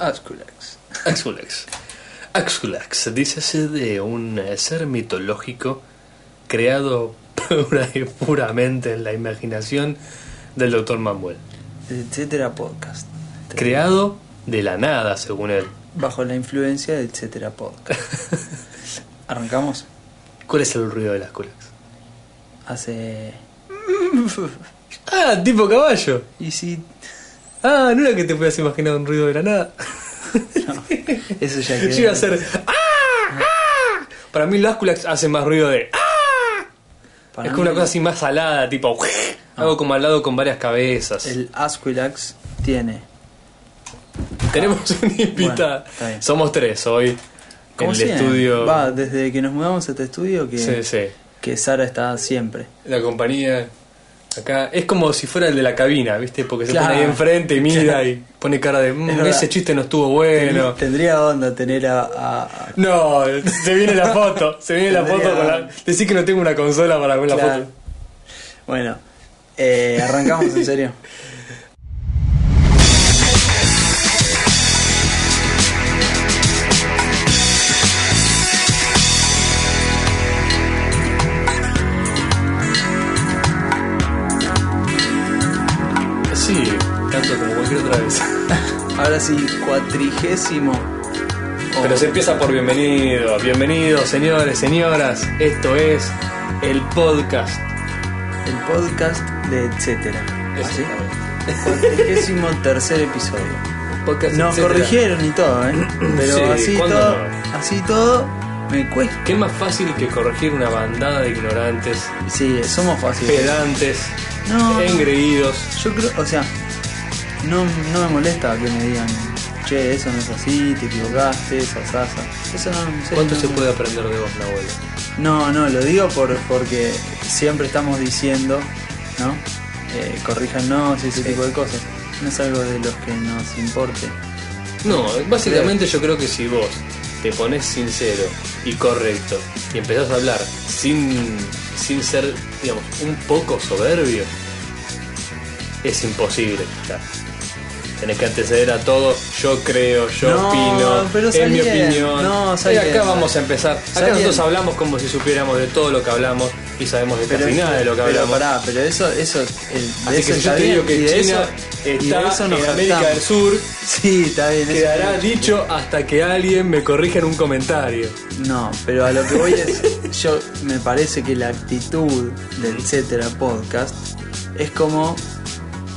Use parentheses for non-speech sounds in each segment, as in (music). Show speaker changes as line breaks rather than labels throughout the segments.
Asculax.
Axulax. Axulax, dícese de un eh, ser mitológico creado (laughs) pura y puramente en la imaginación del doctor Manuel.
Etcétera Podcast.
Creado de la nada, según él.
Bajo la influencia de Etcétera Podcast.
(laughs)
Arrancamos.
¿Cuál es el ruido del Axulax?
Hace.
Ah, tipo caballo.
Y si.
Ah, no era que te puedas imaginar un ruido de la nada. (laughs)
Eso ya
Yo
quedó.
iba a hacer... ¡Ah! ¡Ah! Para mí el Axulax hace más ruido de... ¡Ah!
Para
es como una
mí,
cosa así más salada, tipo... (laughs) Algo como al lado con varias cabezas.
El Asquilax tiene.
Tenemos un invitado.
Ah. está bien.
Somos tres hoy.
Como
en el
siempre,
estudio.
Va, desde que nos mudamos a este estudio que,
Sí, sí.
que Sara está siempre.
La compañía. Acá. Es como si fuera el de la cabina, ¿viste? Porque se
Claro.
pone ahí enfrente y mira
Claro.
y pone cara de. "Mm,
Es verdad.
ese chiste no estuvo bueno.
Tendría onda tener a. a- a-
No, se viene la foto. Se viene la
Tendría-
foto con la. Decís que no tengo una consola para ver la
Claro.
foto.
Bueno, eh, arrancamos
(laughs)
en serio.
Sí, tanto como cualquier otra vez.
Ahora sí, cuatrigésimo. Oh,
Pero se empieza por bienvenido. Bienvenidos, señores, señoras. Esto es el podcast.
El podcast de etcétera. ¿Ah, ¿Así?
Exactamente.
Cuatrigésimo tercer episodio.
(laughs) Podcast,
Nos
etcétera.
corrigieron y todo, ¿eh?
(clears throat)
Pero
Sí,
así
¿cuándo
todo,
no?
así todo me cuesta.
¿Qué más fácil que corregir una bandada de ignorantes,
Sí, somos fáciles.
pedantes,
No.
engreídos?
Yo creo, o sea, no, no me molesta que me digan, che, eso no es así, te equivocaste, esa sasa. Eso no, no sé,
¿Cuánto
no-
se
no-
puede aprender de vos, Nahuel?
No, no, lo digo por, porque siempre estamos diciendo, ¿no? Eh, corríjanos y ese tipo de cosas. No es algo de los que nos importe.
No, básicamente yo creo que si vos te pones sincero y correcto y empezás a hablar sin, sin ser, digamos, un poco soberbio, es imposible. ya. Tenés que anteceder a todo, yo creo, yo
No,
opino,
pero
es mi
salí bien.
opinión.
No,
Y
salí
acá
bien.
vamos a empezar.
Salí
acá nosotros
bien.
hablamos como si supiéramos de todo lo que hablamos y sabemos de casi nada de lo que
pero
hablamos.
pará, pero eso, eso, el, de
Así
eso
que si yo
está
te
bien,
digo
y
que
de
China
eso- y de
está
eso
en
nos
América
hartamos.
del Sur,
Sí, está bien. eso
Quedará
está bien.
dicho hasta que alguien me corrija en un comentario.
No, pero a lo que
(laughs)
voy es, yo me parece que la actitud del etcétera podcast es como,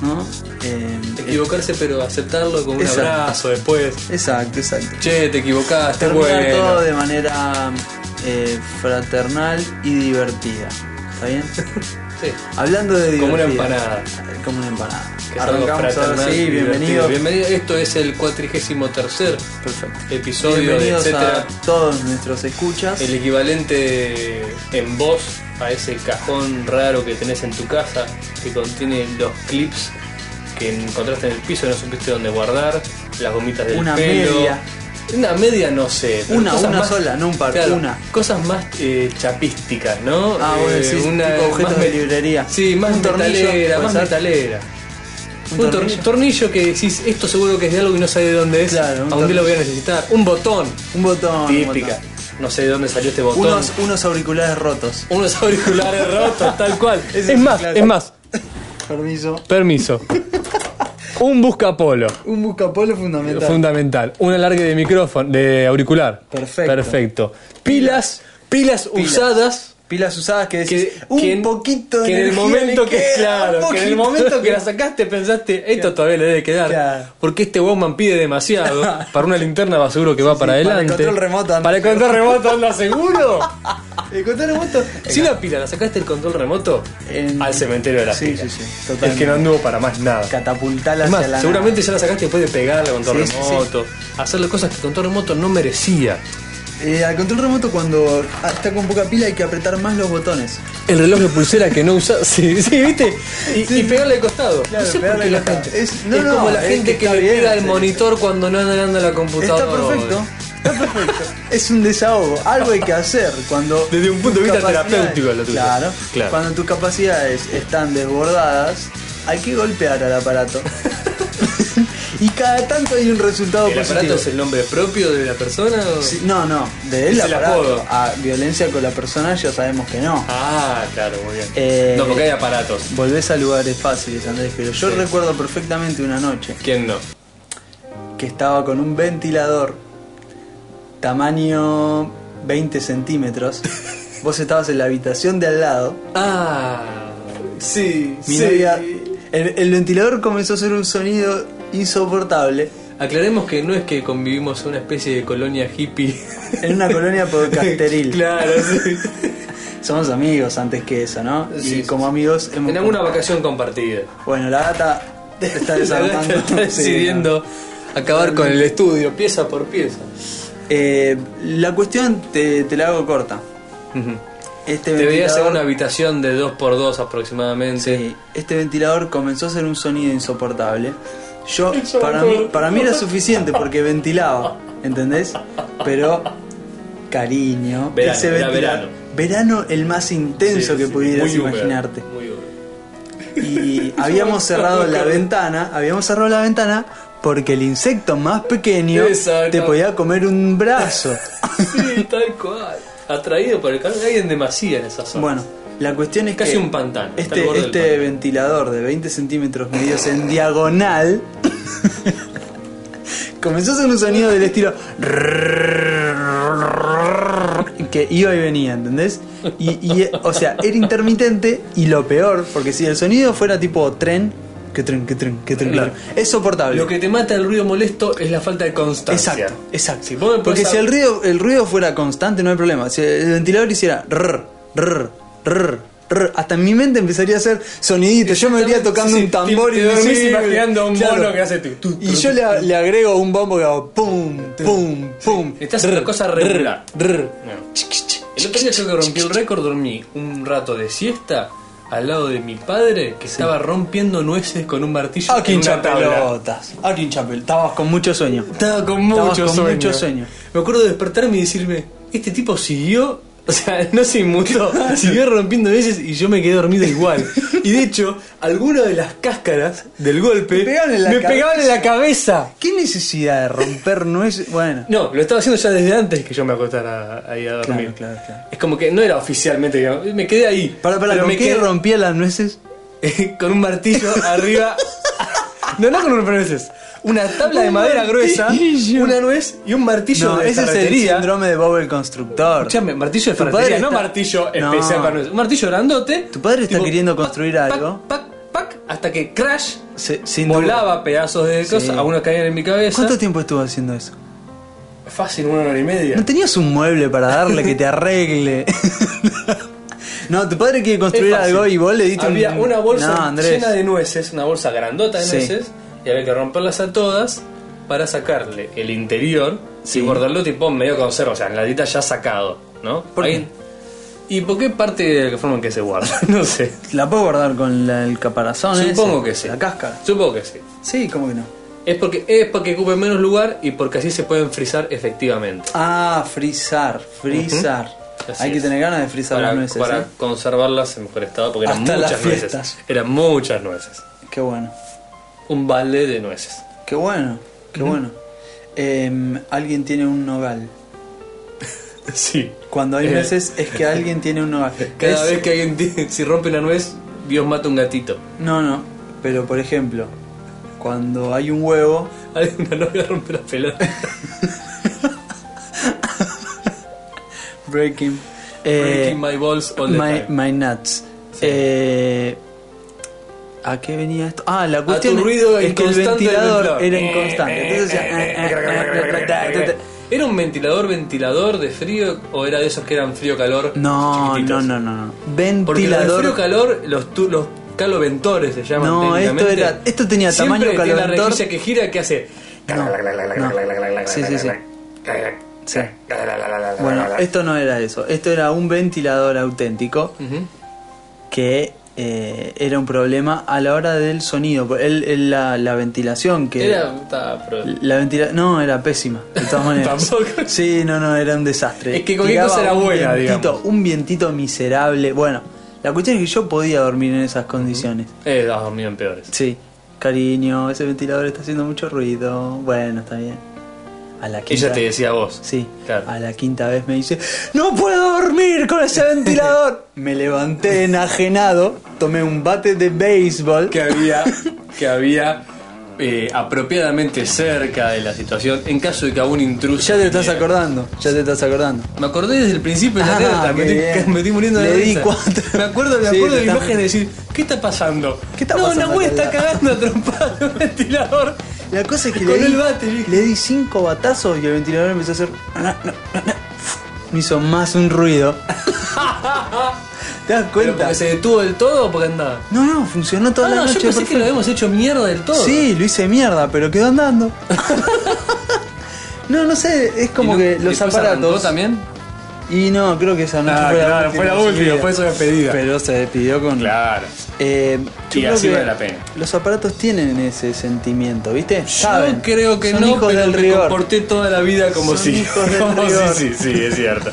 ¿no? Eh,
Equivocarse, pero aceptarlo con un
Exacto.
abrazo después.
exacto, exacto.
Che, te equivocaste,
Terminar
bueno.
todo de manera eh, fraternal y divertida.
(laughs)
¿Está bien?
Sí.
Hablando de divertida.
Como una empanada.
Como una empanada.
Que es algo
Arrancamos ahora
fraternal
sí,
y
bienvenido.
divertido. Bienvenido. Esto es el cuatrigésimo tercer
Perfecto.
episodio de
Bienvenidos
etcétera.
a todos nuestros escuchas.
El equivalente en voz a ese cajón raro que tenés en tu casa que contiene los clips que encontraste en el piso y no supiste dónde guardar, las gomitas del
Una
pelo.
media.
Una media no sé. pero
Una,
cosas
una sola, no un par, una.
Cosas más eh, chapísticas, ¿no? Eh,
Ah, vos decís tipo objetos
más
de
me-
librería.
Sí, más
Un tornillo,
metalera,
puede
más
ser.
metalera.
Un
Un, torni-
tornillo.
tornillo. que decís, esto seguro que es de algo y no sabés de dónde es,
Claro, un
a dónde
tornillo.
lo voy a necesitar. Un botón,
Un botón. un
Típica.
botón.
No sé de dónde salió este botón.
Unos, unos auriculares rotos.
Unos auriculares rotos, tal cual.
Ese
Es,
es un
más,
clásico.
es más.
Permiso. (laughs)
Permiso. Un buscapolo.
Un buscapolo fundamental.
Fundamental. Un alargue de micrófono, de auricular.
Perfecto.
Perfecto. Pilas, pilas,
Pilas.
usadas.
Pilas usadas que decís
Que,
un
que en-
poquito de
que en el
energía
momento
le
que
queda, un
claro que en el
poquito.
momento que la sacaste pensaste esto todavía le debe quedar
Claro.
porque este Bowman pide demasiado
(laughs)
para una linterna va seguro que va para
sí, para el
adelante
control remoto anda.
para el control remoto anda
(laughs)
seguro
Eh, El control remoto.
Si la pila la sacaste del control remoto
En-
al cementerio de la
Sí,
pila.
sí, sí,
Es
totalmente.
que no anduvo para más nada.
Catapultala
Es
hacia
más,
la
seguramente ya la sacaste después de pegarla con control
Sí, sí, sí.
remoto, hacerle cosas que el control remoto no merecía.
Eh, al control remoto cuando ah, está con poca pila hay que apretar más los botones.
El reloj de pulsera que no usaba. (laughs) Sí, sí, ¿viste? Y,
Sí.
y pegarle al costado.
Claro,
no sé por
pegarle
qué
al
la
costado.
gente.
Es-
Es,
no, no,
como la
es
gente
que
que,
está
le
bien,
pega al
sí.
monitor cuando no anda andando la computadora.
Está perfecto. Está perfecto. es un desahogo. Algo hay que hacer cuando.
(laughs) Desde un punto de
tus
vista
capacidades-
terapéutico lo tuyo.
Claro,
Claro. (laughs)
Cuando tus capacidades están desbordadas, hay que golpear al aparato. y cada tanto hay un resultado
¿El aparato
positivo.
es el nombre propio de la persona? o-
Sí, No, no, de él
Es el
aparato
apodo.
a violencia con la persona ya sabemos que no.
Ah, claro, muy bien.
Eh,
no, porque hay aparatos.
Volvés a lugares fáciles, Andrés, pero yo
Sí.
recuerdo perfectamente una noche
¿Quién no?
que estaba con un ventilador tamaño
(laughs)
20 centímetros. Vos estabas en la habitación de al lado.
Ah, sí,
Mi
sí.
novia- el, el ventilador comenzó a hacer un sonido insoportable
Aclaremos que no es que convivimos en una especie de colonia hippie.
en una colonia podcasteril.
(laughs) claro, sí.
Somos amigos antes que eso, ¿no?
Sí,
y
sí,
como amigos hemos...
En alguna vacación compartida.
Bueno,
(laughs)
la gata está
La verdad
desarmando.
que está
Sí,
decidiendo acabar con el estudio, pieza por pieza.
no. Eh, la cuestión te, te la hago corta. Este
Te veías en
ventilador-
una habitación de 2x2 aproximadamente.
Sí, este ventilador comenzó a hacer un sonido insoportable.
(laughs)
Yo,
Insoportable.
para mí, para mí era suficiente porque ventilaba, ¿entendés? Pero, cariño,
Verano, era
ventilador-
verano.
Verano el más intenso
Sí,
que
sí,
pudieras
muy húmedo, (laughs)
imaginarte.
muy húmedo.
Y habíamos cerrado la ventana, habíamos cerrado la ventana porque el insecto más pequeño
Exacto.
te podía comer un brazo.
Sí, tal cual. Atraído por el calor. Hay en demasía en esa zona.
Bueno, la cuestión es
Casi
que
un pantano, está al
Este,
borde del
este
pantano.
ventilador de 20 centímetros medidos en diagonal (laughs) comenzó a hacer un sonido del estilo que iba y venía, ¿entendés? Y, y, o sea, era intermitente y lo peor, porque si el sonido fuera tipo tren, que tren, que tren, que tren, que
Claro.
tren, es soportable.
Lo que te mata el ruido molesto es la falta de constancia.
Exacto, exacto.
Si vos me
Porque
podés
si
hab-
el ruido, el ruido fuera constante, no hay problema. Si el ventilador hiciera rrr, rrr, rrr, rrr, hasta en mi mente empezaría a hacer soniditos. Yo me iría tocando
Sí,
un tambor
te-
y
te dormís
sí,
imaginando un
claro.
mono que hace tu- tu-
Y yo le, le agrego un bombo que hago pum, pum, pum.
Estás haciendo
rrr,
cosas regular.
rrr.
No. El otro día yo que rompí el récord dormí un rato de siesta al lado de mi padre que estaba rompiendo nueces con un martillo
Ah, qué
en una
hincha
tabla.
pelotas. Ah, qué hincha pelotas. Estabas con mucho sueño.
Estaba con
Estabas
mucho
con
sueño.
mucho sueño.
Me acuerdo de despertarme y decirme, este tipo siguió, o sea, (laughs) no se inmutó, siguió rompiendo veces y yo me quedé dormido
(laughs)
igual. Y de hecho, alguna de las cáscaras del golpe
Te pegaban en la
me
cabeza.
pegaban en la cabeza.
¿Qué necesidad de romper nueces? Bueno,
No, lo estaba haciendo ya desde antes que yo me acostara ahí a dormir.
Claro, claro, claro.
Es como que no era oficialmente, digamos, me quedé ahí.
para, para,
pero
¿con
me
qué
quedé
rompía las nueces?
(laughs) con un martillo arriba. No, no con un nueces. Una tabla de
Un
madera gruesa,
martillo.
una nuez y un martillo
No,
de
ese es el
ferretería.
síndrome de Bob el constructor.
Escuchame, martillo de
Tu padre
ferretería, no
está-
martillo
No.
especial para nueces. Un martillo grandote.
Tu padre está queriendo construir algo.
Pac, pac, hasta que crash
Se- sin duda.
volaba pedazos de cosas. Algunos caían en mi cabeza.
¿Cuánto tiempo estuvo haciendo eso?
Fácil, una hora y media.
¿No tenías un mueble para darle que te arregle? (laughs) no, tu padre quiere
Es
construir
fácil.
algo y vos le diste un-
Había una
No,
bolsa
Andrés.
llena de nueces, una bolsa grandota de
Sí.
nueces, y había que romperlas a todas para sacarle el interior
Sí.
y guardarlo tipo medio conserva, o sea, en la dita ya sacado, ¿no?
¿Por qué?
¿Y por qué parte de la forma en que se guarda? (laughs) No sé.
¿La puedo guardar con la- el caparazón?
Supongo
ese?
que sí.
La cáscara.
Supongo que sí.
Sí, ¿cómo que no?
Es porque es porque ocupe menos lugar y porque así se pueden frizar efectivamente.
Ah, frizar, frizar.
Así
Hay que
es.
tener ganas de frizar
Para,
las nueces.
para
¿eh?
conservarlas en mejor estado, porque eran
Hasta las
muchas nueces.
fiestas.
Eran muchas nueces.
Qué bueno.
Un balde de nueces. (laughs)
Qué bueno, qué bueno. Em, alguien tiene un nogal.
Sí.
Cuando hay
Eh.
nueces es que alguien tiene un nogal.
Cada
Es-
vez que alguien tiene- (laughs) si rompe una nuez, Dios mata un gatito. (laughs)
No, no. Pero por ejemplo, cuando hay un huevo,
Alguien una novia rompe la pelota.
breaking, eh,
Breaking my balls all the
my-
time.
my nuts. Eh, ¿A qué venía esto? Ah, la cuestión
tu
es-
ruido
es que el
inconstante del Eh,
ventilador
ventilador.
era inconstante. Entonces, decía, eh, eh, eh, eh, eh,
¿Era un ventilador ventilador de frío o era de esos que eran frío-calor?
no, no,
chiquititos?
no, no, no.
Porque los de
Ventilador.
frío-calor, los, tu- los caloventores se llaman
No,
técnicamente.
esto era- esto tenía
Siempre
tamaño
tiene
caloventor.
la rejilla que gira que hace...
No, no. Sí, sí, sí. Sí. Bueno, esto no era eso. Esto era un ventilador auténtico.
Ujú.
que eh, era un problema a la hora del sonido. por- el- el- la, la ventilación que...
Era... ta, pero-
La ventila no, era pésima,
(laughs)
de todas maneras.
Tampoco.
sí, no, no, era un desastre.
Es que cualquier
Llegaba
cosa era
un
buena,
vientito,
digamos.
Un vientito miserable. Bueno, la cuestión es que yo podía dormir en esas condiciones.
Eh, dormían peores.
Sí. Cariño, ese ventilador está haciendo mucho ruido. Bueno, está bien. A la quinta.
Ella te decía a vos.
Sí,
Claro.
a la quinta vez me dice, no puedo dormir con ese (laughs) ventilador. me levanté enajenado, tomé un bate de béisbol.
Que había, que había eh, apropiadamente cerca de la situación en caso de que algún intruso.
Ya te estás
viniera.
acordando, ya te estás acordando.
Me acordé desde el principio de la
Ah,
alerta, me
qué
estoy, (laughs)
bien.
me estoy muriendo de
Le di
risa.
cuatro.
Me acuerdo, me
Sí,
acuerdo de
está-
la imagen de decir, ¿qué está pasando?
¿Qué está
no,
pasando
Nahuel está
acá al lado?
cagando (laughs) a trompada en un ventilador.
La cosa es que
Con
le, di,
el bate, viejo.
le di cinco batazos y el ventilador empezó a hacer. Me hizo más un (laughs) ruido. ¿Te das
¿Pero
cuenta?
porque se detuvo del todo o porque andaba?
No, no, funcionó toda
Ah,
la
no, yo
noche.
pensé que lo
perfecto.
habíamos hecho mierda del todo.
Sí, lo hice mierda, pero quedó (laughs) andando. no, no sé, es como
¿Y no-
que los
después arrancó
aparatos.
también?
Y no, creo que esa noche
Ah,
fue,
claro,
la
fue la
última,
última,
sí,
fue su despedida.
Pero se despidió con.
Claro.
Eh, yo
Y
creo
así
que
vale la pena.
Los aparatos tienen ese sentimiento, ¿viste?
Yo creo que
Son
no,
hijos
pero
del
me
rigor.
comporté toda la vida como
Son
si.
hijos
(laughs)
del
como si-
rigor.
sí, sí, es cierto.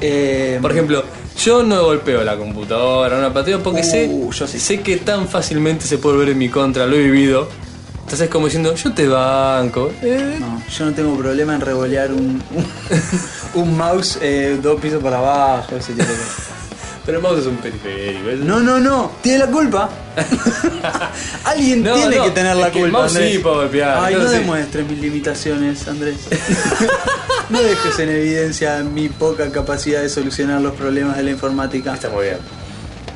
Eh,
Por ejemplo, yo no golpeo la computadora, no la pateo, porque
Uh,
sé,
yo sí.
sé que tan fácilmente se puede volver en mi contra, lo he vivido. Entonces es como diciendo, yo te banco. eh,
No, yo no tengo problema en revolear un, un, (laughs) un mouse eh, dos pisos para abajo, ese tipo de cosas.
Pero el mouse es un periférico. es-
No, no, no, tiene
(laughs)
la culpa. Alguien
No,
tiene
no,
que tener la
es que el
culpa.
mouse sí
Andrés.
puede golpear,
Ay, no
entonces sí.
demuestres mis
(laughs)
limitaciones, Andrés. no dejes en evidencia mi poca capacidad de solucionar los problemas de la informática.
Está muy bien.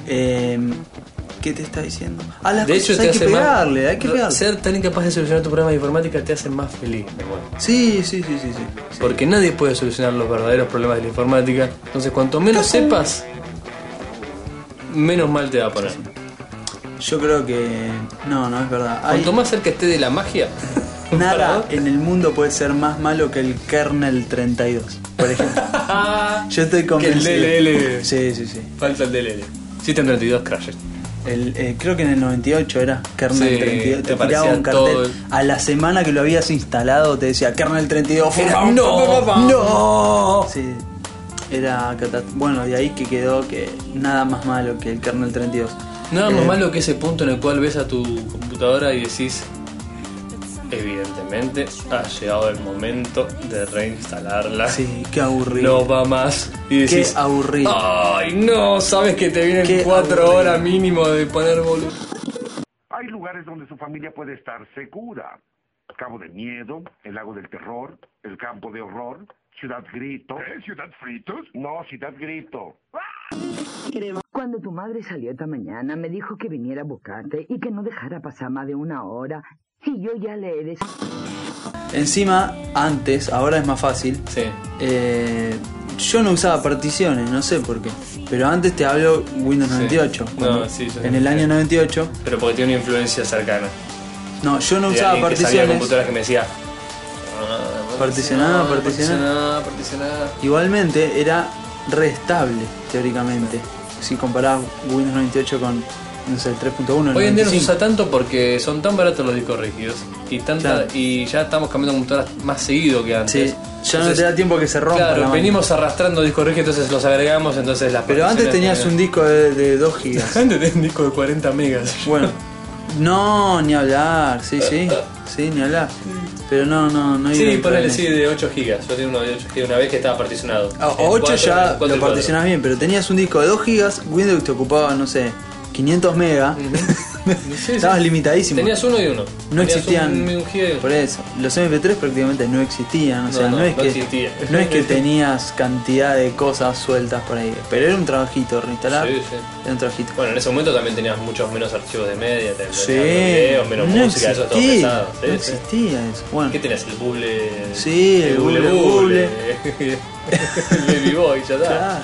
Eh, ¿Qué te está diciendo? A las
De hecho,
cosas
te
hay que
hace
pegarle,
más,
hay que pegarle.
Ser tan incapaz de solucionar tu problema de informática te hace más feliz, mi amor.
Sí, sí, sí, sí, sí. sí.
Porque nadie puede solucionar los verdaderos problemas de la informática. Entonces, cuanto menos sepas, menos mal te va a poner.
Yo creo que. No, no es verdad. Hay-
Cuanto más cerca esté de la magia,
(laughs)
(laughs)
Nada en el mundo puede ser más malo que el kernel 32, por ejemplo.
Ah,
Yo estoy convencido.
Que el DLL.
Sí, sí, sí.
falta el DLL. Existen 32 crashes.
El, eh, creo que en el 98 era kernel
Sí,
32.
te
Te, tiraba
parecía
un cartel.
todo el-
A la semana que lo habías instalado te decía kernel 32. por
Era,
favor,
"No,
por favor".
no.
Sí. Era catat- Bueno, de ahí que quedó que nada más malo que el kernel 32.
Nada más
Eh,
malo que ese punto en el cual ves a tu computadora y decís, evidentemente ha llegado el momento de reinstalarla.
Sí, qué aburrido.
No va más. Y
Qué
decís,
aburrido.
Ay, no, sabes que te vienen
Qué
cuatro
aburrido.
horas mínimo de poner volumen.
Hay lugares donde su familia puede estar segura. Cabo de Miedo, el Lago del Terror, el Campo de Horror, Ciudad Grito. ¿Ciudad Fritos? No, Ciudad Grito.
Cuando tu madre salió esta mañana, me dijo que viniera a buscarte y que no dejara pasar más de una hora. Si yo ya le he des-
Encima, antes, ahora es más fácil.
Ah. Sí.
Eh, yo no usaba particiones, no sé por qué. Pero antes te hablo Windows
Sí.
98.
No,
cuando-
sí, yo
en el
sé.
año 98.
Pero porque tiene una influencia cercana.
No, yo no
De
usaba
alguien que sabía de
particiones.
computadoras que me decía. "Ah,
Particionada,
particionada,
particionada.
particionada.
Igualmente era reestable, teóricamente. Si comparás Windows 98 con, no sé, el 3.1. el
Hoy en día no se
95.
usa tanto porque son tan baratos los discos rígidos y tanta
Claro.
y ya estamos cambiando computadoras más seguido que antes.
Sí, ya no te da tiempo que se rompa. la
Claro,
máquina.
venimos arrastrando discos rígidos, entonces los agregamos, entonces las
Pero antes
particiones
tenías un
tenían-
disco de, de 2 gigas.
(laughs) antes tenías un disco de 40 megas.
Bueno, no, ni hablar, sí, sí, sí, ni hablar. Pero no, no, no
Sí,
iba a
ponele,
entrar
sí,
en eso.
de 8 gigas. Yo tenía uno de 8 gigas una vez que estaba particionado. En
A 8
cuatro, en
Ah, ya
cuatro y
lo
cuatro.
particionas bien, pero tenías un disco de 2 gigas, Windows te ocupaba, no sé, 500 megas. (laughs)
sí.
Estabas limitadísimo.
Tenías uno y uno.
no
Tenías
existían.
Un, un giga y uno.
Por eso, los MP3 prácticamente no existían, o sea,
no,
no, es
no
que
existía.
no es
(laughs)
que tenías cantidad de cosas sueltas por ahí, pero era un trabajito reinstalar.
Sí, sí.
Era un trabajito.
Bueno, en ese momento también tenías muchos menos archivos de media, tenías
Sí,
menos videos, menos
no
música, eso estaba
existía,
pesado. Sí,
no
sí.
existía eso. Bueno,
¿Qué tenías? El buble.
Sí, el buble, buble.
(laughs) el baby boy, ya está.
Claro.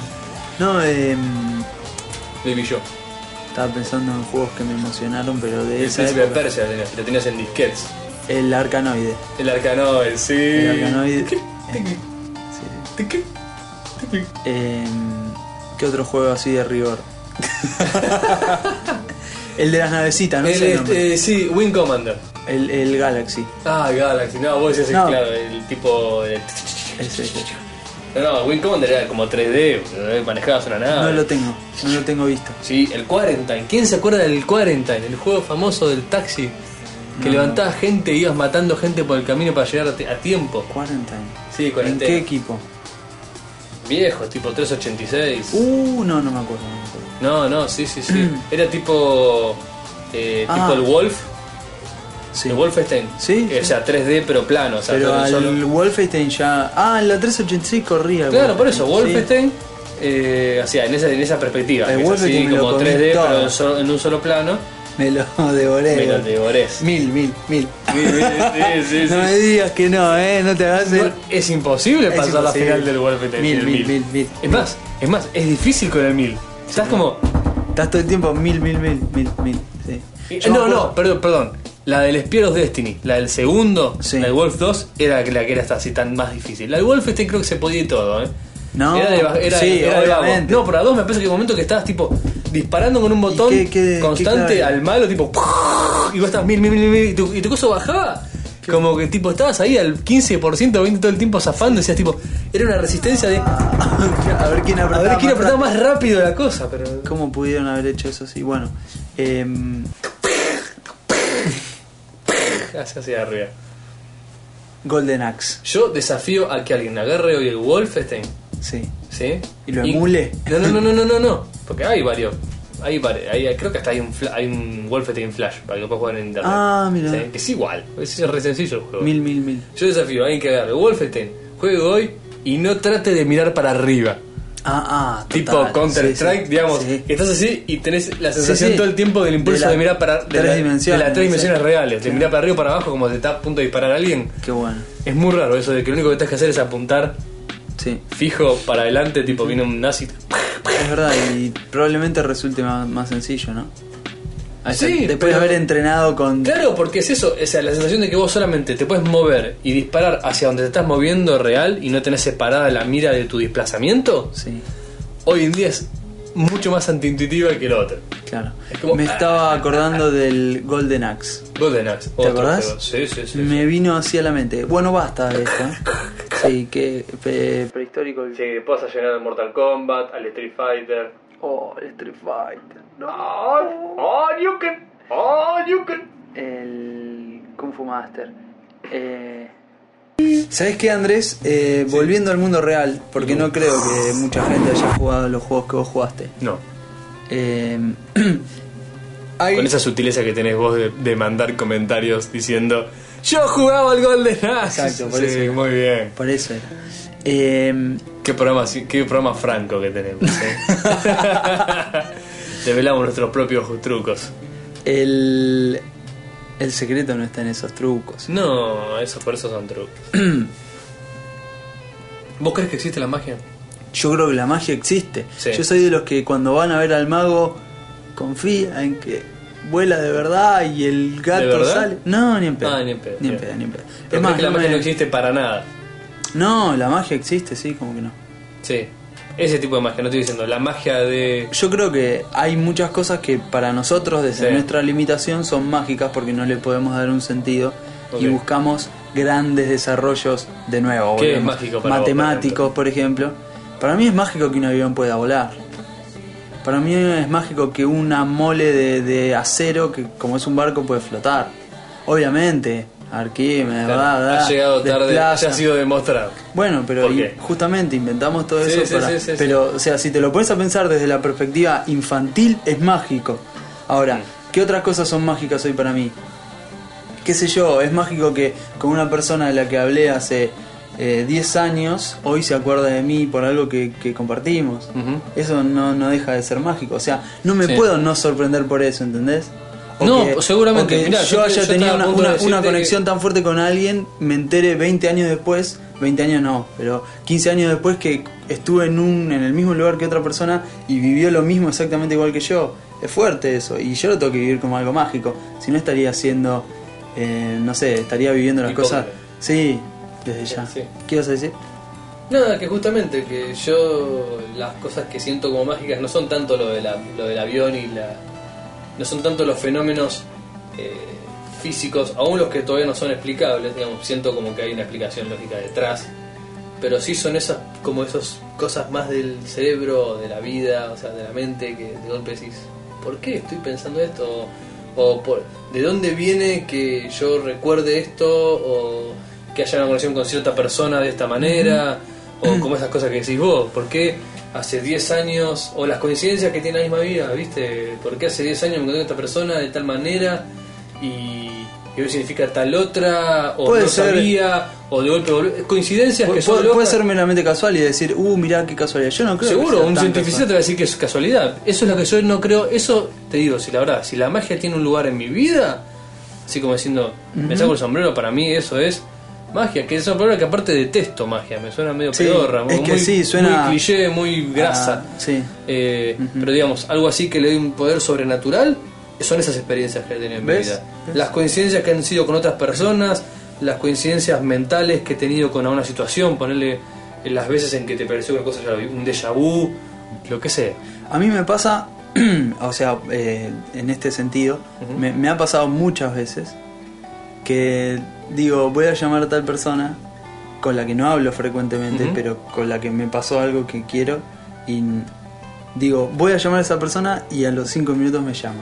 No, eh,
Baby yo.
estaba pensando en juegos que me emocionaron, pero de
El
esa
príncipe de
época.
Persia lo tenías, y lo tenías en disquets.
El Arcanoide.
El Arcanoid, sí.
El Arcanoide.
¿Qué?
Eh,
¿De qué? ¿De qué?
eh, ¿Qué otro juego así
(laughs)
de rigor? el de las navecitas, no
El,
sé el nombre.
este, sí, Wing Commander.
El, el Galaxy.
Ah, Galaxy. No, vos decís,
No.
claro, el tipo. de-
Ese, ese.
No, no, Wing Commander era como 3D, o sea, eh, manejabas una nave.
No lo tengo, no lo tengo visto.
Sí, el Quarantine. ¿Quién se acuerda del Quarantine? El juego famoso del taxi. Que
No.
levantabas gente e ibas matando gente por el camino para llegar a, ti- a tiempo.
Quarantine.
Sí, este.
¿En
cuarentena.
qué equipo?
Viejo, tipo 386.
Uh, no, no me acuerdo. no me
No,
acuerdo.
no, sí, sí,
(clears throat)
sí. Era tipo. eh,
Ah.
tipo el Wolf.
Sí.
El Wolfenstein.
Sí,
Eh, O
sí.
sea, 3D pero plano. O sea,
Pero
todo en
al
solo.
Wolfenstein ya. Ah, en la 386 corría. el
Claro, por eso,
Wolfenstein,
Wolfenstein, eh, o sea, en esa, en esa perspectiva,
El
que es así
Wolfenstein me lo
como
comí
3D,
todo. Eh,
pero en, solo- en un solo plano,
sí. Me lo devoré.
me lo
boludo.
devoré.
Mil, mil, mil.
sí, sí, sí.
(laughs) No me digas que no, eh. No te hagas el.
No, es imposible
Es
pasar la
imposible.
final del Wolfenstein.
Mil,
el
mil, mil, mil.
Es más, es más, es difícil con el 1000. Estás como...
Estás todo el tiempo mil, mil, mil, mil, mil. Sí.
Eh,
Yo me
no,
acuerdo-
no, perdón, perdón. La del Spear of Destiny, la del segundo,
Sí.
la del Wolf 2, era la que era hasta así tan más difícil. La del Wolfenstein creo que se podía y todo, ¿eh?
No,
era de, ba- era,
sí,
era de vago.
obviamente.
No, pero la 2 me parece que en un momento que estabas tipo disparando con un botón
qué- qué-
constante
qué clave?
al malo, tipo. Y vos estás mil, mil, mil, mil, y tu, y tu coso bajaba. Como que tipo estabas ahí al 15%, 20% todo el tiempo zafando, y decías tipo, era una resistencia de. A
(laughs) a ver quién apretaba.
ver, quiero
más
apretar más rápido la cosa, pero.
¿Cómo pudieron haber hecho eso así? Bueno, em,
(laughs) Hacia, hacia arriba.
Golden Axe,
Yo desafío a que alguien agarre hoy el Wolfenstein,
sí.
¿sí?
¿Y lo emule?
No, no, no, no, no, no, no. Porque hay varios. Hay, vari- hay- creo que hasta hay un, fla- hay un Wolfenstein Flash para que lo puedas jugar en internet.
Ah, mirá.
¿Sí? Es igual, es re sencillo el juego.
Mil, mil, mil.
Yo desafío a alguien que agarre Wolfenstein, juegue hoy y no trate de mirar para arriba.
Ah, ah,
Tipo
total. Sí, sí,
Counter-Strike, digamos.
sí.
que Estás así y tenés la sensación
sí.
todo el tiempo del
De
impulso de,
la-
mirar para de
tres
la-
dimensiones,
de las tres
sí.
dimensiones reales. De mirar para arriba o para abajo, como te está a punto de disparar a alguien.
Qué bueno,
Es muy raro eso de que lo único que tenés que hacer es apuntar
sí.
fijo para adelante, tipo viene un nazi.
Es verdad, y probablemente resulte más, más sencillo, ¿no? Ahí está,
Sí,
después
pero-
de haber entrenado con...
Claro, porque es eso, o sea, la sensación de que vos solamente te puedes mover y disparar hacia donde te estás moviendo real y no tenés separada la mira de tu desplazamiento,
Sí,
hoy en día es mucho más antiintuitiva que el otro.
claro.
Es como-
Me estaba acordando del Golden Axe.
Golden Axe, otro
acordás?
juego. Sí, sí, sí.
Me vino así a la mente. Bueno, basta de esto. ¿eh?
(laughs)
Sí, que pre- prehistórico. el-
Sí, pasas a llegar al Mortal Kombat, al Street Fighter.
Oh, el Street Fighter.
oh, you can, oh, you can.
el Kung Fu Master. Eh... ¿Sabes qué, Andrés? Eh, Volviendo al mundo real, porque no creo que mucha gente haya jugado los juegos que vos jugaste.
No,
Eh, (clears throat) hay-
con esa sutileza que tenés vos de, de mandar comentarios diciendo yo jugaba al Golden Axe.
Exacto, por
sí,
eso.
muy bien.
Por eso era. Eh,
Qué programa, si- qué programa franco que tenemos. (laughs) ¿eh? Develamos nuestros propios trucos.
el, el secreto no está en esos trucos.
No, esos por eso son trucos. (clears throat) ¿Vos crees que existe la magia?
Yo creo que la magia existe.
Sí.
Yo soy de los que cuando van a ver al mago confía en que vuela de verdad y el gato
verdad?
sale. No, ni en pedo.
Ah, ni en pedo,
Ni en
bien.
pedo, ni en pedo.
Pero crees que la
no
magia
me-
no existe para nada.
No, la magia existe, sí, como que no.
Sí. Ese tipo de magia, no estoy diciendo. La magia de.
Yo creo que hay muchas cosas que para nosotros, desde
Sí.
nuestra limitación, son mágicas porque no le podemos dar un sentido y
Ok.
buscamos grandes desarrollos de nuevo.
¿Qué es
volvemos.
mágico para vos,
Matemáticos, por ejemplo. Para mí es mágico que un avión pueda volar. Para mí es mágico que una mole de, de acero, que como es un barco, puede flotar. Obviamente, Arquímedes, bla, bla,
ha llegado tarde,
desplaza.
ya ha sido demostrado.
Bueno, pero
¿Por
y-
qué?
justamente inventamos todo
Sí,
eso
sí,
para.
sí, sí, sí.
pero, o sea, si te lo pones a pensar desde la perspectiva infantil, es mágico. Ahora,
Mm.
¿qué otras cosas son mágicas hoy para mí? ¿Qué sé yo? Es mágico que con una persona de la que hablé hace eh, 10 años, hoy se acuerda de mí por algo que, que compartimos.
Ujú.
Eso no, no deja de ser mágico. O sea, no me
Sí.
puedo no sorprender por eso, ¿entendés?
No, seguramente.
o que
Mirá,
yo,
yo te-
haya
yo estaba
tenido
a
una,
punto de
una-
decirte
una
que-
conexión tan fuerte con alguien, me enteré 20 años después, 20 años no, pero 15 años después que estuve en, un, en el mismo lugar que otra persona y vivió lo mismo exactamente igual que yo. Es fuerte eso, y yo lo tengo que vivir como algo mágico, si no estaría haciendo, eh, no sé, estaría viviendo las
Hipócrita.
cosas... Sí, desde ya.
Sí.
¿Qué ibas a decir?
Nada, que justamente que yo las cosas que siento como mágicas no son tanto lo, de la- lo del avión y la... No son tanto los fenómenos eh, físicos, aún los que todavía no son explicables, digamos, siento como que hay una explicación lógica detrás. Pero sí son esas, como esas cosas más del cerebro, de la vida, o sea, de la mente, que de golpe decís, ¿por qué estoy pensando esto? O por, ¿de dónde viene que yo recuerde esto? O que haya una conexión con cierta persona de esta manera, o como esas cosas que decís vos, ¿por qué hace 10 años, o las coincidencias que tiene la misma vida, ¿viste? ¿Por qué hace 10 años me encontré con esta persona de tal manera y, y hoy significa tal otra, o
Puede
no
ser.
sabía, o de golpe volví- Coincidencias que
Pu-
son
Puede, puede
locas.
ser meramente casual y decir, uh, mirá qué casualidad. Yo no creo que
Seguro,
sea
un
tan
cientificista te
casual.
va a decir que es casualidad. Eso es lo que yo no creo. Eso te digo, si la verdad, si la magia tiene un lugar en mi vida, así como diciendo, me saco el sombrero, para mí eso es magia. Que es una palabra que aparte detesto magia, me suena medio
Sí,
pedorra,
es que
muy,
sí, suena-
muy cliché, muy grasa.
Ah, sí.
Eh, Pero digamos, algo así que le dé un poder sobrenatural, son esas experiencias que he tenido en
¿Ves?
mi vida.
¿Ves?
Las coincidencias que han sido con otras personas, las coincidencias mentales que he tenido con una situación, ponerle las veces en que te pareció una cosa, ya lo vi, un déjà vu, lo que sea.
A mí me pasa, (clears throat) o sea, eh, en este sentido, me, me ha pasado muchas veces que digo, voy a llamar a tal persona con la que no hablo frecuentemente,
Ujú.
pero con la que me pasó algo que quiero y n- digo, voy a llamar a esa persona y a los cinco minutos me llama.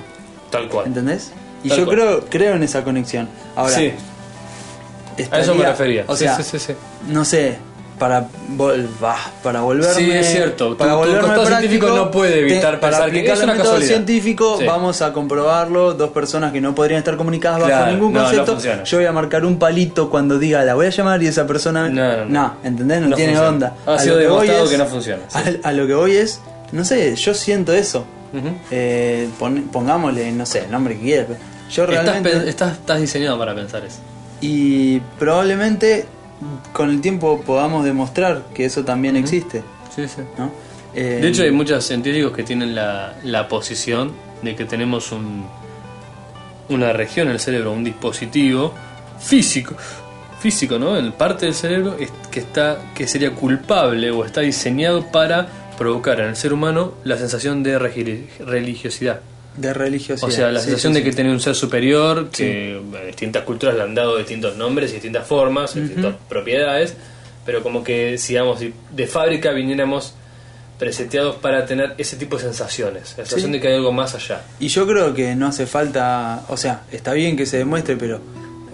Tal cual.
¿Entendés? Y
Tal
yo
cual.
creo, creo en esa conexión. Ahora,
sí, a eso me
estaría-
refería.
O
Sí,
sea,
sí, sí, sí.
no sé, para vol- bah, para volverme
Sí, es cierto.
para
Tu- tu
volverme
costado
práctico,
científico no puede evitar
para
pensar que
aplicar
es
el
una
método
casualidad.
científico,
Sí.
vamos a comprobarlo, dos personas que no podrían estar comunicadas bajo
Claro,
ningún
no, no
concepto.
funciona.
Yo voy a marcar un palito cuando diga la voy a llamar y esa persona
No, no, no.
¿entendés? No,
No
tiene
funciona.
onda.
Ha
A
sido
lo que voy
demostrado
es-
que no funciona, sí.
A, a lo que voy es, no sé, yo siento eso.
Ujú.
Eh, pon- pongámosle, no sé, el nombre que quieras. pero Yo
Estás,
realmente
pen- estás, estás diseñado para pensar eso.
y probablemente con el tiempo podamos demostrar que eso también existe,
Sí, sí.
¿no? Eh,
De hecho, hay muchos científicos que tienen la, la posición de que tenemos un, una región en el cerebro, un dispositivo físico, físico, ¿no? En parte del cerebro es- que está que sería culpable o está diseñado para provocar en el ser humano la sensación de regi- religiosidad.
de religiosidad.
O sea, la
sí,
sensación
sí,
de que
sí.
tiene un ser superior, que a distintas culturas le han dado distintos nombres, y distintas formas, distintas propiedades, pero como que, si digamos, si de fábrica viniéramos preseteados para tener ese tipo de sensaciones, la sensación de que hay algo más allá.
Y yo creo que no hace falta, o sea, está bien que se demuestre, pero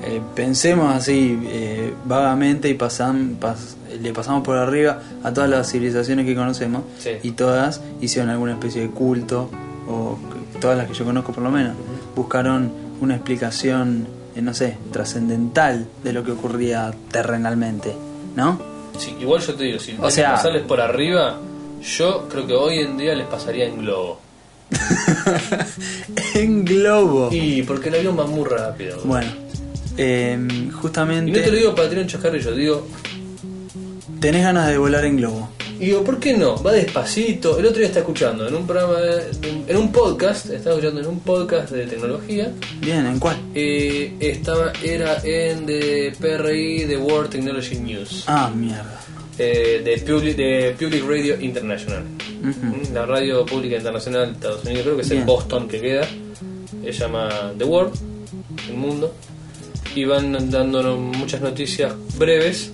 eh, pensemos así eh, vagamente y pasan, pas- le pasamos por arriba a todas las civilizaciones que conocemos
Sí.
y todas hicieron alguna especie de culto, o c- todas las que yo conozco por lo menos, buscaron una explicación, eh, no sé, trascendental de lo que ocurría terrenalmente, ¿no? (laughs)
Sí, igual yo te digo, si
O sea-
pasarles por arriba, yo creo que hoy en día les pasaría en globo.
en globo.
Y porque el avión va muy rápido.
Bueno, em,
Y
justamente...
no te lo digo para tirar un chascarrillo, digo,
Tenés ganas de volar en globo.
Y digo, ¿por qué no? Va despacito. El otro día está escuchando en un programa, de- en un podcast, estaba escuchando en un podcast de tecnología.
Bien, ¿en cuál?
eh, estaba, era en de PRI, The World Technology News,
Ah, mierda.
eh, de, Public, de Public Radio International,
Ujú.
Mm, la radio pública internacional de Estados Unidos, creo que es
Bien.
en Boston que queda. Se llama The World, el mundo. Y van dándonos muchas noticias breves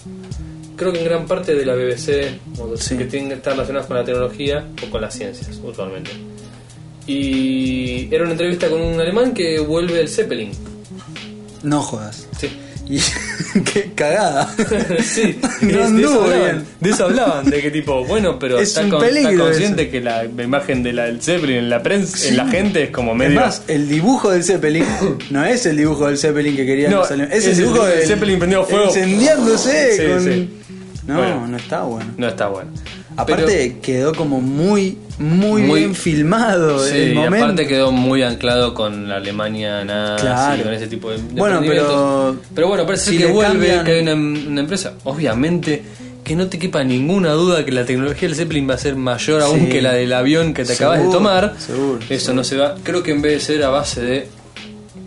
creo que en gran parte de la BBC, o de-
Sí.
que tienen que estar relacionadas con la tecnología o con las ciencias, usualmente. Y era una entrevista con un alemán que vuelve el Zeppelin.
No jodas.
Sí.
Y (laughs) qué cagada.
(laughs) sí,
(laughs) no
es- de, eso
anduvo
hablaban,
bien.
de eso
(laughs)
hablaban, de que tipo, bueno, pero
Es
está,
un
con- está
peligro
consciente que la imagen del Zeppelin en la prensa, en la gente es como medio...
Además, el dibujo del Zeppelin (coughs) no es el dibujo del Zeppelin que querían
No,
los alemanes. Es el
es el
dibujo
del
del
Zeppelin prendido fuego.
Incendiándose
Sí,
con-
sí.
No,
Bueno.
no está bueno.
no está bueno.
Aparte, quedó como muy, muy,
Muy-
bien filmado
Sí,
el
y
momento.
aparte quedó muy anclado con la Alemania nazi,
Claro.
con ese tipo de, de
Bueno,
emprendimientos.
pero-
Pero bueno, parece
si
que
le
vuelve,
cambian-
que hay una, una empresa. Obviamente que no te quepa ninguna duda que la tecnología del Zeppelin va a ser mayor aún
Sí.
que la del avión que te
Seguro,
acabas de tomar.
seguro,
Eso no se va. Creo que en vez de ser a base de...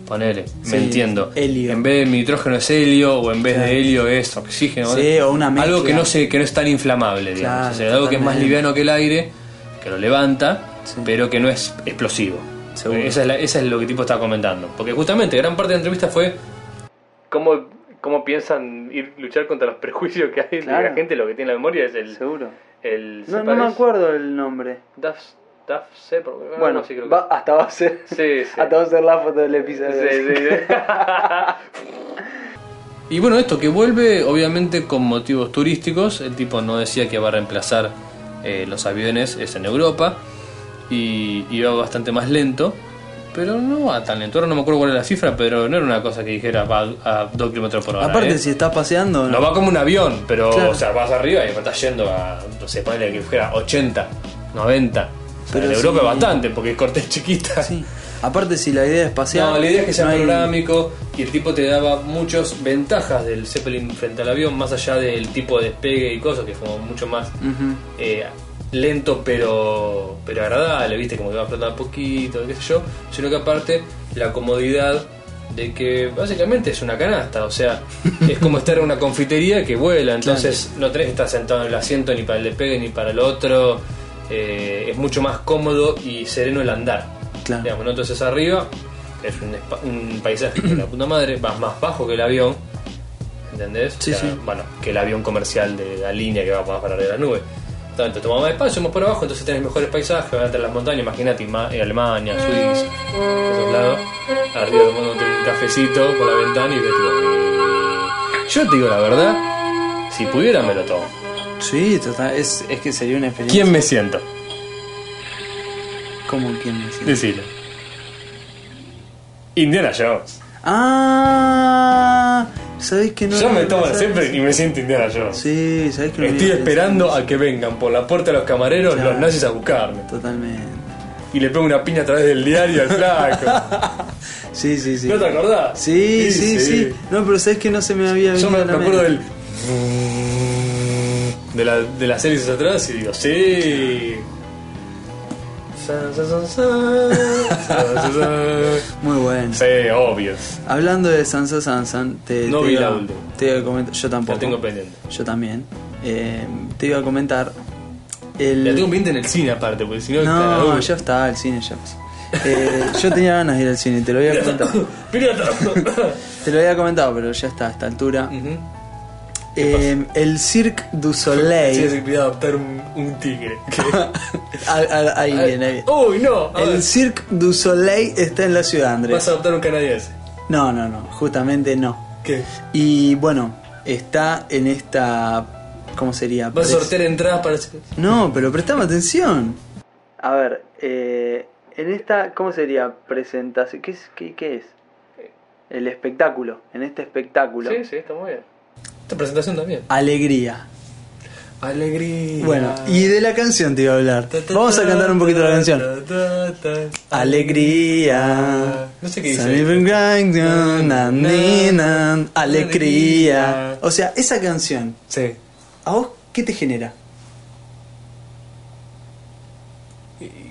Ponele,
Sí,
me entiendo.
helio.
En vez de nitrógeno es helio o en vez de helio es oxígeno.
Sí, o una
Algo que
mezcla.
no, se, que no es tan inflamable, digamos.
Claro,
O sea, algo que es más
totalmente.
liviano liviano que el aire, que lo levanta,
Sí.
pero que no es explosivo.
Seguro.
Esa es, la- esa es lo que el tipo está comentando. Porque justamente gran parte de la entrevista fue cómo cómo piensan ir luchar contra los (laughs) prejuicios que hay de
Claro.
la gente, lo que tiene en la memoria es el...
Seguro.
el
No, no me
separes-
acuerdo el nombre.
Duff, Duff Sepro, algo
Bueno,
así creo que
va- hasta va a ser.
es. Sí, sí.
(laughs) Hasta va a ser la foto del episodio.
Sí, sí, sí.
(laughs)
Y bueno, esto que vuelve obviamente con motivos turísticos, el tipo no decía que va a reemplazar eh, los aviones, es en Europa, y, y va bastante más lento, pero no va tan lento, ahora no me acuerdo cuál era la cifra, pero no era una cosa que dijera va a 2 kilómetros por hora.
Aparte,
¿eh?
si estás paseando.
No va como un avión, pero
Claro.
o sea, vas arriba y estás yendo a, no sé, ponele que fuera 80, 90. O sea,
Pero
en Europa
sí.
bastante, porque es corte chiquita.
Sí. Aparte, si la idea es pasear.
No, la idea es que sea
no hay-
panorámico y el tipo te daba muchas ventajas del Zeppelin frente al avión, más allá del tipo de despegue y cosas, que es como mucho más
Ujú.
eh, lento pero, pero agradable, viste, como que va flotando un poquito, qué sé yo, sino que aparte la comodidad de que básicamente es una canasta, o sea, es como estar en una confitería que vuela, entonces no tenés que estar sentado en el asiento ni para el despegue ni para el otro, eh, es mucho más cómodo y sereno el andar.
Claro.
Digamos, ¿no? Entonces arriba es un, espa- un paisaje de la puta madre, vas más bajo que el avión, ¿entendés?
Sí, sí.
Bueno, que el avión comercial de la línea que va más para arriba de las nubes. Tanto toma más espacio, más por abajo, entonces tenés mejores paisajes, van a tener las montañas, imagínate, ima- eh, Alemania, Suiza, esos lados. Arriba tomándote un cafecito por la ventana y ves tipo, Yo te digo la verdad, si pudiera me lo tomo.
Sí, total. Es, es que sería una experiencia.
¿Quién me siento?
¿Cómo quién me siente?
Decilo. Indiana Jones.
Ah, ¿sabés que no?
Yo me
no
tomo
sabés?
siempre y me siento Indiana Jones.
Sí, ¿sabés que no
Estoy
había
esperando a que vengan por la puerta de los camareros
Claro.
los nazis a buscarme.
pensado? Totalmente.
Y le pego una piña a través del diario al flaco.
Sí, sí, sí.
¿No te acordás?
Sí, sí, sí, No, pero ¿sabés que no se me había
Yo
venido
me,
a la
me acuerdo
mente.
del. De, la, de las series atrás y digo, sí. San, san, san, san, san, san, san.
Muy bueno.
Sí, obvio.
Hablando de Sansa Sansan, te,
No
te
vi
iba-
la última.
Te iba a comentar. Yo tampoco.
La tengo pendiente.
Yo también. Eh, te iba a comentar. El...
La tengo pendiente en el cine aparte, porque si no. está la
No,
duda.
ya está, el cine ya pasó. Eh, yo tenía ganas de ir al cine, te lo había comentado. (laughs)
Pirata.
Te lo había comentado, pero ya está, a esta altura.
Ujú.
Eh, el Cirque du
Sí, se
Soleil.
quería adoptar un, un tigre.
(laughs) Ah, ah, ahí viene, ahí viene.
¡Uy, no! A ver,
El Cirque du Soleil está en la ciudad,
vas
Andrés.
a adoptar un canadiense.
No, no, no, justamente no.
¿Qué?
Y bueno, está en esta. ¿Cómo sería?
Vas a
Pres-
sortear entradas para.
No, pero prestame atención. A ver, eh, en esta, ¿cómo sería? Presentación. ¿Qué es? ¿Qué, qué es? El espectáculo. En este espectáculo.
sí, está muy bien. Esta presentación también.
Alegría.
Alegría.
Bueno, y de la canción te iba a hablar. Vamos a cantar un poquito la canción. Alegría.
No sé qué dice.
Sunny Van Gogh, na, ni, na, Alegría. O sea, esa canción,
Sí.
¿a vos qué te genera?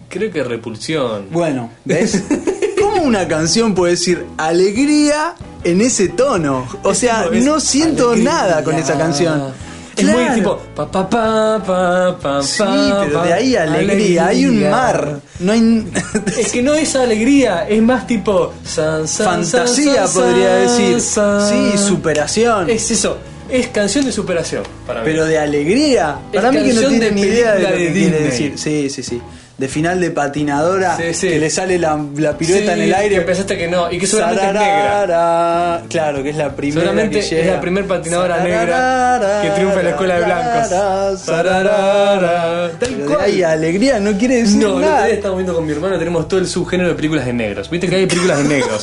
Creo que repulsión.
Bueno, ¿ves? (laughs) ¿Cómo una canción puede decir alegría en ese tono? O sea,
Es-
no siento
alegría.
nada con esa canción.
Es
Claro.
muy tipo. Pa, pa, pa, pa, pa,
Sí,
pa,
pero
pa,
de ahí alegría, hay un mar. No
(laughs)
hay.
Es que no es alegría, es más tipo. san, san, san,
(laughs) Fantasía
san,
podría decir.
san, san.
Sí, superación.
Es eso, es canción de superación para
Pero
mí.
de alegría.
Es
Para mí que no
canción
tiene
de
ni idea de lo
película
que
de
quiere
Disney.
decir. Sí, sí, sí. De final de patinadora
Sí, sí.
que le sale la, la pirueta
Sí,
en el aire.
que pensaste que no, y que seguramente es negra.
Sararara. Claro, que es la primera.
Seguramente
que
es
llega.
la primer patinadora
Sararara,
negra que triunfa en la escuela de blancos.
sararara.
Tal
Pero de
cual.
ahí alegría no quiere decir
No, el otro
nada.
día estamos viendo con mi hermano, tenemos todo el subgénero de películas de negros. Viste que hay películas de
(laughs)
negros,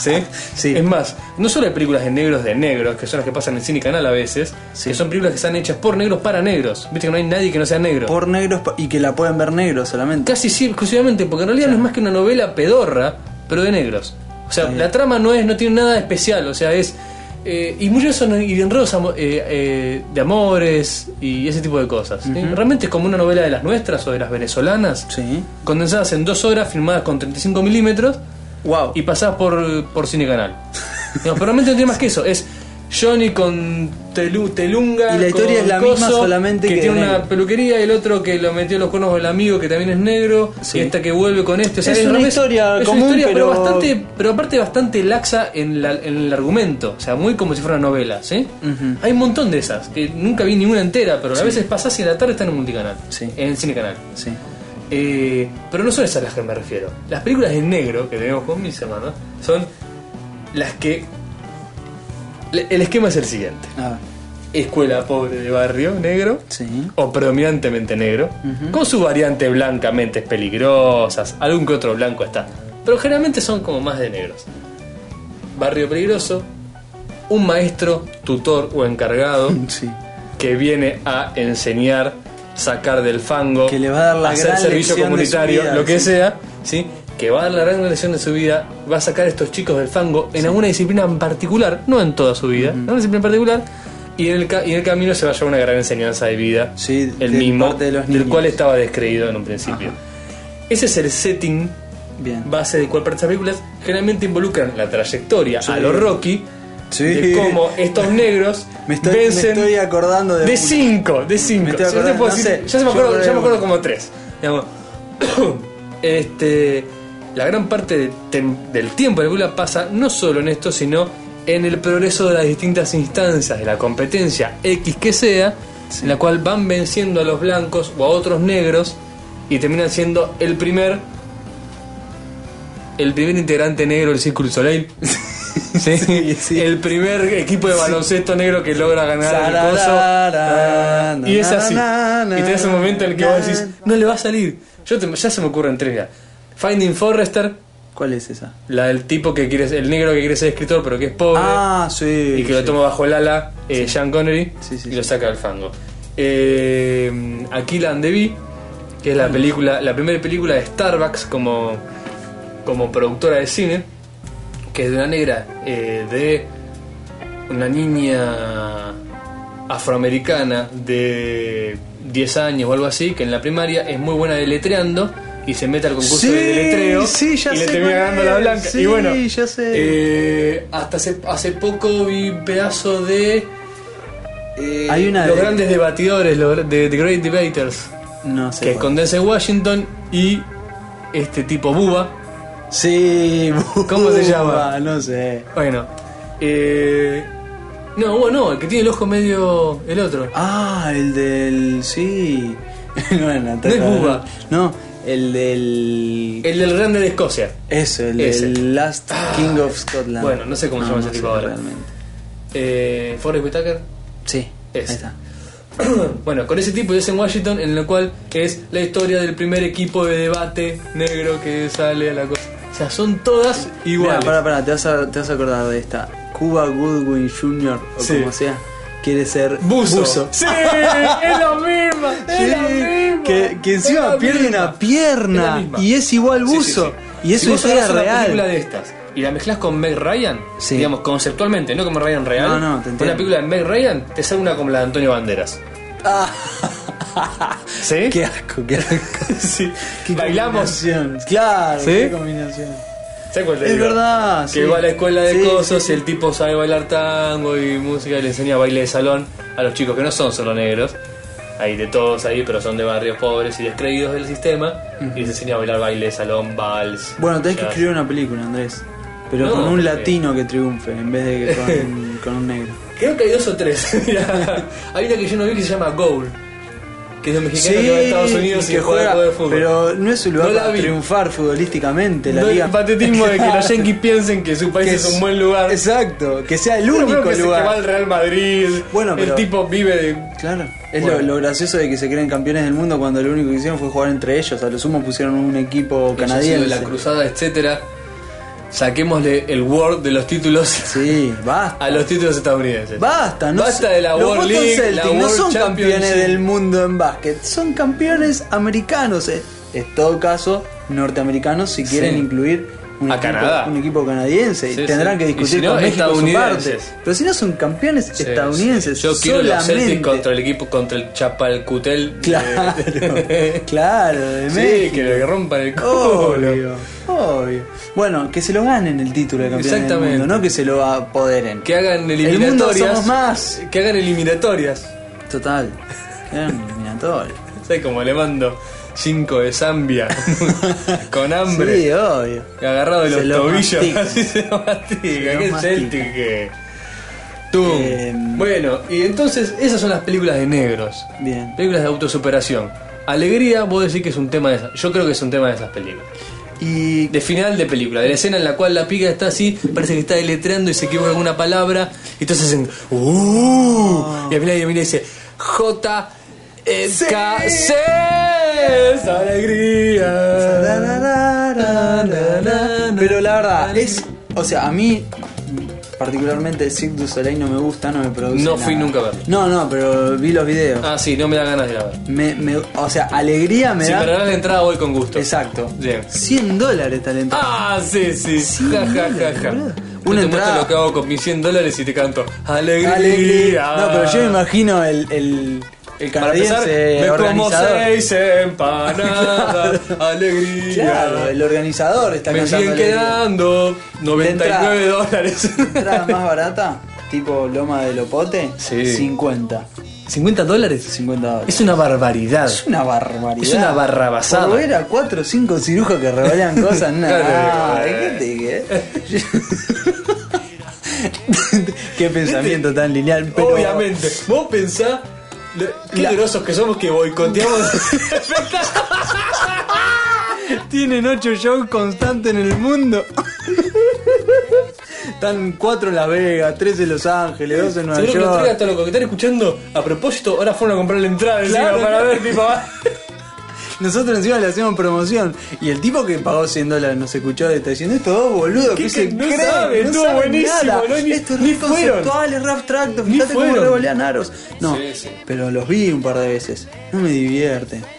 ¿sí?
Sí.
Es más, no solo hay películas de negros de negros, que son las que pasan en cine y canal a veces,
Sí.
que son películas que están hechas por negros para negros. Viste que no hay nadie que no sea negro.
Por negros pa- y que la pueden ver negros solamente.
Casi sí, exclusivamente, porque en realidad no es más que una novela pedorra, pero de negros. O sea, la trama no es, no tiene nada especial, o sea, es. eh, y muchos son y de enredos amo- eh, eh, de amores y ese tipo de cosas. ¿sí? Realmente es como una novela de las nuestras o de las venezolanas,
Sí.
condensadas en dos horas, filmadas con 35 milímetros
Wow.
y pasadas por, por cine canal. No, pero realmente no tiene más que eso. Es Johnny con Telu- Telunga.
Y la historia
con
es la misma,
Coso,
solamente que de
tiene una
negro.
peluquería, el otro que lo metió en los cuernos del amigo que también es negro,
Sí.
y esta que vuelve con este. O sea,
Es una
realmente-
historia
es
común,
una historia, pero...
pero-
bastante, pero aparte bastante laxa en, la- en el argumento. O sea, muy como si fuera novela, ¿sí?
Ujú.
Hay un montón de esas, que nunca vi ninguna entera, pero a veces pasás y en la tarde están en multicanal,
Sí.
en el cine canal.
Sí.
Eh, pero no son esas las que me refiero. Las películas en negro que tenemos con mis hermanos son las que. le- El esquema es el siguiente:
A ver.
escuela pobre de barrio negro,
Sí.
o predominantemente negro, con su variante blanca, mentes peligrosas, algún que otro blanco está. Pero generalmente son como más de negros. Barrio peligroso, un maestro, tutor o
(laughs)
encargado
Sí.
que viene a enseñar, sacar del fango,
Que le va a dar la
hacer
gran
servicio
lección de
comunitario,
su vida,
lo que
sí.
sea, ¿sí? que va a dar la gran lección de su vida, va a sacar a estos chicos del fango en alguna disciplina en particular, no en toda su vida, en una disciplina en particular, y en, el ca- y en el camino se va a llevar una gran enseñanza de vida,
Sí,
el
de
mismo,
parte de los
del
niños.
cual estaba descreído en un principio. Ese es el setting
Bien.
base de cual parte de estas películas, generalmente involucran la trayectoria a los Rocky,
Sí.
de cómo estos negros
Me estoy, me
vencen
estoy acordando de.
de
un-
5, de 5.
Me estoy
yo, te
acordando,
puedo
no
decir-
sé,
ya se me
yo
acuerdo,
creo
ya me
que-
acuerdo como 3. (coughs) este, la gran parte de tem- del tiempo de la película pasa no solo en esto, sino en el progreso de las distintas instancias de la competencia X que sea, en la cual van venciendo a los blancos o a otros negros y terminan siendo el primer el primer integrante negro del Círculo du
(laughs)
Soleil. Sí,
sí.
El primer equipo de baloncesto negro que logra ganar el
Sararara,
coso. Ah, Y es así.
na, na,
Y tenés un momento en el que
na,
vos decís, no le va a salir. Yo te- ya se me ocurren tres ya. Finding Forrester,
¿Cuál es esa?
la del tipo que quiere, el negro que quiere ser escritor pero que es pobre
Ah, sí.
y que lo toma bajo el ala eh, Sean Connery
Sí, sí,
y lo
sí.
saca al fango. Eh, Aquila and the Bee, que
Mm.
es la película, la primera película de Starbucks como, como productora de cine, que es de una negra, eh, de una niña afroamericana de 10 años o algo así, que en la primaria es muy buena deletreando y se mete al concurso
Sí,
de deletreo
sí, ya
y le
sé
termina
cuál
ganando
es,
la blanca.
sí,
y bueno,
ya sé.
eh, eh, hasta hace, hace poco vi un pedazo de. eh,
Hay una
los
de-
grandes debatidores, los gra- de The Great Debaters,
No sé.
que es
cuál.
con Denzel Washington y este tipo Buba.
Sí.
(laughs)
uh,
¿Cómo se llama?
No sé.
Bueno, eh, no, bueno, no, el que tiene el ojo medio. el otro.
Ah, el del. Sí. (laughs) bueno,
No es Buba.
No, el del.
El del grande de Escocia.
Eso, el
Ese.
del Last King of Scotland.
Bueno, no sé cómo se llama ese
no
tipo
sé
ahora.
Realmente.
Eh, Forrest Whitaker.
Sí,
Ese.
ahí está.
bueno, con ese tipo es en Washington, en el cual es la historia del primer equipo de debate negro que sale a la cosa. O sea, son todas iguales.
Mira, pará, pará, te vas, a, te vas a acordar de esta. Cuba Goodwin Jr. o
Sí.
como sea, quiere ser
Buzo. (laughs) Sí, es la misma. Es
Sí,
la misma.
que, que
Es
encima
la
pierde
misma.
una pierna
Es la misma.
y es igual
Sí, sí,
buzo.
sí.
Y es
Si
una
vos agarrás
historia
Una película
real.
de estas y la mezclas con Meg Ryan,
Sí.
digamos conceptualmente, no con Meg Ryan real.
No, no, te
con
entiendo.
Una película de Meg Ryan te sale una como la de Antonio Banderas.
(laughs)
¿Sí?
Qué asco, qué asco.
(laughs) Sí.
Qué
Bailamos.
combinación. Claro,
¿Sí.
qué combinación.
¿Sabes cuál te
Es
digo?
verdad,
Que
sí.
va a la escuela de
Sí,
cosas
sí, sí.
y el tipo sabe bailar tango y música y le enseña baile de salón a los chicos que no son solo negros. Hay de todos ahí, pero son de barrios pobres y descreídos del sistema. Y les enseña a bailar baile de salón, vals.
Bueno, tenés que
jazz.
escribir una película, Andrés. Pero
No,
con un
porque-
latino que triunfe en vez de
(laughs)
que con, con un negro.
Creo que hay dos o tres. (laughs) Mirá, hay una que yo no vi que se llama Goal. Que es de un mexicano que va a Estados Unidos y que juega, juego de fútbol.
Pero no es su lugar
No la
para
vi.
triunfar futbolísticamente. La
No el
liga.
patetismo de que
(laughs)
los yankees piensen que su país
Que
es un buen lugar.
Exacto, que sea el
Yo creo
único
que se- que va al
lugar.
Real Madrid.
Bueno, pero-
El tipo vive de
Claro, es
Bueno.
lo, lo gracioso de que se creen campeones del mundo cuando lo único que hicieron fue jugar entre ellos. A lo sumo pusieron un equipo
de
canadiense.
la cruzada, etcétera. Saquémosle el Word de los títulos
Sí, basta.
a los títulos estadounidenses.
Basta, no
Basta
se-
de la
los
World
Boston
League,
Celtics
la
no
World
son campeones
Championship.
del mundo en básquet, son campeones americanos. eh. En todo caso, norteamericanos si quieren
Sí.
incluir un,
A
equipo,
Canadá.
un equipo canadiense
Sí,
y tendrán
sí.
que
Y
discutir
si no,
con México su parte.
estadounidenses.
Pero si no son campeones
Sí,
estadounidenses,
sí. Yo quiero los Celtics
solamente.
contra el equipo, contra el Chapalcutel. (laughs) de-
(laughs) Claro, claro, de
sí,
México.
que le rompan el culo.
Obvio, obvio. Bueno, que se lo ganen el título de campeón
Exactamente.
del mundo, no que se lo apoderen.
Que hagan
el mundo
eliminatorias.
somos más.
Que hagan eliminatorias. (laughs)
Total. Eran eliminatorios.
¿Sabes cómo le mando? Cinco de
(laughs)
Zambia. con hambre.
Sí, obvio.
agarrado de
Se
los
lo
tobillos. (laughs)
mastica.
Así se lo mastica.
lo
Qué
mastica.
Celtic que. Tum.
Eh,
bueno, y entonces esas son las películas de negros.
Bien.
Películas de autosuperación. Alegría, vos decís que es un tema de esas. Yo creo que es un tema de esas películas.
Y
De final de película, de la escena en la cual la pica está así, parece que está deletreando y se equivoca con una palabra, y entonces hacen. "Uh", Y al final y mira y dice: J. E, K. C. Alegría.
Pero la verdad, es. O sea, a mí. Particularmente Cirque du Soleil no me gusta, no me produce.
No fui
nada.
nunca a verlo.
No, no, pero vi los videos.
Ah, sí, no me da ganas de ir a ver.
Me, me- o sea, alegría me
Si me
da.
regalan la entrada, voy con gusto.
Exacto.
Bien.
100 dólares talento.
Ah, sí, sí.
Sí,
ja, ja, ja,
dólares,
ja.
boludo.
Yo
Una
te
entrada-
muestro lo que hago con mis 100 dólares y te canto. Alegría.
alegría. No, pero yo me imagino el, el, el
Para empezar,
canadiense
me como
organizador.
seis
(laughs)
empanadas. Alegría.
Claro, el organizador está
me
cantando
siguen
alegría.
quedando
entrada.
99 dólares. (laughs)
Entrada más barata, tipo Loma de Lopote,
Sí.
50.
50 dólares.
50 dólares.
Es una barbaridad.
Es una barbaridad.
Es una barrabasada.
Por ver a cuatro o cinco cirujas que
(laughs)
revelan cosas, nada.
Claro.
Ay, ¿qué te eh?
(laughs)
qué? Qué pensamiento tan lineal. Pero
Obviamente. Vos pensás lo- qué
La-
grosos que somos que boicoteamos.
(laughs)
(laughs)
Tienen ocho shows constantes en el
(laughs)
mundo. Están cuatro en Las Vegas, tres en Los Ángeles, dos en Nueva
Seguro que los tres
York.
hasta loco que están escuchando. A propósito, ahora fueron a comprar la entrada encima
Claro,
para
claro.
ver, tipo.
Nosotros encima le hacemos promoción. Y el tipo que pagó 100 dólares nos escuchó y está diciendo, estos dos boludos
¿Qué-
que
qué?
se
No
creen,
saben,
no
estuvo
saben
buenísimo,
nada.
no, ni-
Estos
ni
re
fueron.
conceptuales, rap tracto,
Ni
fíjate cómo
fueron.
revolean aros. No,
Sí, sí.
pero los vi un par de veces. No me divierte.
(laughs)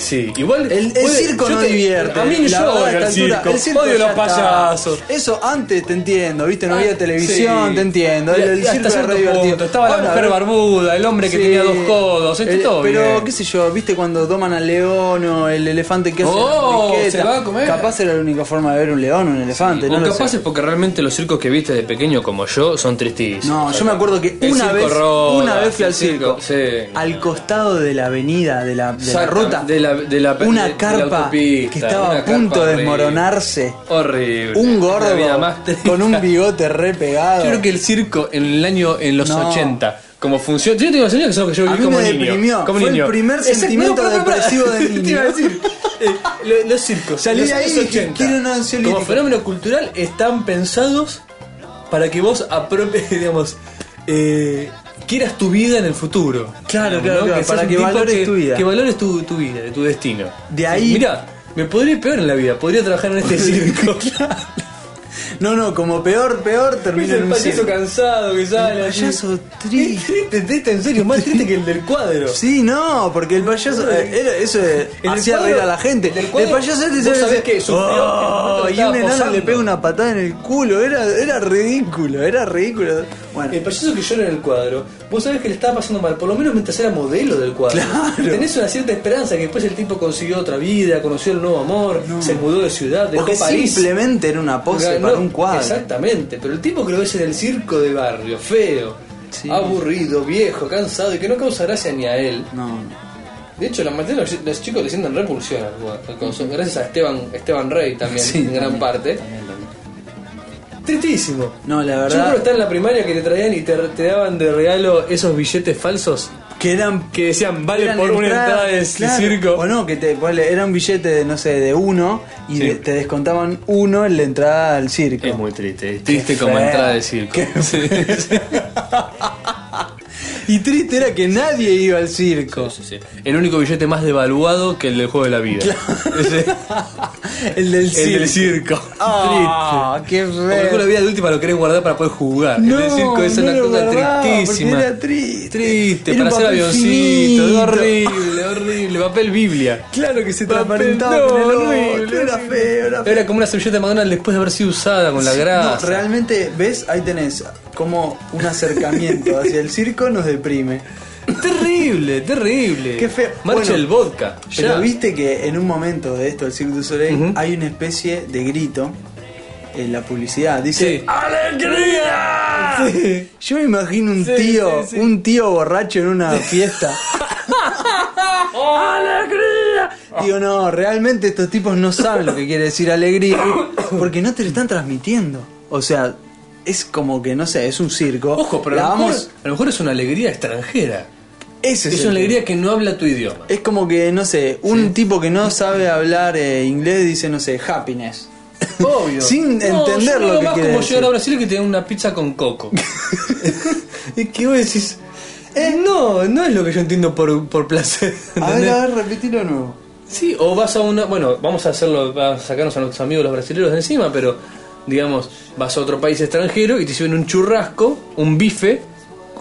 Sí, igual.
El, el
puede-
circo
yo
no
te-
divierte.
A mí
la
yo
verdad, a
odio
esta
el
altura,
circo.
el circo
odio
ya
los
está.
payasos.
Eso antes te entiendo, viste, no había
Ah,
televisión,
sí.
te entiendo.
Y-
El, el
y hasta
circo era
cierto
re divertido.
punto. Estaba la
Ahora,
mujer
¿verdad?
barbuda, el hombre que
Sí.
tenía dos codos. Esto
El-
todo
Pero,
bien.
qué sé yo, viste cuando toman al león o el elefante que hace
Oh,
la
se va a comer.
Capaz era la única forma de ver un león o un elefante,
O
no lo
capaz
sé.
es porque realmente los circos que viste de pequeño como yo son tristísimos.
No, yo me acuerdo que
El
una
circo
vez,
Roda,
una vez fui
el
al circo,
sí.
al costado de la avenida, de la, de la
Exactam-
ruta,
de la- de la- de-
una
de la
carpa
autopista,
que estaba
una
a punto
carpa
de
horrible.
desmoronarse,
Horrible.
un
La vida
gordo
más triste.
con un bigote re pegado.
Yo creo que el circo en el año en los
No.
80 como función. Yo tengo señor que son los que yo
A
viví
mí
como
me
niño.
deprimió.
Como
Fue el
niño.
primer
Exacto.
sentimiento
No, pará, pará,
depresivo
pará. (laughs)
de
Te
niño.
iba a decir, eh, lo- los circos.
Salí
los
de ahí
años
y dije, quiero un ansiolítico.
Como fenómeno cultural están pensados para que vos apropies, (laughs) digamos, eh, quieras tu vida en el futuro.
Claro,
Digamos,
claro, claro,
seas
para
un
que
tipo
valores
que-
tu vida.
Que valores tu, tu vida, tu destino.
De ahí-
Mira, me podría ir peor en la vida, podría trabajar en
(laughs)
este circo.
No, no, como peor, peor termina
Viste el
en un
payaso
circo.
cansado que sale.
El
así.
payaso triste.
Es Triste, triste, en serio, más triste que el del cuadro.
Sí, no, porque el payaso. eh, era- eso eh,
El
hacía
cuadro-
reír a la gente.
el cuadro-
payaso este
vos
se-
sabés que
se-
sufrió, porque
Oh,
no te
y un
estaba
enano
posando.
le pega una patada en el culo. Era, era ridículo, era ridículo. Bueno,
El payaso que llora en el cuadro, vos sabés que le estaba pasando mal, por lo menos mientras era modelo del cuadro.
Claro.
Tenés una cierta esperanza que después el tipo consiguió otra vida, conoció el nuevo amor, se mudó de ciudad, dejó
o que
París.
simplemente era una pose
Ganó-
para un cuadro.
Exactamente, pero el tipo que lo ves en el circo de barrio, feo,
Sí.
aburrido, viejo, cansado y que no causa gracia ni a él.
No,
De hecho, la mayoría de los, los chicos le sienten repulsión al jugador, al conso- gracias a Esteban, Esteban Rey también,
Sí,
en gran
también,
parte. Tristísimo.
no, la
Yo creo que
verdad.
está en la primaria que te traían y te, te daban de regalo esos billetes falsos
Que eran.
que decían vale
eran
por una entrada de
claro.
circo.
O no, que te, ponele, era un billete de, no sé, de uno y
Sí.
de- te descontaban uno en la entrada al circo.
triste, es (laughs)
Qué feo. Qué
Sí, sí.
Y triste era que nadie iba al circo.
Sí, sí. El único billete más devaluado que el del juego de la vida. (laughs) Ese-
El del circo.
el del circo.
Ah, qué
Como el juego de
feo.
la vida de última lo querés guardar para poder jugar. el del circo es una
no
cosa
lo guardaba, porque
tristísima.
Era triste.
Triste,
Era un
para hacer
papel
avioncito.
finito.
Horrible, horrible. Papel Biblia.
Claro que se
Papel,
transparentaba
no,
con el
horrible,
horrible. Era feo, era feo.
Era como una servilleta de McDonald's después de haber sido usada con la
No,
grasa.
realmente, ¿ves? Ahí tenés como un
(laughs)
acercamiento hacia el circo nos deprime.
terrible, terrible.
Qué feo.
Marcha
Bueno,
el vodka. ya.
Pero viste que en un momento de esto, el Cirque du Soleil,
Ujú.
hay una especie de grito en la publicidad. Dice,
Sí.
¡Alegría! Yo me imagino un
Sí,
tío,
sí, sí.
un tío borracho en una fiesta.
(laughs)
¡Alegría! Digo, no, realmente estos tipos no saben lo que quiere decir alegría porque no te lo están transmitiendo. O sea, es como que, no sé, es un circo.
Ojo, pero
La
a lo, mejor,
vamos-
a lo mejor es una alegría extranjera.
ese
Es una
el tema.
alegría que no habla tu idioma.
Es como que, no sé, un tipo que no sabe hablar eh, inglés dice, no sé, happiness.
Obvio.
Sin
yo
entender lo
veo
que
más
quiere
como
decir.
llegar a Brasil que te dan una pizza con coco. (laughs) es que vos decís. eh, no, no es lo que yo entiendo por, por (laughs) placer.
A ver,
¿entendés?
a ver, repetilo de nuevo.
Sí, o vas a una. Bueno, vamos a hacerlo, vamos a sacarnos a nuestros amigos los brasileños de encima, pero digamos, vas a otro país extranjero y te sirven un churrasco, un bife,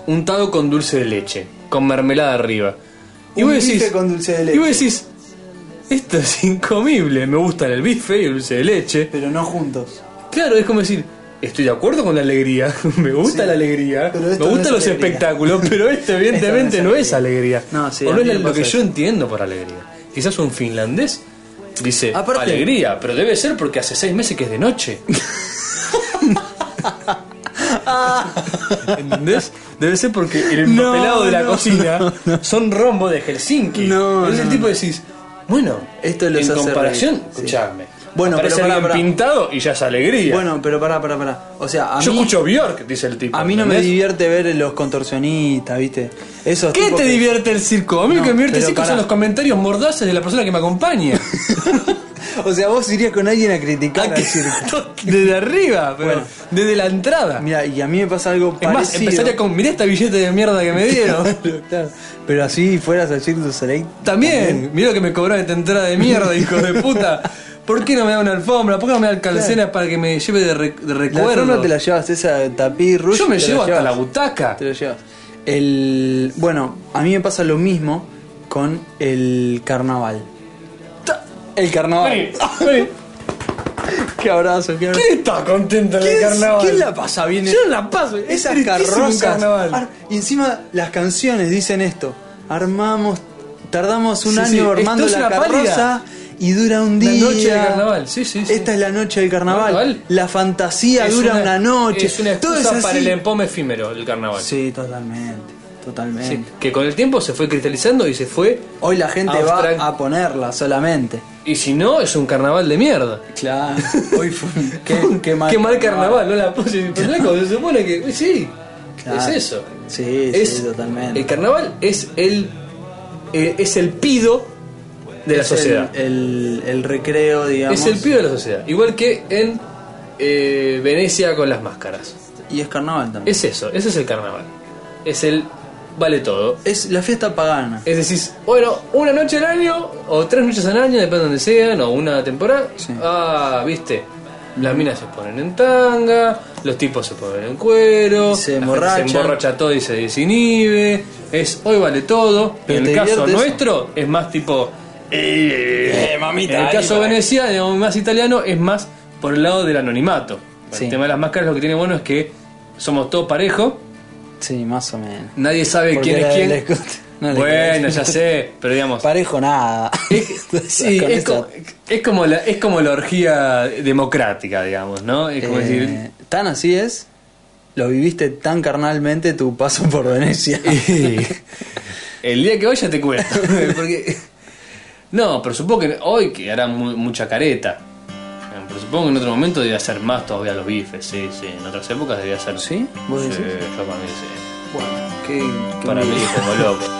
untado con dulce de leche, con mermelada arriba. Y
Un
vos
bife
decís.
con dulce de
Y vos
leche.
decís. Esto es (laughs) incomible, me gustan el bife y el dulce de leche.
Pero no juntos.
Claro, es como decir. Estoy de acuerdo con la alegría, (laughs) me gusta
Sí,
la alegría, me
pero esto no
gustan
es
los
alegría.
espectáculos, (laughs) pero esto evidentemente
Esto
no es alegría.
No, sí,
o
a
no
mí
es
me
lo que
pasa
yo entiendo por alegría. Quizás un finlandés dice
Aparte-
alegría, pero debe ser porque hace seis meses que es de
(laughs)
noche. ¿Entendés? Debe ser porque el
No,
empapelado de la
no,
cocina son rombo de Helsinki.
No,
Entonces el
no,
tipo
no.
decís, bueno,
Esto los
en
hace
comparación,
reír, sí.
escuchame.
Bueno,
aparece
pero pará,
alguien
pará.
pintado y ya es alegría.
Bueno, pero pará, pará, pará. O sea, a
Yo
mí,
escucho Bjork, dice el tipo.
a mí no me
¿entendés?
divierte ver los contorsionistas, ¿viste? Esos
¿Qué
tipos
te
que-
divierte el circo? A mí lo
No,
que me divierte el
pero
circo
pará.
son los comentarios mordaces de la persona que me acompaña.
(laughs) O sea, vos irías con alguien a criticar al circo.
(laughs) desde arriba, pero
Bueno.
desde la entrada.
Mira, y a mí me pasa algo
es más,
parecido.
empezaría con, mirá esta billete de mierda
(laughs)
que me dieron.
Claro, Pero así fueras al Cirque du Soleil.
También, mirá lo que me cobró esta entrada de mierda, hijo de puta. ¿Por qué no me da una alfombra? ¿Por qué no me da calcenas para que me lleve de, re- de
La
recuerdo?
alfombra te la llevas, esa tapiz rush,
Yo me
te la
llevo hasta
llevas.
la butaca.
Te lo llevas. El, bueno, a mí me pasa lo mismo con el carnaval. El carnaval.
Vení, vení.
(laughs) Qué abrazo, qué abrazo.
¿Quién está contento en el
¿Quién-
carnaval?
quién la pasa bien?
Yo no la paso. es
Esas
tristísimo un
carrozas.
carnaval.
Ar- Y encima las canciones dicen esto. Armamos, tardamos un
Sí, sí,
año armando
esto es
la
una pálida.
carroza y dura un
La
día.
noche del carnaval, sí, sí, sí.
Esta es la noche del carnaval.
Carnaval.
La fantasía
Es
dura una, noche.
Es una
Todo
excusa
es
para
así.
el em-, empome efímero, el carnaval.
Sí, totalmente. Totalmente.
Sí, Que con el tiempo se fue cristalizando y se fue.
Hoy la gente
Abstract.
va a ponerla solamente.
Y si no, es un carnaval de mierda.
Claro. (laughs) Hoy fue un- qué, qué mal,
Qué mal carnaval, no la puse. Pero loco, se supone que. Sí,
Claro.
es eso.
Sí,
es,
sí, totalmente.
El carnaval es el. eh, es el pido de la
Es
sociedad.
El, el- el recreo, digamos.
es el pido de la sociedad. Igual que en eh, Venecia con las máscaras.
Y es carnaval también.
Es eso, ese es el carnaval. Es el. Vale todo.
Es, la fiesta pagana.
Es decir, bueno, una noche al año o tres noches al año, depende de donde sean, o una temporada.
Sí.
Ah, viste. Las minas se ponen en tanga, los tipos se ponen en cuero,
Se
la gente
emborrachan.
se emborracha todo y se desinhibe. Es hoy vale todo.
Pero
en
te
el caso
divierte eso.
nuestro es más tipo. Eh,
mamita,
en el
ahí
caso
para-
Venecia, digamos, más italiano, es más por el lado del anonimato.
Sí.
El tema de las máscaras lo que tiene bueno es que somos todos parejos,
Sí, más o menos.
nadie sabe
Porque
quién
la-
es quién.
la escu- (laughs) no le
bueno,
creo.
ya sé, pero digamos.
(laughs) Parejo nada.
Sí,
(laughs)
(laughs)
Con
es
esa-
como, es, como la, es como la orgía democrática, digamos, ¿no? Es como
Eh,
decir.
Tan así es. Lo viviste tan carnalmente tu paso por
(laughs)
Venecia. (laughs)
el día que vaya te cuento. (laughs) porque- no, pero supongo que hoy que hará mu- mucha careta. Pero supongo que en otro momento debía ser más todavía los bifes, sí, sí. En otras épocas debía ser.
¿Sí? ¿Vos
Sí,
decís?
yo para mí sí.
Bueno, qué, qué
Para mí,
envidia.
como loco.
(laughs)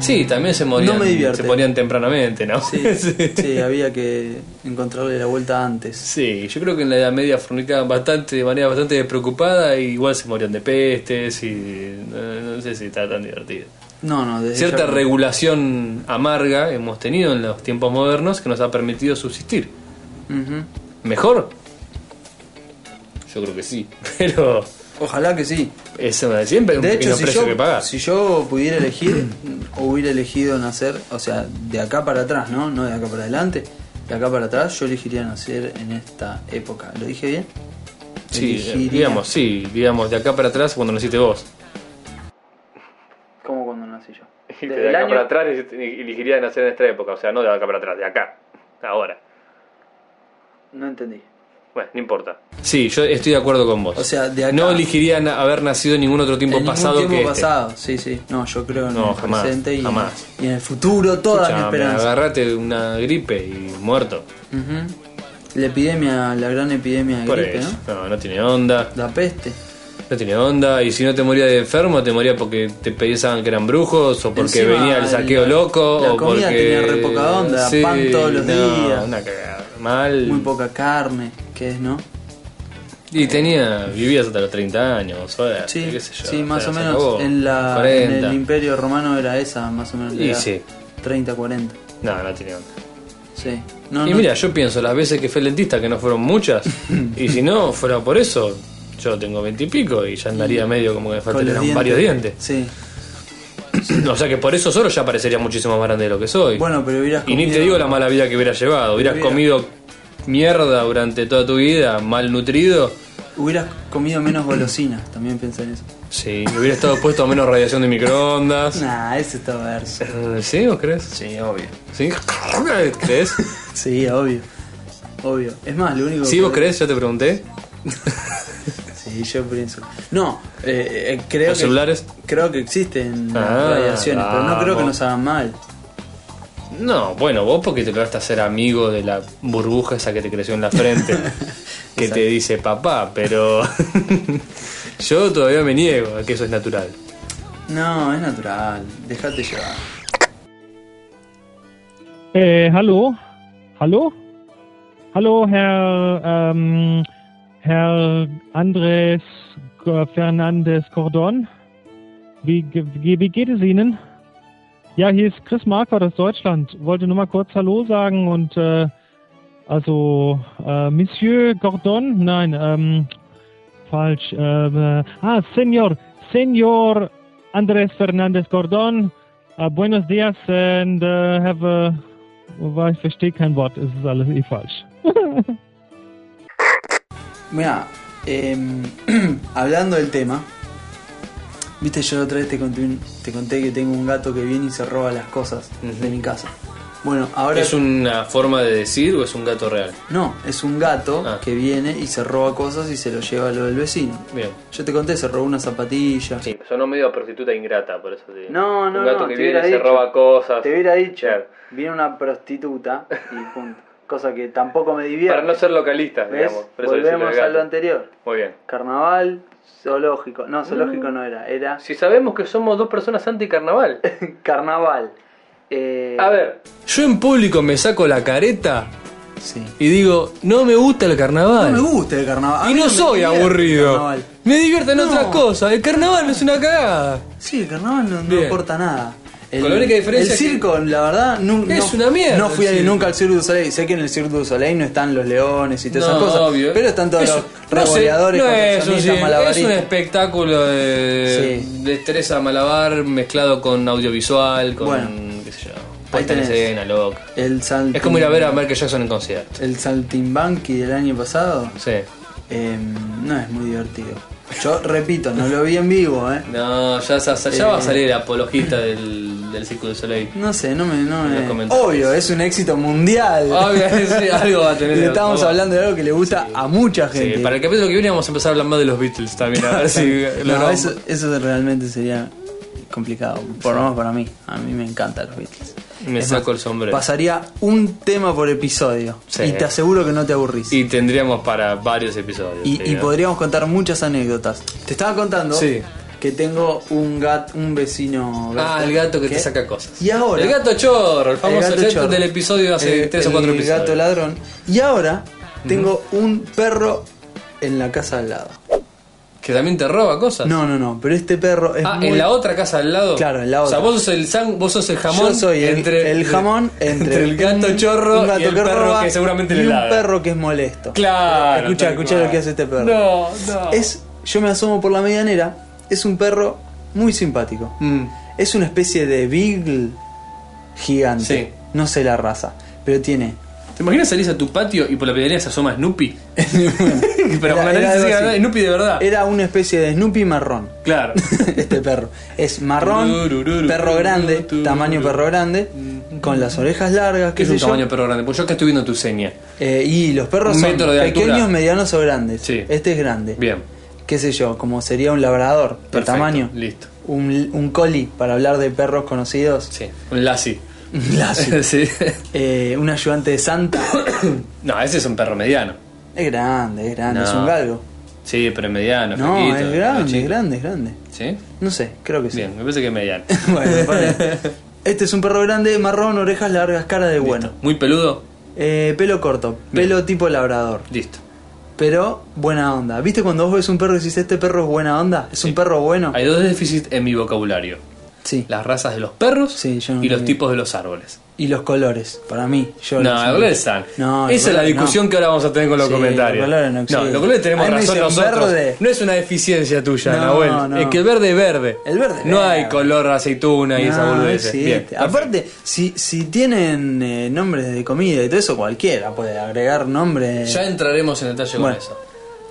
Sí, también se morían.
No me divierte.
Se morían tempranamente, ¿no?
Sí,
(laughs) sí.
sí, había que encontrarle la vuelta antes.
Sí, yo creo que en la Edad Media fornicaban bastante, de manera bastante despreocupada, y igual se morían de pestes y no, no sé si está tan divertido.
No, no, desde
Cierta
ya-
regulación amarga hemos tenido en los tiempos modernos que nos ha permitido subsistir.
Ujú.
¿Mejor? Yo creo que sí, (laughs) pero
Ojalá que sí.
es una de siempre un
De
pequeño
hecho, si
precio que
yo,
pagar.
si yo pudiera elegir, hubiera elegido nacer, o sea, de acá para atrás, ¿no? No de acá para adelante, de acá para atrás, yo elegiría nacer en esta época. ¿Lo dije bien?
Sí,
Elegiría-
digamos, sí, digamos, de acá para atrás cuando naciste vos.
¿Cómo cuando nací yo?
De acá para atrás elegiría nacer en esta época, o sea, no de acá para atrás, de acá, ahora.
No entendí.
Bueno, no importa. Sí, yo estoy de acuerdo con vos.
O sea, de acá-
No elegiría na- haber nacido en ningún otro tiempo
en ningún
pasado
tiempo
que este.
pasado, sí, sí. No, yo creo en
No,
el
jamás,
presente y,
jamás.
y en el futuro, toda mi
Escuchame,
esperanza.
agarrate una gripe y muerto.
Ujú. La epidemia, la gran epidemia de
Por
gripe,
eso.
¿no?
¿no? no, tiene onda.
La peste.
No tiene onda. Y si no te morías de enfermo, te morías porque te pensaban que eran brujos o porque
Encima,
venía el saqueo
la-
loco.
la
o
comida
porque...
tenía re poca onda,
Sí,
pan todos los
no,
días.
Una cagada. Mal.
Muy poca carne, que es, ¿no?
Y tenía, vivías hasta los 30 años, o
Sí,
qué sé yo.
sí, más
sea,
o
se
menos.
acabó.
En, la, en
40.
el Imperio Romano era esa, más o menos. la
Y
edad.
sí.
30, 40.
No, no tenía onda.
Sí. No,
y
no-
mira, yo pienso, las veces que fue el dentista, que no fueron
(laughs)
muchas, y si no fuera por eso, yo tengo 20 y pico y ya andaría medio como que me
con
faltarían
los
varios dientes.
Sí.
o sea que por eso solo ya parecería muchísimo más grande de lo que soy.
Bueno, pero hubieras
y ni te
comido-
digo la mala vida que hubiera llevado. Hubieras
Hubiera-
comido mierda durante toda tu vida, malnutrido.
Hubieras comido menos golosinas, también piensa en eso.
Sí, hubiera estado puesto a menos radiación de microondas.
Nah, ese está verso.
Eh, ¿Sí o crees?
Sí, obvio.
¿Sí?
(laughs)
¿Crees?
Sí, obvio. Obvio. Es más, lo único
¿Sí
que-
vos crees? Ya te pregunté.
Sí, yo pienso. No, eh, eh, creo
¿Los
que.
celulares?
Creo que existen las
Ah,
radiaciones, pero no creo que
vamos.
nos hagan mal.
No, bueno, vos porque te lograste hacer amigo de la burbuja esa que te creció en la (laughs) frente, que te dice papá, pero (laughs) yo todavía me niego a que eso es natural.
No, es natural. Dejate llevar.
Äh, hallo? Hallo? Hallo, Herr, ähm, Herr Andres G- Fernandes Cordon? Wie, ge- ge- wie geht es Ihnen? Ja, hier ist Chris Marquardt aus Deutschland. Wollte nur mal kurz Hallo sagen und, äh, also, äh, Monsieur Cordon? Nein, ähm, falsch. Äh, äh, ah, Senor, Senor Andres Fernandes Cordon. Äh, buenos dias and äh, have a Wobei, ich verstehe kein Wort, es ist alles eh falsch.
Mira, em, (clears throat) hablando del tema, viste, yo la otra vez te conté, un- te conté que tengo un gato que viene y se roba las cosas de mi casa. Bueno, ahora.
¿Es una forma de decir o es un gato real?
No, es un gato
Ah.
que viene y se roba cosas y se lo lleva a lo del vecino.
Bien.
Yo te conté, se robó una zapatilla.
Sí, sonó medio a prostituta ingrata, por eso te digo.
No, no,
Un gato
no,
que
te
viene
hubiera
y se
dicho.
roba cosas.
Te hubiera dicho,
Claro.
viene una prostituta
(laughs)
y punto. Cosa que tampoco me divierte.
Para no ser localista,
¿Ves?
digamos. por eso decirle
Volvemos
gato.
a lo anterior.
Muy bien.
Carnaval, zoológico. No, zoológico no era, era (laughs)
Si sabemos que somos dos personas anti-carnaval.
carnaval. Eh,
A ver, yo en público me saco la careta
Sí.
y digo, no me gusta el carnaval.
No me gusta el carnaval. A
Y
mí
no
me
soy
divierte el
aburrido.
carnaval.
Me divierten
No.
otras cosas. El carnaval es una cagada.
Sí, el carnaval no, no
Bien.
aporta nada. El,
Con la única diferencia
el
que-
circo, la verdad, nu- no,
Es una mierda
No fui
el
a-
circo.
nunca al Cirque du Soleil. Sé que en el Cirque du Soleil no están los leones y todas
No,
esas cosas.
obvio.
Pero están todos
Eso-
los
no sé,
revoleadores,
no es, un
contorsionistas,
circo, es un
malabaristas.
espectáculo de,
Sí.
de destreza malabar mezclado con audiovisual, con
Bueno.
qué sé yo, puesta en
tenés.
escena, loca.
El saltim-
Es como ir a ver a Michael Jackson en concierto.
El saltimbanqui del año pasado
Sí.
eh, no es muy divertido. Yo repito, no lo vi en vivo, ¿eh?
No, ya, sa- ya
Eh.
va a salir el apologista del, del Circo del Soleil.
No sé, no me. No
En los
me-
comentarios.
Obvio, es un éxito mundial.
(laughs) Obvio, sí, algo va a tener.
(laughs) Le estamos hablando de algo que le gusta a mucha
Sí,
gente.
para el capítulo que viene vamos a empezar a hablar más de los Beatles también, a ver si
(laughs) No,
logramos-
eso, eso realmente sería complicado, por lo menos para mí. A mí me encantan los Beatles.
Me
Es
saco el sombrero.
Pasaría un tema por episodio
Sí.
y te aseguro que no te aburrís.
Y tendríamos para varios episodios.
Y-
sí,
y
¿no?
podríamos contar muchas anécdotas. Te estaba contando
Sí.
que tengo un gat, un vecino gato.
Ah, el gato que te
¿Qué?
saca cosas.
Y ahora.
El gato chorro, el famoso
gato
gato
chorro.
del episodio hace
Eh,
tres o cuatro
el
episodios.
gato ladrón. Y ahora tengo un perro en la casa al lado.
Que también te roba cosas.
No, no, no, pero este perro es
ah,
muy...
en la otra casa al lado.
Claro, en la
O sea,
otra.
vos sos el san, vos sos el jamón
Yo soy
(laughs)
el,
entre
el jamón entre,
el gato
un-
chorro
un gato
y el
que
perro
roba
que seguramente
y
le
un
ladra.
perro que es molesto.
Claro.
escucha,
tal
escucha
cual.
lo que hace este perro.
No, no.
Es, yo me asomo por la medianera, es un perro muy simpático.
Mm.
Es una especie de beagle gigante.
Sí.
No sé la raza, pero tiene
¿Te imaginas salís a tu patio y por la pedalera se asoma Snoopy? (laughs) Pero
Era-
con la nariz
era algo
así,
así.
¿verdad? Snoopy de verdad.
Era una especie de Snoopy marrón.
Claro.
(laughs) Este perro es marrón,
Tururururu,
perro grande,
turururu.
tamaño perro grande, con las orejas largas,
¿Qué
qué
Mm. es
sé
un
yo.
tamaño perro grande? Pues yo acá estoy viendo tu seña.
Eh, y los perros
Un
son
metro de altura.
pequeños, medianos o grandes.
Sí.
Este es grande.
Bien.
Qué sé yo, como sería un labrador de
Perfecto,
tamaño.
listo.
Un, un collie, para hablar de perros conocidos.
Sí. Un (laughs) lassi.
Un (laughs) Lassie.
sí.
Eh, un ayudante de santa.
No, ese es un perro mediano.
es grande, es grande,
No.
es un galgo.
Sí, pero es mediano.
No,
flaquito,
es grande,
chico.
es grande, es grande.
¿Sí?
No sé, creo que sí.
Bien, me parece que es mediano.
(laughs) bueno,
(laughs)
me parece. Este es un perro grande, marrón, orejas largas, cara de bueno.
Muy peludo.
Eh, pelo corto, pelo tipo labrador.
Listo.
Pero buena onda. ¿Viste cuando vos ves un perro y decís, este perro es buena onda? ¿Es
Sí.
un perro bueno?
Hay dos déficits en mi vocabulario.
Sí.
Las razas de los perros
Sí, yo no
y los
entendí.
tipos de los árboles.
Y los colores, para mí. Yo
No,
los-
los colores están.
No, los
Esa es la
colores no.
discusión que ahora vamos a tener con los
Sí,
comentarios.
los colores no existen.
los colores tenemos
Ahí me
razón
dicen
nosotros.
verde.
No es una deficiencia tuya,
No,
Nahuel.
no.
Es que el verde es verde.
El verde es
No hay
verde.
color aceituna y esa
No,
boludez.
Ah,
eh.
sí. este,
Bien, perfecto.
Aparte, si, si tienen eh, nombres de comida y todo eso, cualquiera puede agregar nombres.
Ya entraremos en detalle
Bueno.
con eso.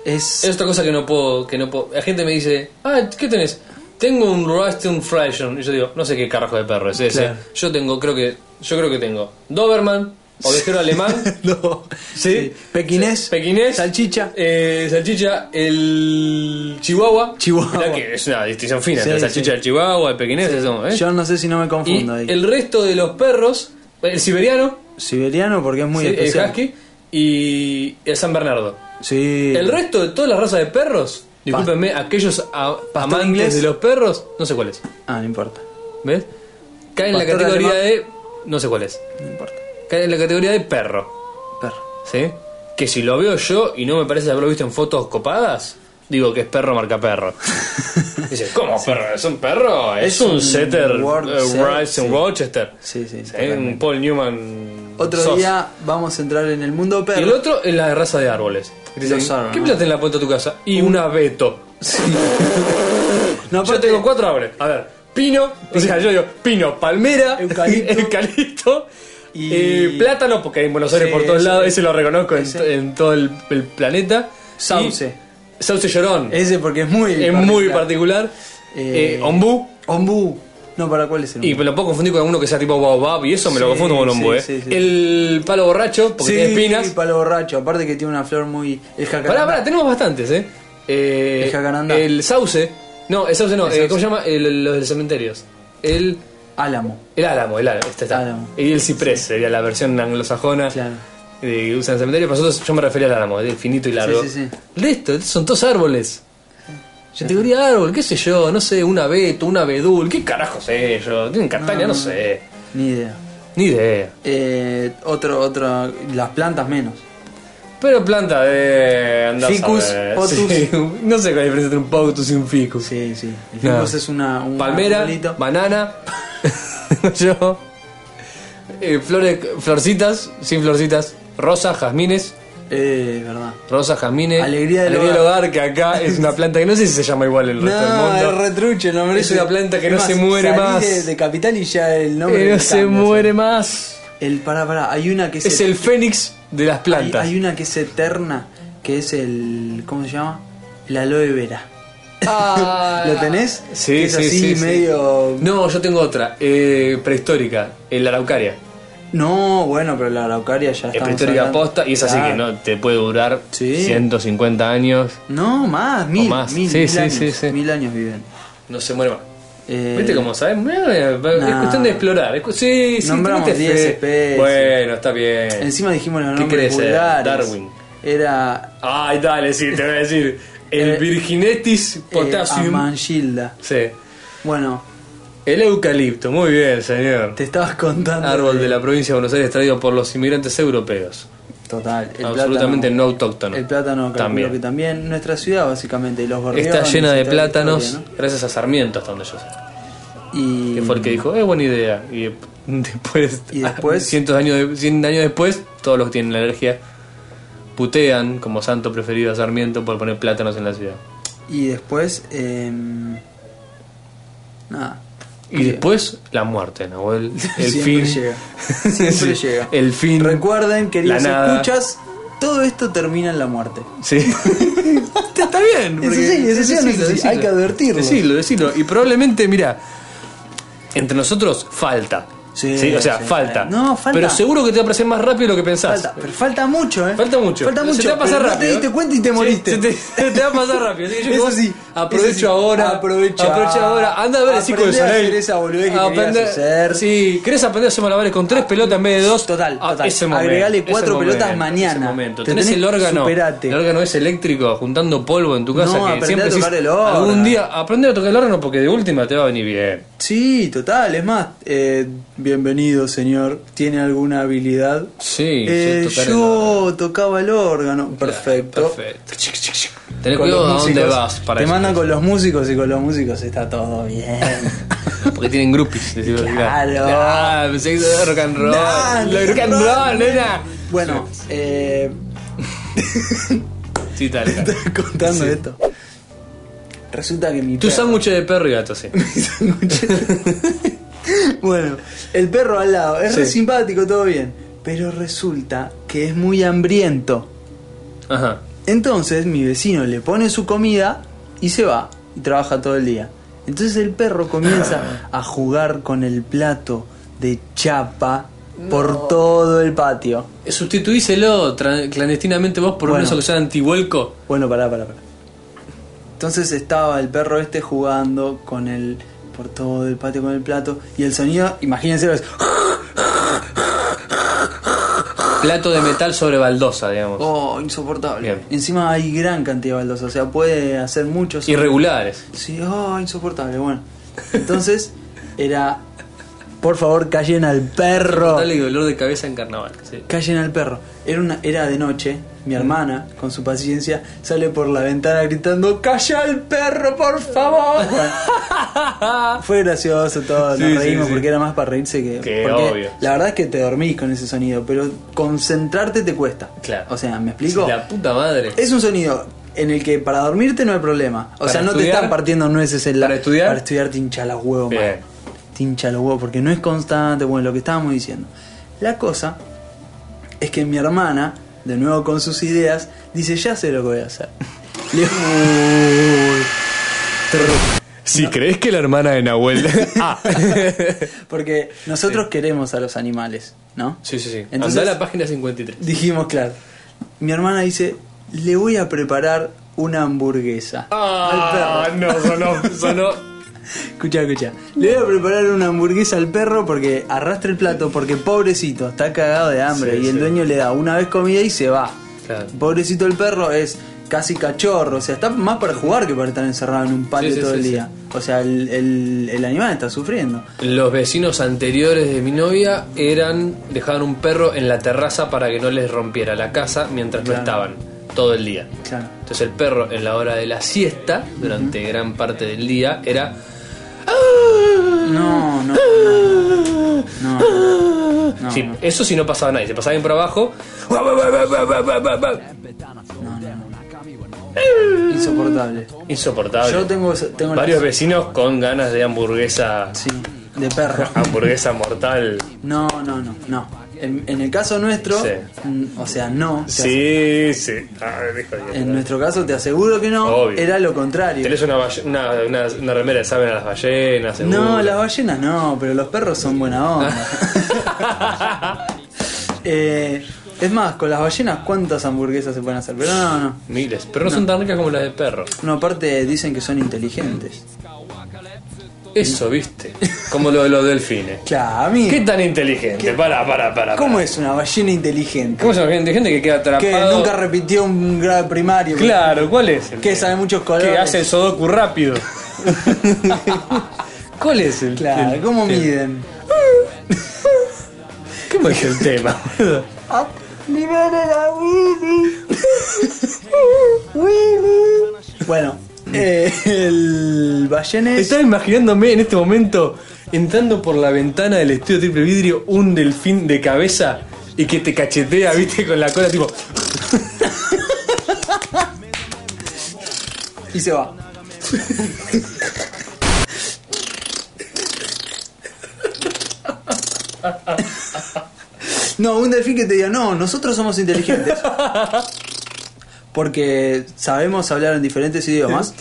Es,
Es otra cosa que no puedo, que no puedo. La gente me dice, ah, ¿qué tenés? Tengo un Russian Frisian. Y yo digo, no sé qué carajo de perro es ese.
Claro.
Yo tengo, creo que, yo creo que tengo Doberman, ovejero
(laughs)
alemán.
(laughs) No.
Sí.
Pequinés.
Pequinés.
Salchicha.
Eh, salchicha, el Chihuahua.
Chihuahua.
Mirá que es una distinción fina entre
Sí,
salchicha
sí.
del Chihuahua, el pequinés, eso, ¿eh?
Yo no sé si no me
y
confundo ahí.
el resto de los perros, eh, el siberiano,
Siberiano porque es muy
sí, el
especial.
husky, y el San Bernardo.
Sí.
El resto de todas las razas de perros, discúlpenme, aquellos a- amantes
inglés.
de los perros, no sé cuáles,
Ah, no importa.
¿ves? Caen en la
Pastor
categoría
alemán.
de. no sé cuáles.
No importa.
Caen en la categoría de perro,
Perro.
¿sí? Que si lo veo yo y no me parece haberlo visto en fotos copadas, digo que es perro marca
(laughs)
perro. Dice, ¿cómo perro? ¿Es un perro? Es,
Es
un,
un
setter
Wor-
eh,
Setter,
Rice and
sí.
Rochester.
Sí, sí,
¿Sí? Un
totalmente.
Paul Newman.
Otro
Sos.
día vamos a entrar en el mundo
Y
perro.
el otro es la raza de árboles. Dicen,
Los árboles,
¿Qué
¿no?
planta en la puerta de tu casa? Y un abeto.
No,
Yo
aparte-
tengo cuatro árboles. A ver, pino, o sea, yo digo pino, palmera, eucalipto,
Eucalipto.
y...
Y-
plátano, porque hay en Buenos Aires
Sí,
por todos
ese-
lados, ese lo reconozco en,
ese.
to- en todo el, el planeta.
Sauce.
Y- sauce llorón. Es,
Ese porque es muy.
muy particular.
Eh,
Eh, ombú.
Ombú. No, ¿para cuál es el
Y
ombú?
me lo puedo confundir con alguno que sea tipo baobab y eso me lo
Sí,
confundo con ombú,
sí,
eh.
sí, sí.
El palo borracho, porque tiene espinas.
Sí, palo borracho. Aparte que tiene una flor muy. El
Pará,
jacarandá.
pará, tenemos bastantes, ¿eh? Eh,
El jacarandá.
el sauce. No, el sauce no. eh, ¿Cómo se llama? El- los de los cementerios. El,
Álamo.
el álamo, el álamo. Este está.
Álamo.
Y el ciprés, sería la versión anglosajona.
Claro.
eh, que usan en cementerios. Para nosotros yo me refería al álamo, el finito y largo.
Sí, sí,
Listo, estos son todos árboles. Categoría de árbol, qué sé yo, no sé, un abeto, un abedul, qué carajo sé yo, tienen castaña, no,
No.
sé,
Ni idea.
ni idea.
Eh, otro, otro. Las plantas menos.
Pero planta de. andá a
Ficus,
saber.
potus.
Sí, (laughs) No sé cuál es la diferencia entre un potus y un ficus.
Sí, sí. El
Claro.
ficus es una. un
Palmera,
arbolito.
banana, (laughs) yo, eh, flores, florcitas, sin florcitas, rosas, jazmines,
Eh, es verdad.
rosas, jazmines,
Alegría del
hogar. que
(laughs)
acá es una planta que no sé si se llama igual en el resto del
No,
mundo.
el retruche, no
Es
merece.
una planta que
Es
no
más,
se muere
salí
más.
De, de capital y ya el
Que
nombre.
no
le
se
cambia,
muere más.
o sea. El pará, pará. Hay una que es.
Es el fénix de las
hay,
plantas.
hay una que es eterna. Que es el. ¿Cómo se llama? El aloe vera.
Ah.
(laughs) ¿Lo tenés?
Sí,
Que es
sí,
así,
sí, sí.
medio.
No, yo tengo otra, eh, prehistórica, el araucaria.
No, bueno, pero la araucaria ya
Es
está.
prehistórica posta y es así que no te puede durar
Ah. Sí.
150 años.
No, más, mil,
más.
mil,
Sí,
mil
sí,
años,
sí, sí.
mil años viven.
No se muere más.
Eh,
¿Viste cómo sabes? Es
nah.
cuestión de explorar. Es cu- sí, sí,
Nombramos
tenete
10
fe.
especies.
Bueno, está bien.
Encima dijimos los
¿Qué eh,
nombres
querés ser?
vulgares.
Darwin.
Era (laughs)
Ay, dale, sí, te voy a decir. El
Eh,
Virginetis
Eh,
potassium.
Amangilda.
sí.
Bueno,
El eucalipto, muy bien, señor.
te estabas contando.
Árbol de la provincia de Buenos Aires traído por los inmigrantes europeos.
Total. El
absolutamente
plátano,
no autóctono.
El plátano, calculo
También.
que también. Nuestra ciudad, básicamente, y los gorriones.
Está llena
y
de
toda la historia,
plátanos, gracias a Sarmiento, hasta donde yo sé.
¿no? Y.
Que fue el que dijo, es buena idea. Y de- (laughs) después,
Mm. Y después-
(laughs) cientos de años, de- 100 años después, todos los que tienen alergia putean como santo preferido a Sarmiento por poner plátanos en la ciudad.
Y después. em, nada.
Y después, la muerte, Nahuel. El fin.
Siempre llega.
(laughs)
Siempre
Sí,
llega.
El fin.
Recuerden, queridos
La nada.
escuchas, todo esto termina en la muerte.
Sí. (laughs) está, está bien.
Eso
porque-
sí, eso sí,
decilo,
eso sí,
decilo.
hay que advertirlo.
Decilo, decilo. Y probablemente, mira, entre nosotros falta.
Sí,
o sea,
sí.
falta.
No, falta.
Pero seguro que te va a parecer más rápido de lo que pensás.
Falta, pero falta mucho, ¿eh?
Falta mucho.
Falta mucho.
Se te va a pasar
pero no
rápido.
te diste cuenta y te
Sí,
moriste.
se te, se te va a pasar rápido. Así que yo
(laughs) Eso
vos
sí,
Aprovecho
eso sí.
ahora.
Aprovecha.
Aprovecha ahora. Anda a ver el ciclo de
Aprende a
Soleil.
hacer esa boludez que querías hacer. Ah,
Sí, querés aprender a hacer malabares con tres pelotas en vez de dos.
Total,
Ah,
total.
Ese momento,
Agregale
ese
cuatro
momento,
pelotas
ese
mañana.
momento.
Te
Tenés
tenés-
el órgano.
superate.
El órgano es eléctrico, juntando polvo en tu casa.
No,
que
aprendé
siempre
a tocar
decís,
el órgano.
Algún día aprende a tocar el órgano porque de última te va a venir bien.
Sí, total, es más, eh, bienvenido señor, ¿tiene alguna habilidad?
Sí,
Eh,
sí, tocar el
yo tocaba el órgano, perfecto.
Perfecto. Tenés
Con
cuidado a
los
dónde
músicos,
vas para
Te
eso.
mandan con los músicos y con los músicos está todo
(laughs)
bien.
Porque tienen groupies. decís,
(laughs) Claro.
Ah, pensé que era rock and roll.
Nah,
Lo de rock and roll, nena.
bueno, eh, (laughs)
Sí, tal. tal.
contando esto. Resulta que mi
Tu
perro-
sándwich de perro y gato, sí.
Bueno, el perro al lado, es re
Sí.
simpático, todo bien. Pero resulta que es muy hambriento.
Ajá.
Entonces mi vecino le pone su comida y se va y trabaja todo el día. Entonces el perro comienza a jugar con el plato de chapa por todo el patio.
Sustituíselo tra- clandestinamente vos por
Bueno.
un eso que sea antihuelco.
Bueno, pará, pará, pará. Entonces estaba el perro este jugando con el por todo el patio con el plato y el sonido, imagínense, es
Plato de metal sobre baldosa, digamos.
oh, insoportable.
Bien.
Encima hay gran cantidad de baldosas, o sea, puede hacer muchos
Irregulares.
Sí, oh, insoportable. Bueno, entonces (laughs) era, por favor, callen al perro.
Dale dolor de cabeza en carnaval.
(laughs)
sí.
Callen al perro. Era, una, era de noche, mi hermana, con su paciencia, sale por la ventana gritando, ¡Calla al perro,
(laughs)
por favor! Bueno, fue gracioso todo,
Sí,
nos
sí,
reímos
sí.
porque era más para reírse que...
Que
porque
obvio.
La verdad es que te dormís con ese sonido, pero concentrarte te cuesta.
Claro.
O sea, ¿me explico?
La puta madre.
Es un sonido en el que para dormirte no hay problema. O
Para
sea, no te
estudiar-
están partiendo nueces en la.
para estudiar-
Para estudiar te hincha los huevos,
Bien.
mano. Te hincha los huevos porque no es constante. Bueno, lo que estábamos diciendo. La cosa es que mi hermana, de nuevo con sus ideas, dice: Ya sé lo que voy a hacer. (laughs) Le-
(laughs) Si crees que la hermana de Nahuel. ah.
porque nosotros queremos a los animales, ¿no?
Sí, sí, sí.
Entonces-
Andá a la página 53.
Dijimos, claro. Mi hermana dice: Le voy a preparar una hamburguesa. al perro.
Ah, no, sonó. (laughs) sonó.
Escucha, escucha. Le voy a preparar una hamburguesa al perro porque arrastra el plato, porque pobrecito, está cagado de hambre
Sí,
y el
sí.
dueño le da una vez comida y se va.
Claro.
Pobrecito el perro es casi cachorro, o sea, está más para jugar que para estar encerrado en un patio
Sí, sí,
todo
sí,
el
sí.
día. O sea, el, el- el animal está sufriendo.
Los vecinos anteriores de mi novia eran dejaban un perro en la terraza para que no les rompiera la casa mientras
Claro.
no estaban todo el día.
Claro.
Entonces el perro en la hora de la siesta, durante gran parte del día, era "Ah,
No, no,
ah,
no,
(laughs) ah".
no,
Sí,
no.
Eso sí no pasaba nadie, se pasaba bien por abajo.
insoportable.
Insoportable.
Yo tengo, tengo la-
varios vecinos con ganas de hamburguesa
Sí, de perro.
Ah, hamburguesa mortal.
No, no, no, no. En, en el caso nuestro,
Sí.
mm, o sea, no. te
Sí, sí. Ah, dijo
aseguro-
Diego.
En nuestro caso, te aseguro que no.
Obvio.
Era lo contrario.
Tenés una, balle- una, una, una remera de saben a las ballenas, seguro.
No, las ballenas no, pero los perros son buena onda.
(laughs)
Eh, es más, con las ballenas, ¿cuántas hamburguesas se pueden hacer? Pero no, no, no.
Miles, pero no, son tan ricas como las de perro.
No, aparte dicen que son inteligentes.
Eso, viste. Como lo de los delfines.
Claro,
¿Qué
amigo.
tan inteligente? Pará, pará, pará.
¿Cómo
pará.
es una ballena inteligente?
¿Cómo es una gente que queda atrapado?
Que nunca repitió un grado primario.
Claro, ¿cuál es? el
Que
tema?
sabe muchos colores.
Que hace el Sudoku rápido. ¿Cuál es el
Claro,
el-
¿cómo
el-
miden?
¿Cómo es el tema?
(laughs) Bueno, eh, el ballenes.
Estaba imaginándome en este momento entrando por la ventana del estudio triple vidrio un delfín de cabeza y que te cachetea, viste, con la cola tipo.
Y se va. No, un delfín que te diga, no, nosotros somos inteligentes. Porque sabemos hablar en diferentes idiomas.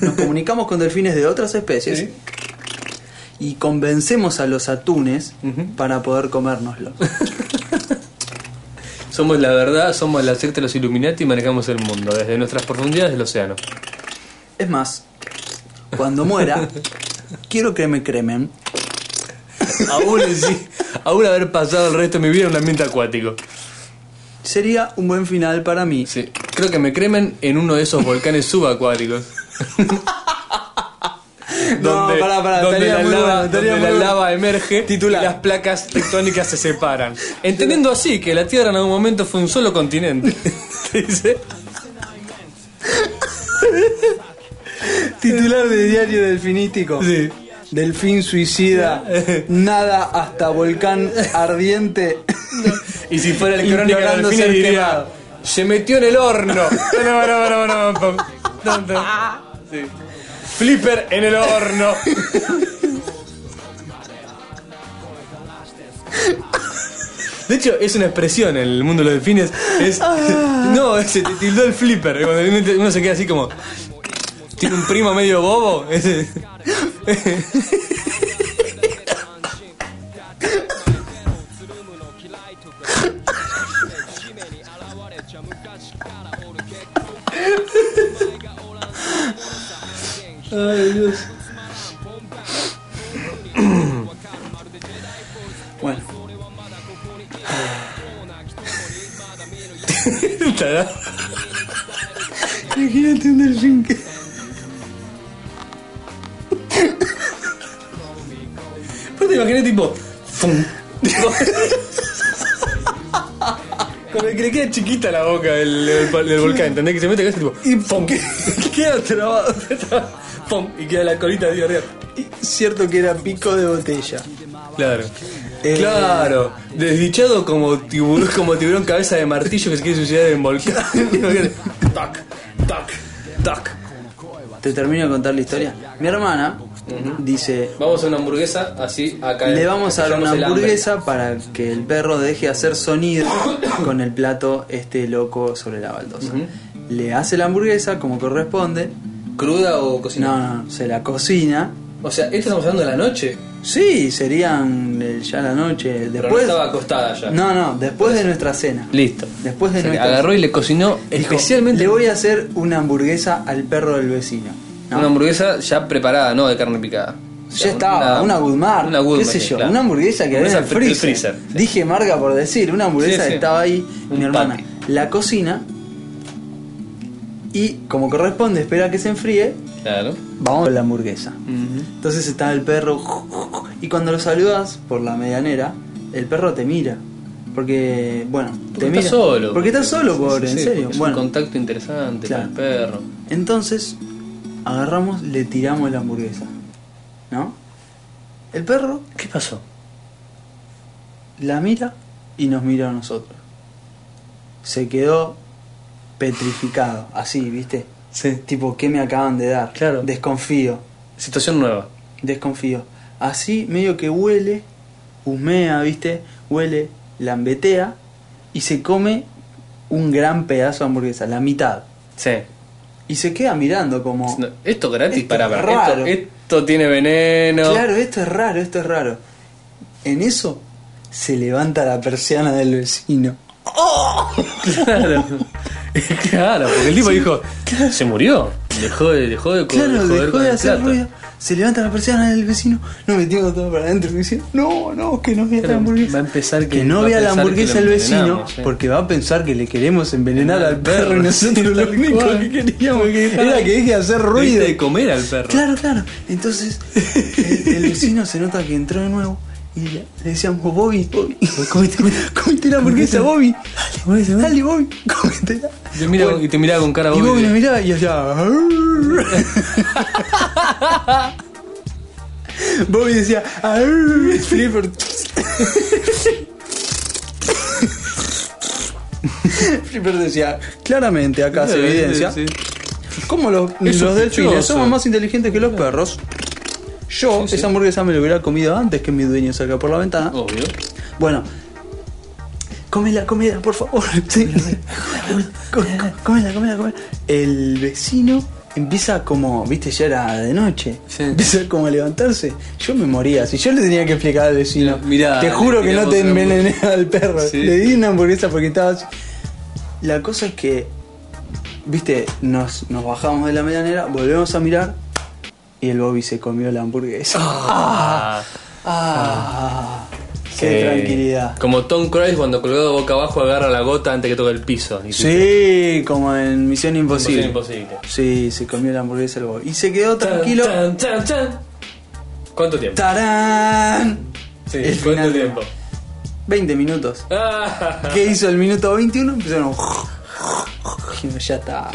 Nos comunicamos con delfines de otras especies.
Sí.
Y convencemos a los atunes
Ujú.
para poder comérnoslo.
Somos la verdad, somos la secta de los Illuminati y manejamos el mundo desde nuestras profundidades del océano.
Es más, cuando muera, quiero que me cremen.
Aún, en sí- aún haber pasado el resto de mi vida en un ambiente acuático.
Sería un buen final para mí.
Sí, creo que me cremen en uno de esos volcanes (laughs) subacuáticos.
no, pará, pará,
donde
estaría
la,
muy
lava,
bueno,
donde
estaría muy
la
bueno.
lava emerge y las placas tectónicas se (laughs) separan. Entendiendo así que la Tierra en algún momento fue un solo (laughs) continente. ¿Te dice?
Titular de diario delfinístico.
Sí. (laughs)
Delfín suicida, nada hasta volcán ardiente.
Y si fuera el crónica de
Implorando
Delfines
ser
diría,
quemado.
se metió en el horno. (laughs) No, no, no, no, no, no. Tonto. Sí. Flipper en el horno. De hecho, es una expresión en el mundo de los delfines. Es, no, se te tildó el flipper. Cuando uno se queda así como. Tiene un primo medio (laughs) bobo. Ese-
Bueno,
Tarado.
imagínate un delfín que.
Pero te imaginé tipo. fum. Con el que le queda chiquita la boca del, del- del volcán, ¿entendés? Que se mete acá y tipo. Y pum. (laughs) Queda trabado. Pum. Y queda la colita de arriba.
Cierto que era pico de botella.
Claro.
Eh.
Claro. Desdichado como tiburón, como tiburón cabeza de martillo que se quiere suicidar en
(laughs)
volcán. tac, tac, tac.
Te termino de contar la historia. Mi hermana dice:
Vamos a una hamburguesa así acá.
Le vamos a dar una hamburguesa para que el perro deje hacer sonido (coughs) con el plato este loco sobre la baldosa. Le hace la hamburguesa como corresponde.
¿Cruda o
No, no, se la cocina.
O sea, esto estamos hablando de la noche.
Sí, serían eh, ya la noche. Después,
acostada ya.
No, no, después de nuestra cena.
Listo.
Después de
Se le
nuestra
agarró y le cocinó
Dijo,
especialmente
Le voy a hacer una hamburguesa al perro del vecino. No,
una hamburguesa ya preparada, no de carne picada. O sea,
ya estaba, una, Goodmar,
Una Goodmar,
qué sé yo,
claro.
una hamburguesa que había en el
Hamburguesa del
freezer.
freezer, sí.
Dije marca por decir, una hamburguesa
Sí, sí.
que estaba ahí,
Un
mi hermana.
patty.
La cocina y como corresponde, espera que se enfríe,
Claro.
vamos a la hamburguesa. Entonces está el perro y cuando lo saludas por la medianera, el perro te mira. Porque, bueno, te
Porque
mira.
está solo.
Porque está solo, pobre,
Sí,
en
sí,
serio.
porque Es
Bueno,
un contacto interesante
Claro.
con el perro.
entonces agarramos, le tiramos la hamburguesa. ¿No? El perro
¿Qué pasó?
la mira y nos mira a nosotros. Se quedó petrificado, así, ¿viste?
Sí.
Tipo, ¿qué me acaban de dar?
Claro.
Desconfío.
Situación nueva.
Desconfío. Así medio que huele, humea, ¿viste? Huele, lambetea y se come un gran pedazo de hamburguesa, la mitad.
Sí.
Y se queda mirando como...
No, esto gratis
Esto
para
es
para-
raro.
Esto, esto tiene veneno.
Claro, esto es raro, esto es raro. En eso se levanta la persiana del vecino.
(laughs)
(laughs)
Claro. Claro, porque el tipo dijo, se murió. Dejó de, dejó de co-
Claro,
joder
dejó
con
de
el
hacer
plato.
ruido. Se levanta la persiana del vecino. No me tengo todo para adentro. Y dice, no, no, que no vea
Claro,
la hamburguesa.
va a empezar que-
no
va a
vea la
pensar
hamburguesa
que
el
lo
vecino.
envenenamos, eh.
Porque va a pensar que le queremos envenenar al perro. Y
perro,
nosotros lo
tal
único
cual.
que queríamos
Porque ah, estaba-
era que deje de hacer
Le
ruido.
diste de comer al perro.
Claro, claro. Entonces, el, el vecino se nota que entró de nuevo. Y le le decíamos, Bobby, Bobby, comete, la hamburguesa, Bobby. Dale, dale, Bobby, cómetela.
Y te mira- y te miraba con cara
Y
Bobby
Bobby
de-
nos miraba y hacía. "Arr". (laughs) Bobby decía. "Arr", Flipper. (laughs) Flipper decía, claramente acá se
Sí,
evidencia
sí.
cómo los,
Es
los delfines
sospechoso.
somos más inteligentes que los perros. Yo
Sí, Oh. sí.
esa hamburguesa me la hubiera comido antes que mi dueño salga por la ventana.
Obvio.
Bueno. Cómela, cómela, por favor. (laughs) Sí. Co- co- Cómela, cómela, cómela. El vecino empieza como, viste, ya era de noche.
Sí.
Empieza como a levantarse. Yo me moría. Si yo le tenía que explicar al vecino,
Mirá,
te juro
le
que no
tiramos
te
una hamburguesa.
envenené al perro.
Sí.
Le di una hamburguesa porque estabas. La cosa es que, viste, nos, nos bajamos de la medianera, volvemos a mirar y el Bobby se comió la hamburguesa. (laughs)
Ah,
Ah, qué
que-
tranquilidad.
Eh, Como Tom Cruise cuando colgado boca abajo agarra la gota antes que toque el piso. Y
Sí, como en Misión Imposible.
Misión Imposible.
Sí, se comió la hamburguesa el Bobby. Y se quedó
Tan,
tranquilo.
tan, tan, tan. ¿Cuánto tiempo?
¡Tarán!
Sí,
El
¿Cuánto
final.
tiempo?
20 minutos.
Ah, (laughs)
¿Qué hizo el minuto 21? Empezaron. Dijimos, ya está.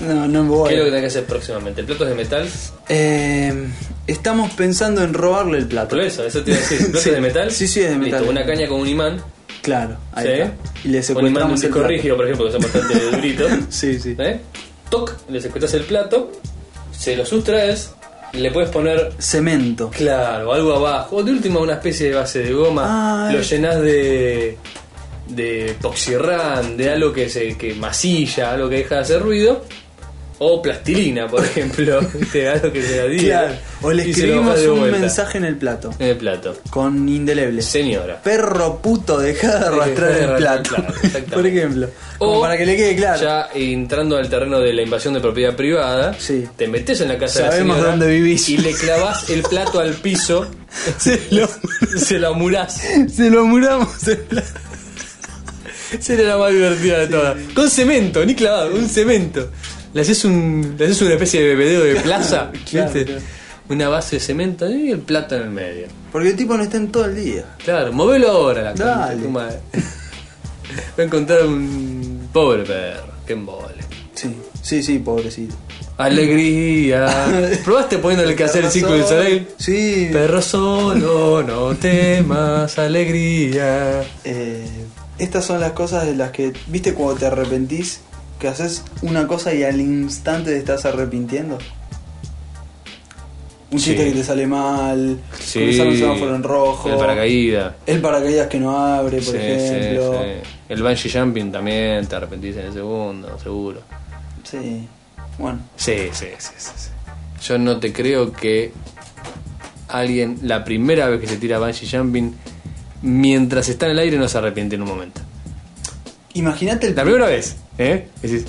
No, no me
¿Qué
voy.
es lo que tenés que hacer próximamente? ¿El plato es de metal?
Eh, estamos pensando en robarle el plato.
Por eso, eso te iba a
(laughs)
decir. ¿El plato
Sí.
es de metal?
Sí, sí, es de
Listo,
metal.
una caña con un imán.
Claro, ahí
¿sí?
está. Y le
Un imán de un
secuestramos el
disco
plato.
rígido, por ejemplo, que son
(laughs)
bastante duritos.
Sí, sí.
¿Eh? Toc, le secuestras el plato, se lo sustraes, le puedes poner
Cemento.
Claro, algo abajo. O de última una especie de base de goma.
Ah,
lo
es-
llenas de. de poxirrán, de algo que se. que masilla, algo que deja de hacer ruido. O plastilina, por (laughs) ejemplo. ¿viste? algo que se adhiera.
Claro. O le
y se lo
escribimos
bajás de
un
vuelta
mensaje en el plato.
En el plato.
Con indeleble.
Señora.
Perro puto, deja de
Dejá
arrastrar
de
el
arrastrar
plato.
el
(laughs)
plato, exactamente.
Por ejemplo. Como
O,
para que le quede claro.
Ya entrando al terreno de la invasión de propiedad privada,
Sí.
te metes en la casa de la
Sabemos
señora
dónde vivís.
y le clavas el plato al piso,
(laughs) Se lo,
(laughs) se lo amurás.
se lo (laughs) muramos el plato.
Esa era la más divertida de todas. Con cemento, ni clavado, un cemento. Le haces, un, le haces una especie de bebedero de plaza,
(laughs) claro,
¿viste?
claro.
Una base de cemento y el plato en el medio.
Porque el tipo no está en todo el día.
Claro, movelo ahora la concha de
Dale.
tu madre. (laughs) Va a encontrar un pobre perro, que embole.
Sí, sí, sí, pobrecito.
Alegría.
(laughs)
¿Probaste poniéndole que hacer el ciclo del Soleil?
Sí.
Perro solo, no temas, alegría.
Eh, estas son las cosas de las que, viste, cuando te arrepentís, que haces una cosa y al instante te estás arrepintiendo. Un
Sí.
chiste que te sale mal, cruzar un semáforo en rojo,
El paracaídas.
el paracaídas que no abre, por
Sí,
ejemplo.
sí, sí. El bungee jumping también, te arrepentís en el segundo, seguro.
Sí, bueno.
Sí, sí, sí, sí, sí. Yo no te creo que alguien, la primera vez que se tira bungee jumping, mientras está en el aire no se arrepiente en un momento.
Imagínate el
La primera vez, ¿eh? Decís,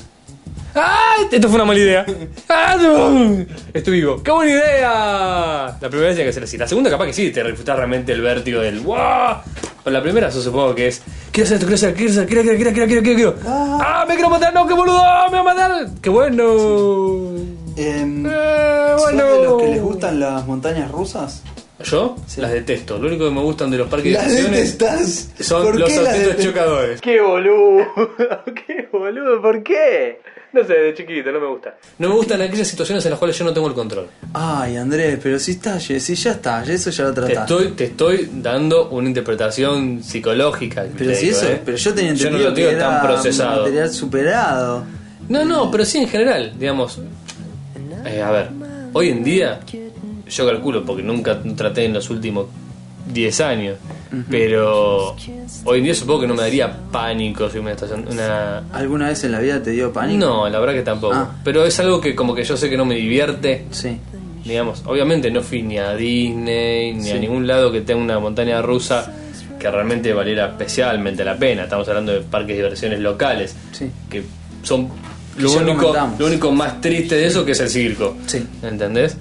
¡Ah! Esto fue una mala idea. (laughs) ¡Ah! no! Estoy vivo. ¡Qué buena idea! La primera vez tiene que ser así. La segunda capaz que sí, te refutas realmente el vértigo del ¡Wow! Pero la primera yo supongo que es Quiero hacer esto, quiero hacer, quiero hacer, quiero, quiero, quiero, quiero, quiero, quiero, quiero. ¡Ah! ¡Me quiero matar! ¡No, qué boludo! ¡Me va a matar! ¡Qué bueno!
Em,
Eh,
¿Son
bueno.
de los que les gustan las montañas rusas?
¿Yo?
Sí.
Las detesto. Lo único que me gustan de los parques
¿Las
de diversiones
detestás?
son
¿Por
los
qué las
saltitos
detestás?
chocadores.
¡Qué boludo!
(laughs) ¿Qué boludo? ¿Por qué? No sé, de chiquito, no me gusta. No me gustan aquellas situaciones en las cuales yo no tengo el control.
Ay, Andrés, pero si está, si ya está, ya eso ya lo
Te
trataste.
estoy, te estoy dando una interpretación psicológica.
Pero
te
si
digo,
eso,
¿eh?
pero yo tenía
Yo no
entendido
lo
que
tengo
era
tan procesado.
material superado.
No, no, pero sí en general, digamos. Eh, a ver, hoy en día, yo calculo, porque nunca traté en los últimos 10 años, pero hoy en día supongo que no me daría pánico si me estás una,
¿Alguna vez en la vida te dio pánico?
No, la verdad que tampoco.
Ah.
Pero es algo que como que yo sé que no me divierte.
Sí.
Digamos, obviamente no fui ni a Disney, ni a ningún lado que tenga una montaña rusa que realmente valiera especialmente la pena. Estamos hablando de parques de diversiones locales.
Sí.
Que son lo
Ya lo
único,
comentamos.
lo único más triste de eso que es el circo.
Sí.
¿Entendés?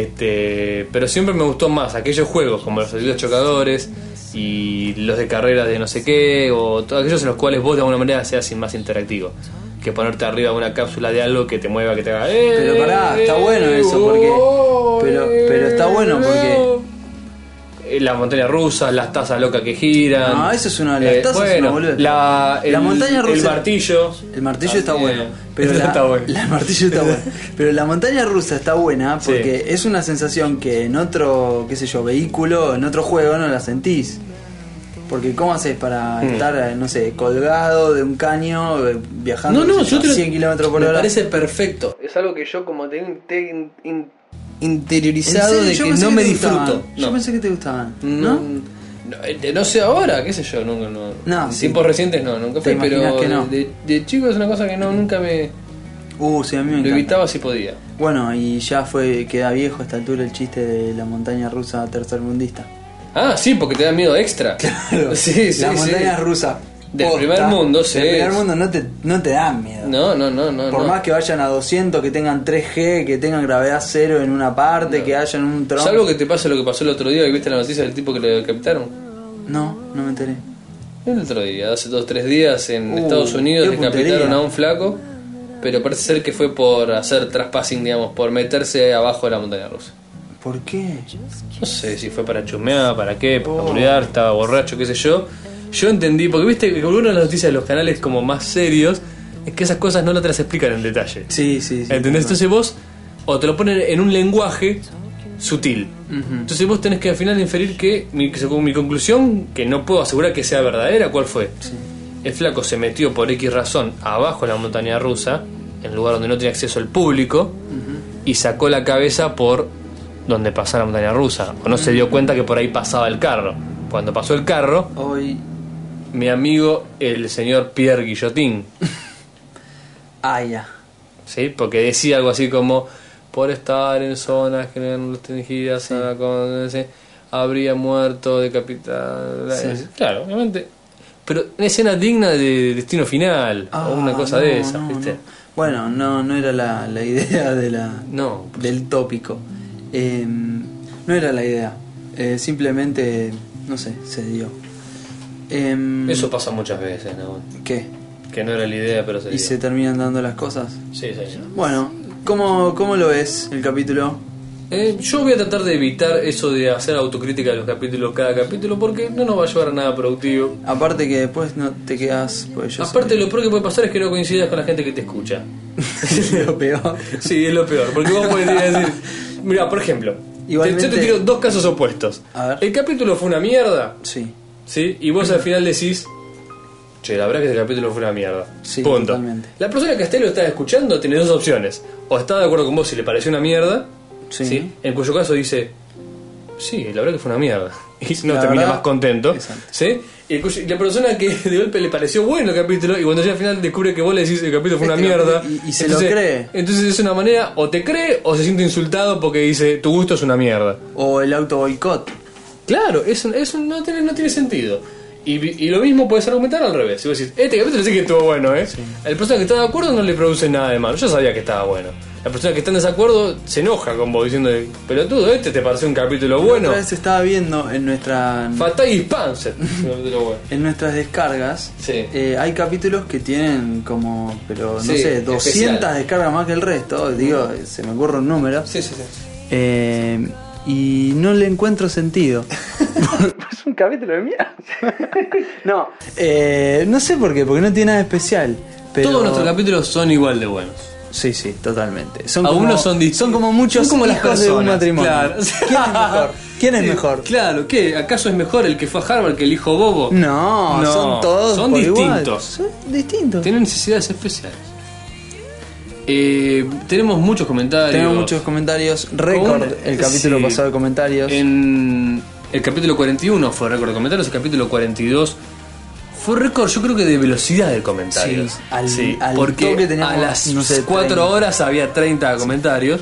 Este, pero siempre me gustó más aquellos juegos como los autos chocadores y los de carreras de no sé qué o todos aquellos en los cuales vos de alguna manera seas más interactivo que ponerte arriba de una cápsula de algo que te mueva, que te haga... "Eh,
Pero pará, está bueno eso,
oh,
porque- pero- pero está bueno
eh, Las montañas rusas, las tazas locas que giran. Eh,
No, eso es una- las tazas es una boludez.
La,
La
el-
montaña
El
rusa-
martillo.
El martillo está
También.
bueno, pero la,
Está bueno.
(laughs) la- el martillo está bueno. Pero la montaña rusa está buena
Sí.
porque es una sensación que en otro, qué sé yo, vehículo, en otro juego no la sentís. Porque ¿cómo haces para
Hmm.
estar, no sé, colgado de un caño, eh, viajando
No, no,
qué sé
yo te lo-
100 kilómetros por
me
hora?
parece perfecto. Es algo que yo como tengo
¿En
interiorizado
serio?
de
Yo
que
pensé
no
que
me
te gustaban.
disfruto.
Yo
No.
pensé que te gustaban,
No,
¿no?
no, eh, no sé ahora, qué sé yo, nunca, no,
No,
en
sí.
tiempos recientes no, nunca
Te
fui, pero
imaginas que no.
de, de chico es una cosa que no, nunca me,
Uh, sí, a mí me
lo
encanta.
evitaba si podía.
Bueno, y ya fue queda viejo a esta altura el chiste de la montaña rusa tercermundista.
Ah, sí, porque te da miedo
(laughs)
extra. (laughs) sí, sí,
Las
sí.
montañas rusas.
Del
posta,
primer mundo, sí.
Del primer mundo no te, no te dan miedo.
No, no, no, no.
Por
no.
más que vayan a 200, que tengan 3G, que tengan gravedad cero en una parte, que hayan un tronco.
Salvo que te pase lo que pasó el otro día, que viste la noticia del tipo que lo decapitaron.
No, no me enteré.
El otro día, hace dos tres días en
Uh,
Estados Unidos
qué puntería.
decapitaron a un flaco, pero parece ser que fue por hacer trespassing, digamos, por meterse abajo de la montaña rusa.
¿Por qué?
No sé si fue para chumear, para qué, para
Oh.
boludear, estaba borracho, qué sé yo. Yo entendí, porque viste que una de las noticias de los canales como más serios es que esas cosas no las te las explican en detalle.
Sí, sí, sí.
¿Entendés? Entonces vos, o te lo ponen en un lenguaje sutil. Entonces vos tenés que al final inferir que, mi, según mi conclusión, que no puedo asegurar que sea verdadera, ¿cuál fue? El flaco se metió por X razón abajo de la montaña rusa, en el lugar donde no tenía acceso el público, y sacó la cabeza por donde pasaba la montaña rusa. O no se dio cuenta que por ahí pasaba el carro. Cuando pasó el carro,
Hoy.
mi amigo, el señor Pierre Guillotín,
Ah, ya.
¿sí? Porque decía algo así como, por estar en zonas que no eran restringidas, a- con- ¿sí? habría muerto, decapitado. bla,
Sí.
Claro, obviamente. Pero una escena digna de Destino Final,
Ah,
o una cosa
no,
de esa,
no,
¿viste?
no. Bueno, no, no era la, la idea de la,
No.
del tópico. Eh, no era la idea. Eh, simplemente, no sé, se dio. Em,
Eso pasa muchas veces, ¿no?
¿Qué?
Que no era la idea, pero se
¿Y
dio.
se terminan dando las cosas?
Sí, señor.
Bueno, ¿cómo, cómo lo ves el capítulo?
Eh, yo voy a tratar de evitar eso de hacer autocrítica de los capítulos cada capítulo porque no nos va a llevar a nada productivo.
Aparte que después no te quedas... Pues yo
Aparte, lo peor que puede pasar es que no coincidas con la gente que te escucha.
soy (laughs) lo
(laughs)
peor.
Sí, es lo peor, porque vos podés ir a decir, mira, por ejemplo, te-
Igualmente-
yo te tiro dos casos opuestos.
A ver.
El capítulo fue una mierda,
Sí,
¿sí? Y vos al final decís, che, la verdad que este capítulo fue una mierda.
Sí,
Punto.
totalmente.
La persona que esté lo está escuchando tiene dos opciones. O está de acuerdo con vos si le pareció una mierda,
Sí.
En cuyo caso dice, sí, la verdad que fue una mierda. (laughs) Y no
La
termina
verdad-
más contento.
Exacto.
¿Sí? Y el cuyo- y la persona que (laughs) de golpe le pareció bueno el capítulo, y cuando llega al final descubre que vos le decís el capítulo fue una
Este capítulo-
mierda.
y- y se lo cree.
Entonces es una manera, o te cree o se siente insultado porque dice, tu gusto es una mierda.
o el auto boicot.
Claro, eso, eso no, tiene, no tiene sentido. Y, vi- y lo mismo puedes argumentar al revés. Si vos decís, este capítulo sí que estuvo bueno, ¿eh? El persona que está de acuerdo no le produce nada de malo. Yo sabía que estaba bueno. La persona que está en desacuerdo se enoja con vos diciendo, pelotudo, este te pareció un capítulo bueno.
Otra vez estaba viendo en nuestra...
Fatal Spencer. (laughs) un capítulo bueno.
En nuestras descargas
Sí.
eh, hay capítulos que tienen como, pero no
Sí,
sé, 200
especial.
descargas más que el resto, digo, se me ocurre un número.
Sí, sí, sí.
Eh, y no le
(laughs)
encuentro sentido. es un capítulo de mierda. (laughs) no, eh, no sé por qué, porque no tiene nada especial. Pero...
Todos nuestros capítulos son igual de buenos.
Sí, sí, totalmente. Son
Algunos
como,
son distintos.
Son como muchos
Son como las
hijos de un
personas,
matrimonio.
claro.
(laughs) ¿Quién es mejor? ¿Quién es
Sí,
mejor?
Claro, ¿qué? ¿Acaso es mejor el que fue a Harvard que el hijo bobo?
No,
No,
son todos
son
por igual.
distintos.
Son distintos.
Tienen necesidades especiales. Eh, tenemos muchos comentarios.
Tenemos muchos comentarios. Récord
Con-
el capítulo
sí.
pasado de comentarios.
En el capítulo 41 fue récord de comentarios, el capítulo 42 fue récord, yo creo que de velocidad de comentarios.
Sí, al- al toque
porque
teníamos,
a las
no sé,
4
30.
horas había 30 comentarios,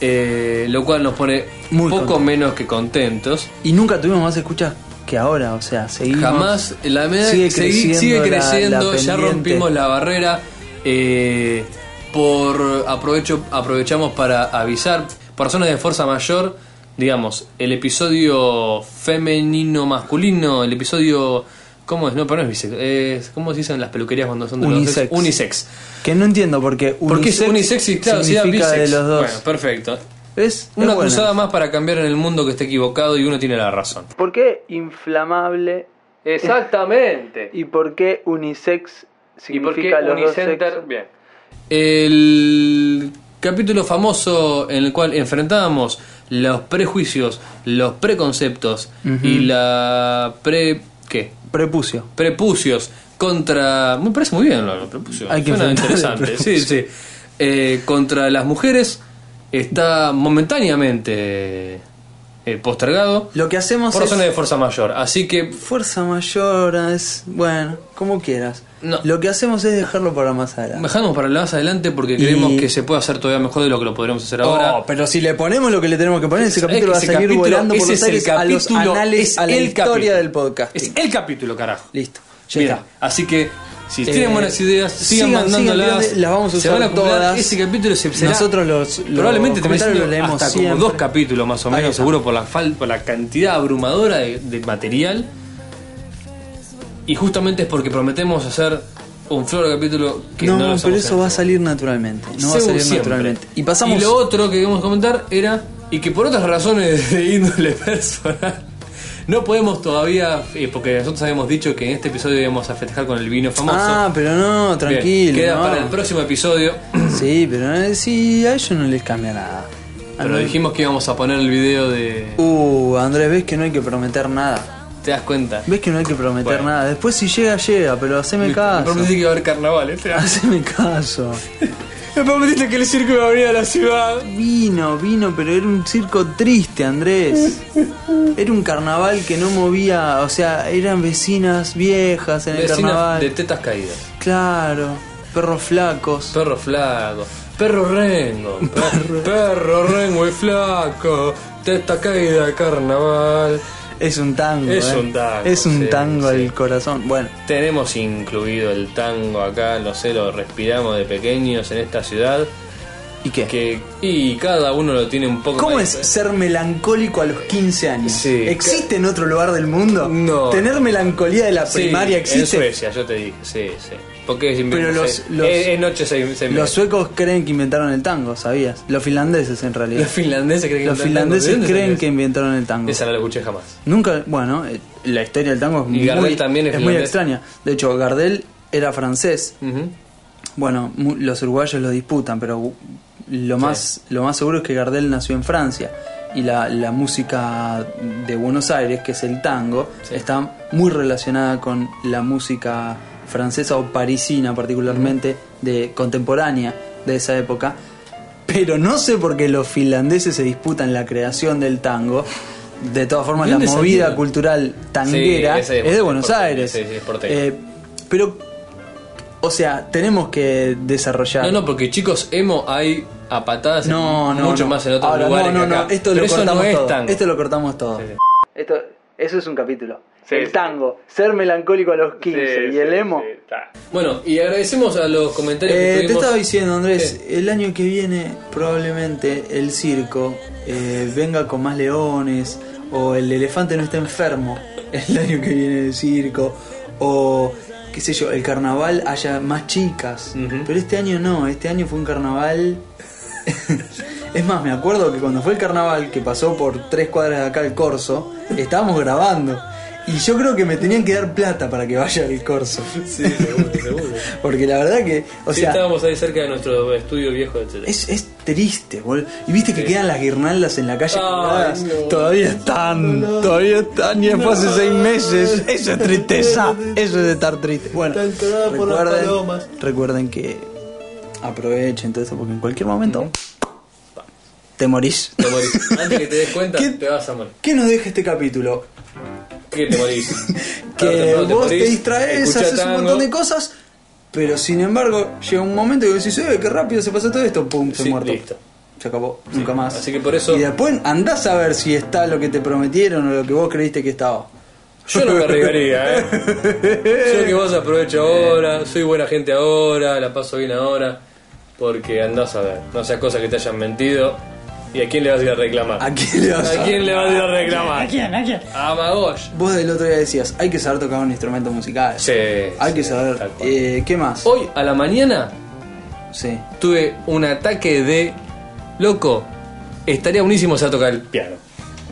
eh, lo cual nos pone
Muy
poco
contentos.
menos que contentos.
Y nunca tuvimos más escuchas que ahora, o sea, seguimos.
Jamás, la medida
sigue
sigue,
creciendo
sigue
la- la
creciendo, ya
pendiente.
rompimos la barrera Eh, por aprovecho, aprovechamos para avisar, por razones de fuerza mayor, digamos, el episodio femenino masculino, el episodio ¿cómo es? No, pero no es bisex, es- ¿cómo se dicen las peluquerías cuando son de los dos
Unisex.
sexos? unisex.
Que no entiendo porque unisex,
Porque es unisex y claro, si era
significa
bisex.
de los dos.
Bueno, perfecto.
es
Una
es buena.
cruzada más para cambiar en el mundo que está equivocado y uno tiene la razón.
¿Por qué inflamable
Exactamente.
y por qué unisex significa los dos sexos?
Bien. El capítulo famoso en el cual enfrentábamos los prejuicios, los preconceptos y la pre ¿qué?
Prepucio.
prepucios contra me parece muy bien lo de los prepucios.
Hay que
Suena
enfrentar el
interesante.
prepucio.
Sí, sí. Eh, contra las mujeres está momentáneamente eh, postergado
Lo que hacemos
por
es
razones de fuerza mayor. Así que
fuerza mayor, es bueno, como quieras.
No.
Lo que hacemos es dejarlo para más adelante.
Dejamos para más adelante porque creemos
Y-
que se puede hacer todavía mejor de lo que lo podríamos hacer ahora.
Oh, pero si le ponemos lo que le tenemos que poner, ese
Es
capítulo
que
va a
ese
salir
capítulo-
volando por
ese
los
es el
aires a los
capítulo,
anales,
es
a la
el
historia
capítulo.
del podcast.
Es el capítulo, carajo.
Listo. Ya
Mira,
está.
así que si
Eh,
tienen buenas ideas, sigan,
sigan, sigan
mandándolas.
tirando, las vamos a
se
usar
van acumular.
todas.
Ese capítulo se será-
Nosotros los- los
probablemente
comentarios
termine
los
siendo
leemos
hasta como
siempre.
dos capítulos más o
Ahí
menos,
está.
seguro por la fal- por la cantidad abrumadora de, de material. Y justamente es porque prometemos hacer un flor de capítulo que no,
no,
lo hacemos
pero
en
eso
este
va a
momento.
salir naturalmente. No va a
Según
salir
siempre.
naturalmente. Y pasamos
Y lo otro que queríamos comentar era. Y que por otras razones (laughs) de índole personal. No podemos todavía. eh, Porque nosotros habíamos dicho que en este episodio íbamos a festejar con el vino famoso.
Ah, pero no,
Bien,
tranquilo.
Queda
no.
para el próximo episodio. (clears throat)
Sí, pero eh, sí, a ellos no les cambia nada.
Pero
Andrés-
dijimos que íbamos a poner el video de.
Uh, Andrés, ves que no hay que prometer nada.
¿Te das cuenta?
Ves que no hay que prometer
Bueno.
nada. Después si llega, llega, pero haceme caso.
prometiste que iba a haber carnaval, este año.
(laughs) Haceme caso.
(laughs) Me prometiste que el circo iba a venir a la ciudad.
Vino, vino, pero era un circo triste, Andrés. Era un carnaval que no movía, o sea, eran vecinas viejas en el
Vecinas
carnaval.
de tetas caídas.
Claro, perros flacos.
Perro flaco, perro rengo, perro, rengo y flaco, testa caída de carnaval.
Es un tango.
Es
eh.
un tango,
Es un
sí,
tango
sí.
al corazón. Bueno,
Tenemos incluido el tango acá, no sé, lo respiramos de pequeños en esta ciudad.
¿y qué?
Que, y cada uno lo tiene un poco.
¿Cómo es
más-
ser melancólico a los 15 años?
Sí.
¿Existe en otro lugar del mundo?
No.
¿Tener melancolía de la
Sí,
primaria
En
existe?
Suecia, yo te dije, sí, sí. Porque es
Pero los-
se-
los-
es, es noche se, se-
Los suecos creen que inventaron el tango, ¿sabías? Los finlandeses en realidad.
los finlandeses creen que
Los
inventan-
finlandeses
¿de dónde
creen
salió
que
eso?
inventaron el tango.
Esa no la escuché jamás.
Nunca, bueno, eh, la historia del tango es,
Y
muy,
Gardel también es
es muy
finlandés.
extraña. De hecho, Gardel era francés.
Ujú.
Bueno, mu- los uruguayos lo disputan, pero lo más, lo más seguro es que Gardel nació en Francia. Y la, la música de Buenos Aires, que es el tango, está muy relacionada con la música francesa o parisina particularmente, de contemporánea de esa época. Pero no sé por qué los finlandeses se disputan la creación del tango. De todas formas,
¿De
la
dónde
movida
salieron?
cultural tanguera
Sí, ese es
es de Buenos
porteño,
Aires.
sí, sí, es porteño.
Eh, pero o sea, tenemos que desarrollar.
No, no, porque chicos, emo hay a patadas en-
no, no.
mucho
no.
más en otros
Ahora,
lugares.
No, no,
que acá.
no. Esto
Pero
lo
eso
cortamos
no es
todo.
tango.
Esto lo cortamos todo.
Sí, sí.
Esto, eso es un capítulo.
Sí,
el
sí.
tango, ser melancólico a los 15 y
Sí,
el
sí,
emo.
sí, está. bueno, y agradecemos a los comentarios
Eh,
que
te
tuvimos.
estaba diciendo, Andrés, el año que viene probablemente el circo eh, venga con más leones o el elefante no está enfermo (laughs) el año que viene el circo o qué sé yo, el carnaval haya más chicas.
Ujú.
Pero este año no, este año fue un carnaval... (laughs) es más, me acuerdo que cuando fue el carnaval que pasó por tres cuadras de acá el corso, estábamos grabando. Y yo creo que me tenían que dar plata para que vaya el corso.
Sí, seguro, seguro.
Porque la verdad que, o
sí,
sea,
estábamos ahí cerca de nuestro estudio viejo, etc.
es, es triste, boludo. Y viste que quedan las guirnaldas en la calle
Ay,
colgadas.
no.
Todavía están, todavía están. Y después hace seis meses. Eso es tristeza. Eso es de estar triste. Bueno,
Están cagadas por las palomas.
recuerden, recuerden que aprovechen todo eso porque en cualquier momento te morís.
Te morís. Antes que te des cuenta,
(laughs) ¿Qué?
te vas a morir.
¿Qué nos deja este capítulo?
Que te morís. Tarde o
(laughs) que
temprano
vos te
morís,
distraes,
escuchá
haces un
tango.
montón de cosas, pero sin embargo llega un momento que decís, eh, qué rápido se pasó todo esto, pum, se
Sí,
muerto.
listo.
Se acabó, nunca más.
así que por eso-
Y después andás a ver si está lo que te prometieron o lo que vos creíste que estaba.
Yo no me arriesgaría,
(laughs)
¿eh? Yo que vos aprovecho ahora, soy buena gente ahora, la paso bien ahora, porque andás a ver, no seas cosas que te hayan mentido. ¿Y a quién le vas a ir a reclamar?
¿A quién le vas a-
¿A quién le vas a ir a reclamar?
quién? ¿A quién?
A Magosh.
Vos del otro día decías, hay que saber tocar un instrumento musical.
Sí,
Hay
sí,
que saber.
tal cual. Oh.
eh, ¿Qué más?
Hoy a la mañana
Sí.
tuve un ataque de. Loco, estaría buenísimo saber tocar el piano.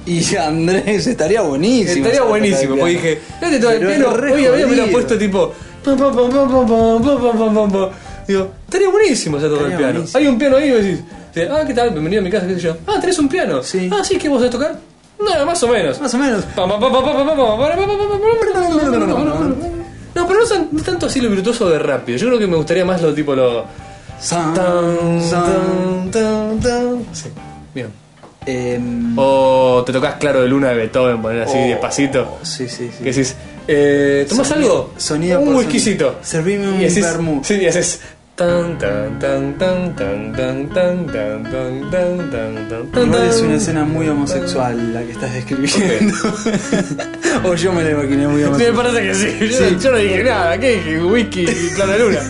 Y Andrés, estaría buenísimo.
Estaría
saber
buenísimo,
tocar
porque
el
dije,
piano.
no te toca el
Pero es
piano,
re
hoy había me lo
jodido.
puesto tipo. pam, pam, pam, pam, pam, pam, pam, pam, pam, pam, pam. Digo, estaría buenísimo saber tocar el
Estaría
piano.
buenísimo.
Hay un piano ahí y vos decís, te- ah, ¿qué tal? Bienvenido a mi casa, qué sé yo. Ah, tenés un piano.
Sí.
Ah, sí, ¿qué vos sabés tocar? No, más o menos.
Más o menos.
Pam, pam, pam, pam, pam, pam, pam, pam, pam, pam, pam, pam, pam, pam, pam. No, pero no son- no tanto así lo virtuoso de rápido. Yo creo que me gustaría más lo tipo lo.
San,
Tan, tan,
san.
tan, tan. Sí, bien.
Em,
O te tocas claro de luna de Beethoven, poner así
Oh.
despacito.
Sí, sí, sí.
Que decís, eh, ¿tomás
Sonido-
algo?
sonido
Un
por
whiskycito.
sonido. Servime un
Y decís-
vermú.
Sí, y haces. Tan, tan, tan, tan, tan, tan, tan, tan, tan, tan, tan, tan, tan,
Igual es
tan.
una escena muy homosexual la que estás describiendo. (laughs) o yo me la imaginé muy
Sí, me
homosexual.
parece que sí. Yo,
Sí.
yo no dije nada. ¿Qué dije? Whisky y claro de luna.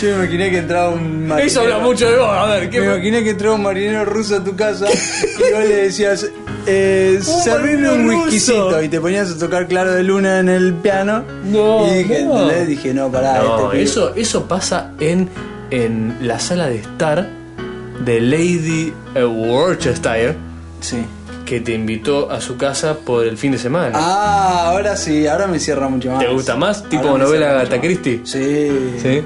Yo me imaginé que entraba un marinero.
Eso habla mucho de vos. A ver, ¿qué
Me imaginé que entraba un marinero ruso a tu casa y vos le decías, eh, servime un
marinero ruso".
whiskycito. Y te ponías a tocar claro de luna en el piano.
No,
Y dije,
no.
¿entendés? dije no, pará, este
No,
pibe-
eso, eso pasa en, en la sala de estar de Lady eh, Worcestershire
Sí.
que te invitó a su casa por el fin de semana.
Ah, ahora sí, ahora me cierra mucho más.
¿Te gusta más?
Ahora
Tipo
me
novela
cierra
Agatha
mucho más.
Christie.
Sí.
¿Sí?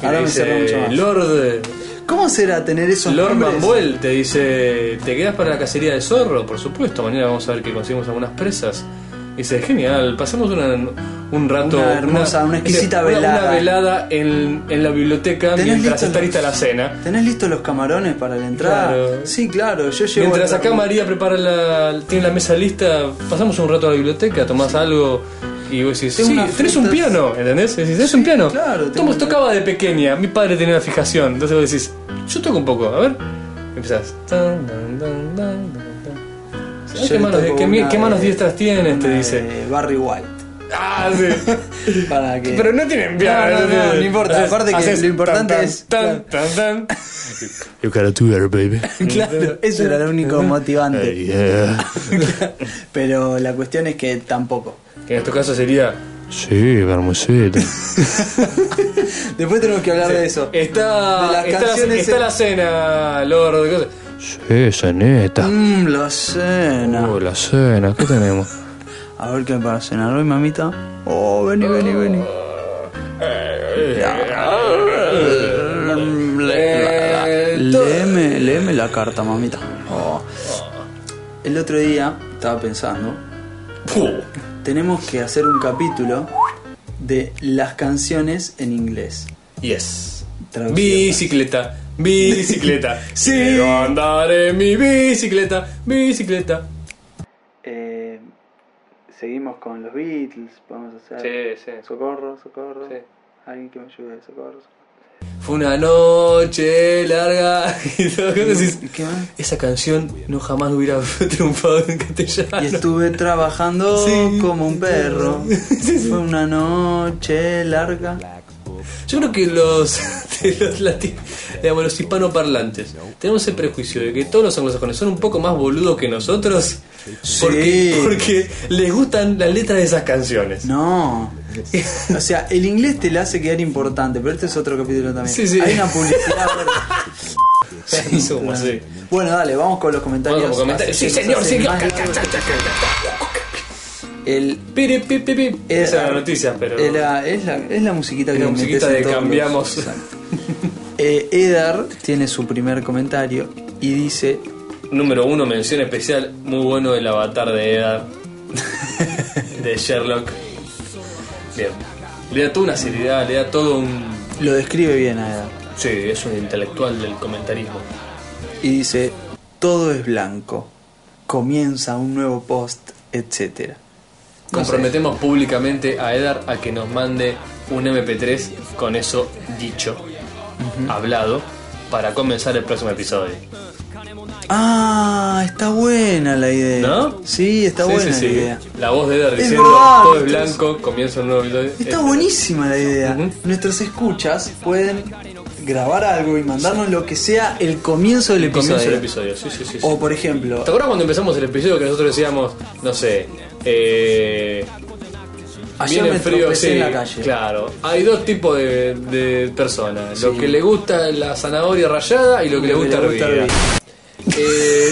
Que
Ahora me
dice,
cierra mucho más.
Lord, eh,
¿Cómo será tener esos
Lord
nombres?
Manuel te dice, ¿te quedas para la cacería de zorro? Por supuesto, mañana vamos a ver que conseguimos algunas presas. Dice, genial, pasamos una- un rato...
Una hermosa, una exquisita
(laughs) una- Una,
velada.
velada en, en la biblioteca
¿Tenés
mientras
listos
está
los-
lista la cena.
¿Tenés listos los camarones para la entrada?
Claro.
Sí, claro, yo llevo.
Mientras
el-
acá María prepara la... tiene la mesa lista, pasamos un rato a la biblioteca, tomás algo... Y vos decís,
Tengo
sí,
unas
tenés un
frutas".
piano, ¿entendés? Decís, tenés un piano.
claro, tengo
Tomo-
una-
tocaba de pequeña, mi padre tenía una fijación. Entonces vos decís, yo toco un poco, a ver. Y Empezás. Tan, tan, tan, tan, tan, tan.
yo
Ay, ¿Qué
le
manos,
toco
qué
una
mi- qué manos
de-
diestras tienes? Te
una
dice.
de Barry White.
Ah,
(laughs)
sí. (laughs)
Para que.
Pero no tienen piano.
No, no, no, no importa.
Haces-
Aparte que
haces
lo importante
tan,
es-
Tan, tan, tan, tan.
You got a two-air, baby.
Claro, (laughs) eso era lo único motivante.
Yeah.
(laughs) Pero la cuestión es que
(laughs)
tampoco.
Que en tu caso sería.
Sí, hermosita.
Después tenemos que hablar de eso. De
Está,
las
está, la,
canciones
está la cena, Lord. ¿qué cosa?
Sí, cenita.
Mmm, la cena.
Oh, la cena, ¿qué tenemos?
A ver qué hay para cenar hoy, mamita. Oh, vení, vení, vení.
Eh, to-
Léeme, léeme la carta, mamita. Oh. El otro día estaba pensando,
Puh.
tenemos que hacer un capítulo de las canciones en inglés.
Yes.
Traducido.
Bicicleta, bicicleta.
(laughs) Sí.
Quiero andar en mi bicicleta, bicicleta.
Eh, seguimos con los Beatles, podemos hacer.
Sí, sí.
Socorro, socorro.
Sí.
Alguien que me ayude, socorro.
Fue una noche larga (laughs) y todo. ¿Qué decís?
¿Qué más?
Esa canción no jamás hubiera (laughs) triunfado en castellano.
Y estuve trabajando
Sí.
como un perro.
(laughs)
Fue una noche larga.
Yo creo que los, (laughs) de los, lati- digamos, los hispanoparlantes tenemos el prejuicio de que todos los anglosajones son un poco más boludos que nosotros porque, porque les gustan las letras de esas canciones.
No. O sea, el inglés te la hace quedar importante, pero este es otro capítulo también.
Sí, sí.
Hay
(laughs)
una publicidad.
Sí, somos así.
bueno, dale, vamos con los comentarios.
Vamos con comentarios.
Así
Sí,
se
señor,
nos hace
sí.
más largo. El-
Piri, pi, pi, pi. Esa es la noticia, pero.
Es la, es la, es la musiquita
Es
que
la
metes
musiquita
en
de
todos los-
cambiamos.
Exacto. (laughs) Eh, Edar tiene su primer comentario y dice:
Número uno, mención especial, muy bueno el avatar de Edad (laughs) de Sherlock. Bien. Le da toda una seriedad, le da todo un.
Lo describe bien a Edar.
Sí, es un intelectual del comentarismo.
y dice, todo es blanco, comienza un nuevo post, etc.
Comprometemos públicamente a Edar a que nos mande un MP3 con eso dicho, hablado, para comenzar el próximo episodio.
Ah, Ah, está buena la idea.
¿No?
Sí, está
Sí,
buena
sí,
la
sí.
idea.
La voz de Eder
Es
diciendo
verdad,
todo es
entonces-
blanco, comienza un nuevo episodio. Este
Está
Es-
buenísima la idea.
Ujú.
Nuestros escuchas pueden grabar algo y mandarnos lo que sea el comienzo del episodio.
Comienza el episodio, sí, sí, sí. sí.
O por ejemplo,
¿Te acuerdas cuando empezamos el episodio que nosotros decíamos, no sé, eh,
ayer
viene
me
frío,
tropecé
sí,
en la calle.
Claro, hay dos tipos de, de personas, lo que le gusta la zanahoria rallada y lo que le
Lo que
gusta
le gusta
hervida.
hervida.
Eh,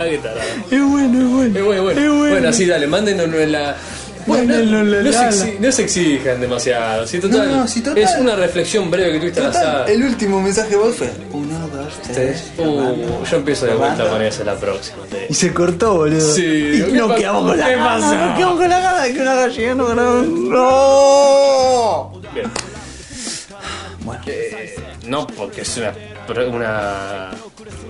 (laughs) qué tarado.
Es bueno, es bueno.
Eh, bueno, bueno.
Es
bueno. así dale, mándenos en la. Bueno, no,
Mándenos la-
no se
la-
exi- no se exijan demasiado. Si total,
No, no, si total.
Es una reflexión breve que tuviste al azar.
Total, el último mensaje de vos fue uno, dos, tres.
Uh, yo empiezo de vuelta
Llamando.
con esa la próxima. te-
Y se cortó, boludo.
Sí,
Y
¿qué
nos
pa-
quedamos con la
qué
gana.
pasa?
Nos quedamos con la gana de que una gallina no ganaba. ¡No!
Bien.
Bueno.
Eh, no, porque es una. pro- una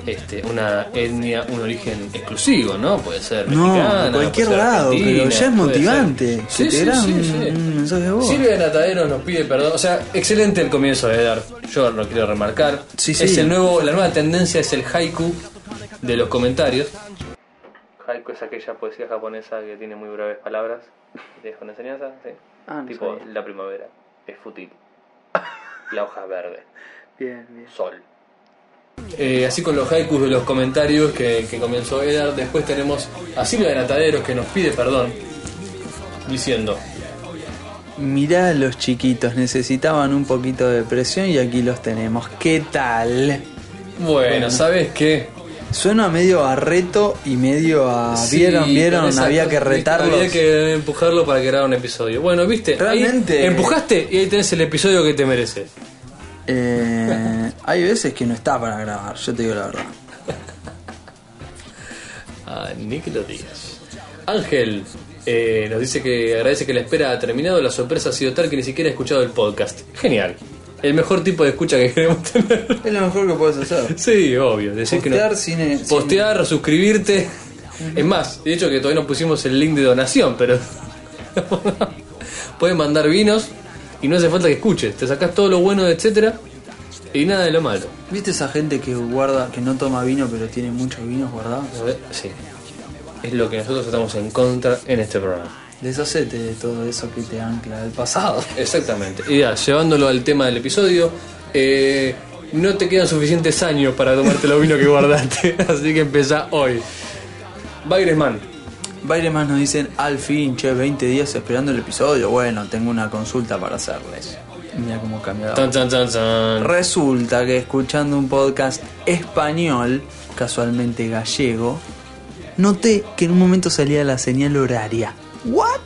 este, una etnia, un origen exclusivo, ¿no? Puede ser
No, de
mexicana,
cualquier
puede ser
lado, pero
argentina,
ya es
puede ser-
motivante. Que te grabes un- un mensaje de voz.
Silvia Natadero nos pide perdón. O sea, excelente el comienzo de Dar. Yo lo quiero remarcar.
Sí,
es
sí.
el nuevo, la nueva tendencia es el haiku de los comentarios. Haiku es aquella poesía japonesa que tiene muy breves palabras. ¿Tienes con enseñanza? Sí.
Ah, no
tipo,
sabía.
la primavera es fútil. La hoja verde.
Bien, bien.
Sol. Eh, así con los haikus de los comentarios que, que comenzó Edar. Después tenemos a Silvia de Nataderos que nos pide perdón diciendo:
Mirá, los chiquitos necesitaban un poquito de presión y aquí los tenemos. ¿Qué tal?
Bueno, ¿sabes qué?
Suena medio a reto y medio a.
Sí,
Ah, ¿Vieron? ¿Vieron?
con esa
había
cosa-
que retarlos.
Había que empujarlo para que grabara un episodio. Bueno, viste,
Realmente.
Ahí empujaste y ahí tenés el episodio que te mereces.
Eh, hay veces que no está para grabar, yo te digo la verdad.
A Nick Ah, lo digas. Ángel eh, nos dice que agradece que la espera ha terminado. La sorpresa ha sido tal que ni siquiera ha escuchado el podcast. Genial. El mejor tipo de escucha que queremos tener.
Es lo mejor que puedes hacer.
Sí, obvio. Decir que
Postear
no-
sin- sin-
Postear, suscribirte. Es más, de hecho que todavía no pusimos el link de donación, pero... (laughs) Puedes mandar vinos y no hace falta que escuches. Te sacás todo lo bueno, etcétera Y nada de lo malo.
¿Viste esa gente que guarda, que no toma vino pero tiene muchos vinos guardados?
A ver, Sí. Es lo que nosotros estamos en contra en este programa.
Deshacete de todo eso que te ancla del pasado.
Exactamente. Y ya, llevándolo al tema del episodio, eh, no te quedan suficientes años para tomarte los vinos que guardaste, (laughs) así que empezá hoy. Bagresman,
más nos dicen, al fin, che, 20 días esperando el episodio. Bueno, tengo una consulta para hacerles. Mira cómo cambió. la
Tan, tan, tan, tan.
Resulta que escuchando un podcast español, casualmente gallego, noté que en un momento salía la señal horaria. ¿What?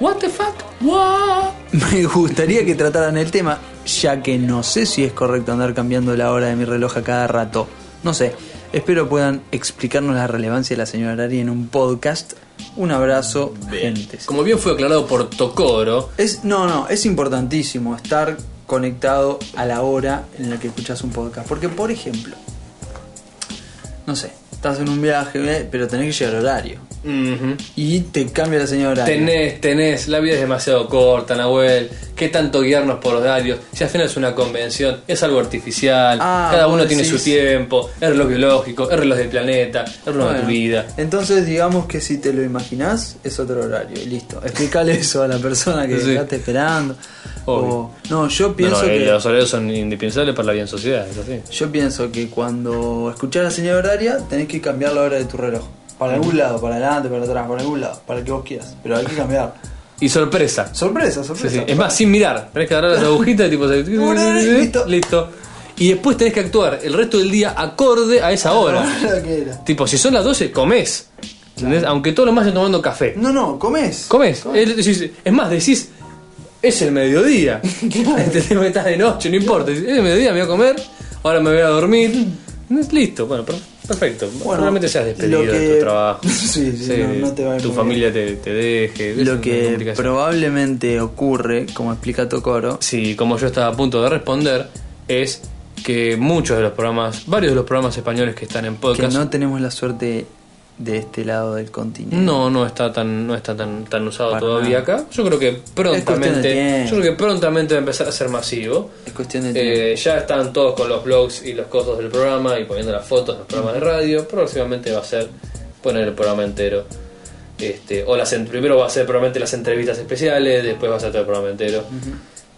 What the fuck? What?
Me gustaría que trataran el tema, ya que no sé si es correcto andar cambiando la hora de mi reloj a cada rato. No sé. Espero puedan explicarnos la relevancia de la señora horaria en un podcast. Un abrazo, gente.
Como bien fue aclarado por Tocoro,
Es, no, no, es importantísimo estar conectado a la hora en la que escuchas un podcast. Porque, por ejemplo, no sé, estás en un viaje, eh, pero tenés que llegar al horario.
ujú,
Y te cambia la señal horaria.
tenés, tenés, la vida es demasiado corta, Nahuel, ¿qué tanto guiarnos por horarios? Si al final es una convención, es algo artificial,
Ah,
cada
vos
uno tiene
decís.
su tiempo, es reloj biológico, es reloj del planeta, es reloj de
Bueno,
tu vida.
Entonces, digamos que si te lo imaginás, es otro horario. y Listo. Explícale (laughs) eso a la persona que
Sí.
está esperando.
Obvio.
O- no, yo pienso
No, no, eh,
que.
los horarios son indispensables para la bien sociedad, es así.
Yo pienso que cuando escuchás la señal horaria tenés que cambiar la hora de tu reloj. Para algún lado, para adelante, para atrás, para algún lado, para el que vos quieras. Pero hay que cambiar.
Y sorpresa.
Sorpresa,
Sí,
sorpresa.
sí. Es
(laughs)
más, sin mirar. Tenés que agarrar las agujitas y tipo... se-
Listo.
Listo. Y después tenés que actuar el resto del día acorde a esa hora.
(laughs) Ahora que era.
tipo, si son las 12, comés. ¿Entendés? Aunque todos los más estén tomando café.
No, no, comés.
Comés. Es, decís- es más, decís... Es el
(laughs)
mediodía. Entendés que estás de noche, no importa. Decís, Es el mediodía, me voy a comer. Ahora me voy a dormir. Listo, bueno, per- perfecto. Realmente seas despedido
Mm. lo
de
que-
tu trabajo.
(laughs) Sí, sí, no- no te va a ir
Tu
muy
familia te, te deje. es
Lo
una
que
complicación.
probablemente ocurre, como explica Tocoro,
Sí, como yo estaba a punto de responder, es que muchos de los programas, varios de los programas españoles que están en
que
podcast,
no tenemos la suerte de este lado del continente.
No, no está tan, no está tan, tan usado
Para
todavía acá. Yo creo que prontamente,
tiempo.
yo creo que prontamente va a empezar a ser masivo.
Es cuestión de tiempo.
Eh, ya están todos con los blogs y los cosas del programa y poniendo las fotos en los programas de radio. Próximamente va a ser poner el programa entero. Este, o las en- primero va a ser probablemente las entrevistas especiales, después va a ser todo el programa entero.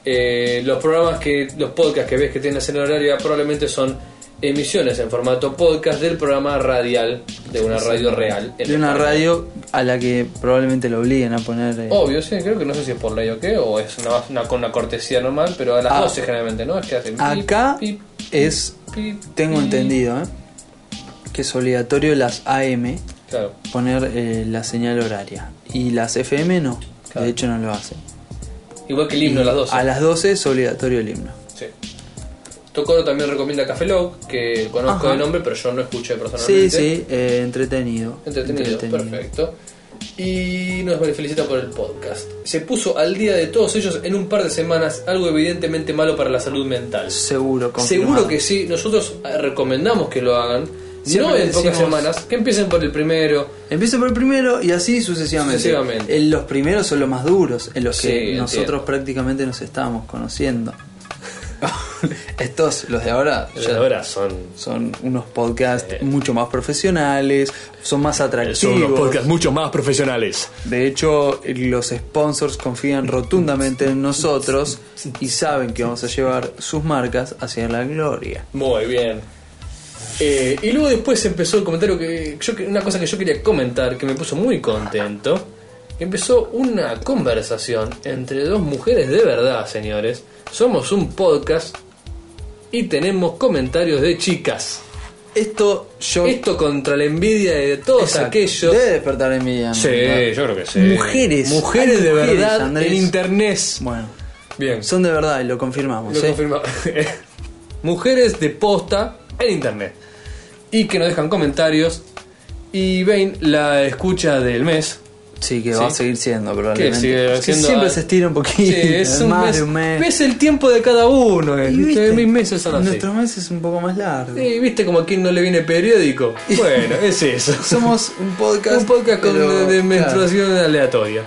Eh, los programas que, los podcasts que ves que tienes en horario probablemente son emisiones en formato podcast del programa radial de una radio real. en
de una
España.
radio a la que probablemente lo obliguen a poner. eh,
Obvio, sí, creo que no sé si es por ley o qué, o es una, una- con una cortesía normal, pero a las
Ah.
12 generalmente, ¿no? Es que hacen pip,
Acá
pip,
es,
pip,
tengo
pip.
entendido, ¿eh? que es obligatorio las AM
Claro.
poner eh, la señal horaria y las FM no,
Claro.
de hecho no lo hacen.
Igual que el himno a las 12.
A las 12 es obligatorio el himno.
Sí. Tocoro también recomienda Café Lock, que conozco
Ajá.
de nombre, pero yo no escuché personalmente.
Sí, sí, eh, entretenido.
Entretenido, perfecto. Y nos felicita por el podcast. Se puso al día de todos ellos en un par de semanas, algo evidentemente malo para la salud mental.
Seguro, confirmado.
Seguro que sí, nosotros eh, recomendamos que lo hagan. no
Siempre
en pocas
decimos-
semanas, que empiecen por el primero.
Empieza por el primero y así sucesivamente.
Sucesivamente.
Eh, los primeros son los más duros, en los
Sí,
que
entiendo.
nosotros prácticamente nos estamos
(laughs)
conociendo. Estos, los de ahora, ya
ahora son.
son unos podcasts mucho más profesionales, son más atractivos.
mucho más profesionales.
De hecho, los sponsors confían rotundamente en nosotros y saben que vamos a llevar sus marcas hacia la gloria.
Muy bien. Eh, y luego después empezó el comentario que yo que- una cosa que yo quería comentar que me puso muy contento. Empezó una conversación entre dos mujeres de verdad, señores. Somos un podcast y tenemos comentarios de chicas.
Esto yo
Esto contra la envidia de todos
Exacto.
aquellos.
debe despertar envidia.
Sí,
¿verdad?
yo creo que sí.
Mujeres,
Mujeres
hay
de
mujeres,
verdad
Andrés.
en internet.
Bueno,
Bien.
son de verdad y lo confirmamos.
Lo
¿eh?
confirma. (laughs) Mujeres de posta en internet. Y que nos dejan comentarios. Y Bane, la escucha del mes.
(laughs) Sí, que va a
Sí.
seguir siendo
Que
probablemente.
sigue
Es que
siendo-
siempre se estira un poquito.
Sí, es un
(laughs) más
mes.
de un mes.
Ves el tiempo de cada uno. eh.
Y
Viste,
viste,
Mis meses son así.
Nuestro mes es un poco más largo.
Sí, ¿Viste como a quien no le viene
(laughs)
periódico? Bueno, es eso.
Somos un podcast.
Un podcast con,
pero,
de, de
claro,
menstruación aleatoria.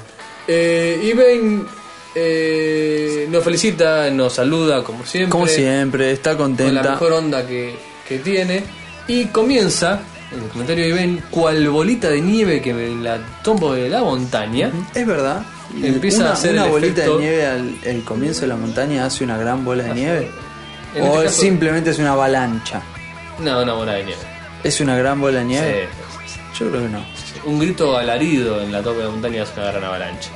Eh, y Ben eh, nos felicita, nos saluda como siempre.
Como siempre, está
Con la
contenta.
mejor onda que, que tiene. Y comienza, en el comentario de Ben, cual bolita de nieve que en la tombo de la montaña.
Es verdad.
Empieza
una,
a hacer
una
el
bolita
efecto-
de nieve al el comienzo de la montaña hace una gran bola de nieve.
En
o
este
es
caso-
simplemente es una avalancha.
No, una bola de nieve.
¿Es una gran bola de nieve?
Sí.
Yo creo que no.
Un grito alarido en la tope de la montaña es una gran avalancha.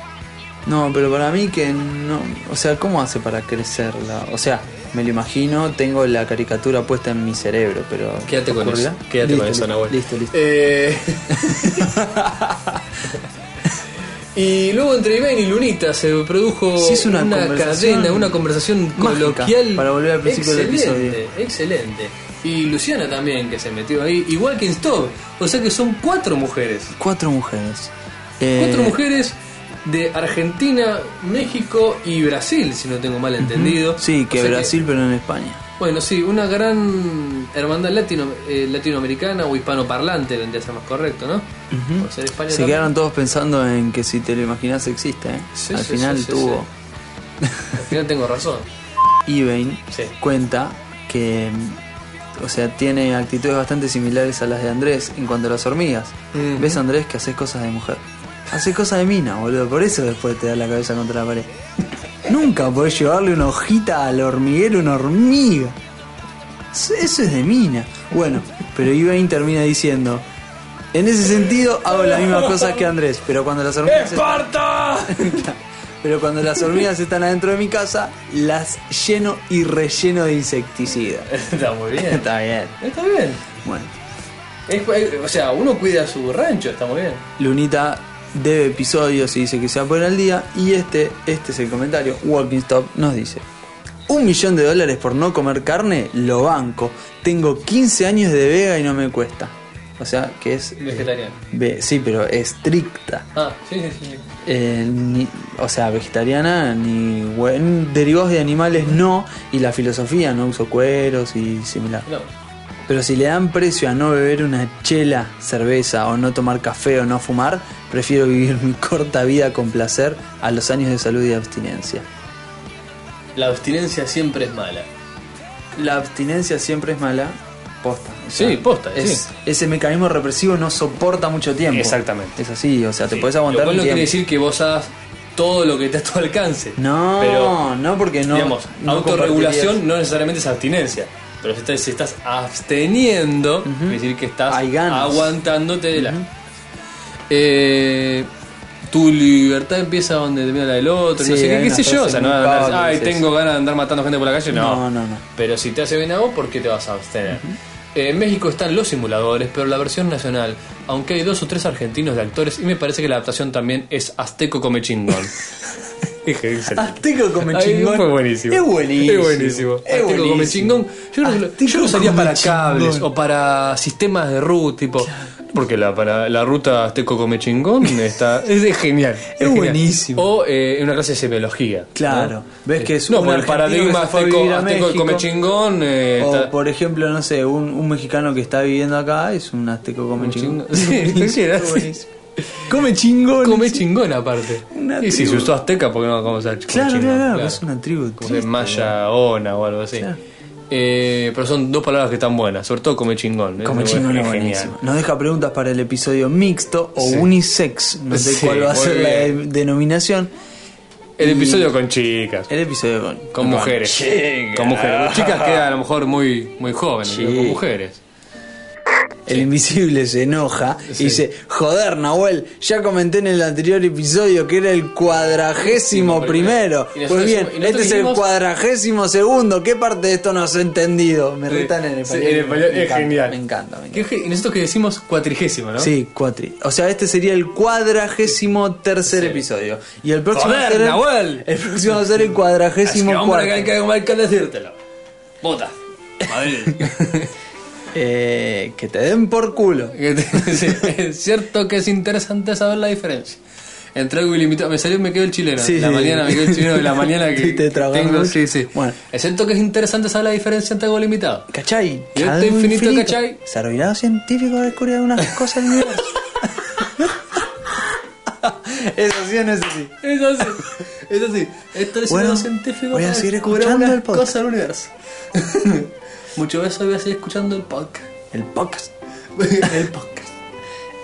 No, pero para mí que no. O sea, ¿cómo hace para crecerla? O sea, me lo imagino, tengo la caricatura puesta en mi cerebro, pero.
Quédate con
¿ocurrirá?
eso. Quédate
Listo,
con eso,
listo,
Nahuel.
Listo, listo.
Eh, (laughs) y luego entre Iván y Lunita se produjo
Sí, es una conversación
cadena, una conversación
mágica,
coloquial.
para volver al principio del
excelente,
episodio.
Excelente. Y Luciana también que se metió ahí, igual que en Stop. O sea que son cuatro mujeres.
Cuatro mujeres. Eh,
Cuatro mujeres de Argentina, México y Brasil, si no tengo mal entendido.
Sí, que
O sea
Brasil, pero en España.
Bueno, sí, una gran hermandad latino, eh, latinoamericana o hispanoparlante vendría a ser más correcto, ¿no? Por ser España
Se
también.
quedaron todos pensando en que si te lo imaginas existe, ¿eh?
Sí,
Al
sí,
final
sí, sí,
tuvo.
Al final tengo razón.
Ibane
Sí.
cuenta que. mm, O sea, tiene actitudes bastante similares a las de Andrés en cuanto a las hormigas.
Ujú.
¿Ves, Andrés, que haces cosas de mujer? Haces cosas de mina, boludo. Por eso después te da la cabeza contra la pared. Nunca podés llevarle una hojita al hormiguero, una hormiga. Eso eso es de mina. Bueno, pero Ibane termina diciendo. En ese sentido, hago las mismas cosas que Andrés, pero cuando las hormigas.
¡Esparta!
Pero cuando las hormigas están adentro de mi casa, las lleno y relleno de insecticida.
(laughs) Está muy bien.
Está bien.
Está bien.
Bueno,
Es- es- o sea, uno cuida su rancho, está muy bien.
Lunita debe episodios y dice que se va a poner al día. Y este, este es el comentario. Walking Stop nos dice. Un millón de dólares por no comer carne, lo banco. Tengo 15 años de vega y no me cuesta. O sea, que es... eh,
Vegetariano.
ve- sí, pero estricta.
Ah, sí, sí, sí.
Eh, ni- o sea, vegetariana ni hue- derivados de animales no, y la filosofía no uso cueros y similar.
No.
Pero si le dan precio a no beber una chela, cerveza o no tomar café o no fumar, prefiero vivir mi (laughs) corta vida con placer a los años de salud y abstinencia.
La abstinencia siempre es mala.
La abstinencia siempre es mala, posta. O sea,
Sí, posta,
es-
sí.
Ese mecanismo represivo no soporta mucho tiempo.
Exactamente.
Es así, o sea, te
Sí.
podés aguantar
Lo cual
un
no quiere
tiempo.
decir que vos hagas todo lo que está a tu alcance.
No,
Pero,
no, porque no.
digamos,
no
autorregulación
compartirías.
no necesariamente es abstinencia. Pero si estás, si estás absteniendo, quiere decir que estás
Hay ganas.
aguantándote de la. Eh, tu libertad empieza donde termina la del otro,
Sí,
no sé qué,
hay
qué
una
sé yo. O sea,
frase
no
muy
andar,
pava que
ay,
dice
tengo ganas de andar matando gente por la calle. No.
No, no, no.
Pero si te hace bien a vos, ¿por qué te vas a abstener? Eh, en México están los simuladores, pero la versión nacional, aunque hay dos o tres argentinos de actores, y me parece que la adaptación también es Azteco come
(laughs)
chingón. Dije, excelente.
Azteco Ah, come
Ay,
chingón.
fue buenísimo.
Es buenísimo.
Es buenísimo.
Es
Azteco
buenísimo.
come chingón. Yo creo que lo,
Azteco
yo lo usaría
come
para cables
chingón.
o para sistemas de root, tipo. Porque la, para, la ruta este Azteco come chingón
(laughs)
está, es, es genial. Es, genial.
buenísimo.
O eh, en una clase de semiología.
Claro.
¿no?
Ves
Eh,
que es
No,
un
por el
argentino
paradigma
que se fue a
Azteco,
vivir a
Azteco
México.
come chingón. eh,
O
está-
por ejemplo, no sé, un, un mexicano que está viviendo acá es un azteco come
Un
chingón.
chingo- (laughs)
(laughs)
Sí, cualquiera, sí.
buenísimo. Come chingón.
Come chingón aparte.
Una
Y si se
tribu.
usó azteca, ¿por qué no vamos a comer
Claro,
chingón?
claro, claro,
Claro.
es una tribu.
como de
triste.
maya ona o algo así.
Claro.
Eh, pero son dos palabras que están buenas, sobre todo come chingón.
Come
Es
chingón
muy-
es
es
buenísimo. Nos deja preguntas para el episodio mixto o
Sí.
unisex. No sé
Sí,
cuál va a
muy
ser la de-
bien.
denominación.
El
Y-
episodio con chicas,
El episodio con,
con mujeres. Con mujeres. Con chicas queda a lo mejor muy, muy jóvenes, pero con
Sí.
mujeres.
El invisible se enoja y dice, joder Nahuel, ya comenté en el anterior episodio que era el cuadragésimo
primero.
primero.
Y nosotros
Pues bien,
dijimos- y nosotros
este es el
dijimos-
cuadragésimo segundo. ¿Qué parte de esto no has entendido? Me retan en
Sí,
español.
en español
Me
es
encanta,
genial.
Me encanta, me encanta.
Que es que- Y nosotros que decimos cuatrigésimo, ¿no?
Sí, cuatri. O sea, este sería el cuadragésimo tercer episodio. Y el próximo
Joder,
va a ser el-
Nahuel.
el próximo va a ser el
Así que
cuadragésimo
hombre, que hay
cuarto.
que, hay que decírtelo. Bota. Madrid.
Eh, que te den por culo.
Que te- (laughs) sí, es cierto que es interesante saber la diferencia. Entre algo ilimitado. Me salió, me quedó el chileno.
Sí,
la
sí.
mañana me quedó el chileno de la
(laughs)
mañana que
Sí, te tragaron
tengo.
mucho.
Sí, sí.
Bueno.
Es cierto que es interesante saber la diferencia entre algo limitado.
¿Cachai?
Y este
Algo
infinito, ¿cachai?
Desarrollado científico descubrió algunas cosas del
(laughs)
universo. Eso sí o no es así.
Es así. (laughs) Es así. Esto es
Bueno,
un científico.
voy a
para
seguir
descubrir
escuchando
algunas
el podcast.
cosas del universo. (laughs) Mucho beso voy a seguir escuchando el podcast.
El podcast.
(laughs) el podcast.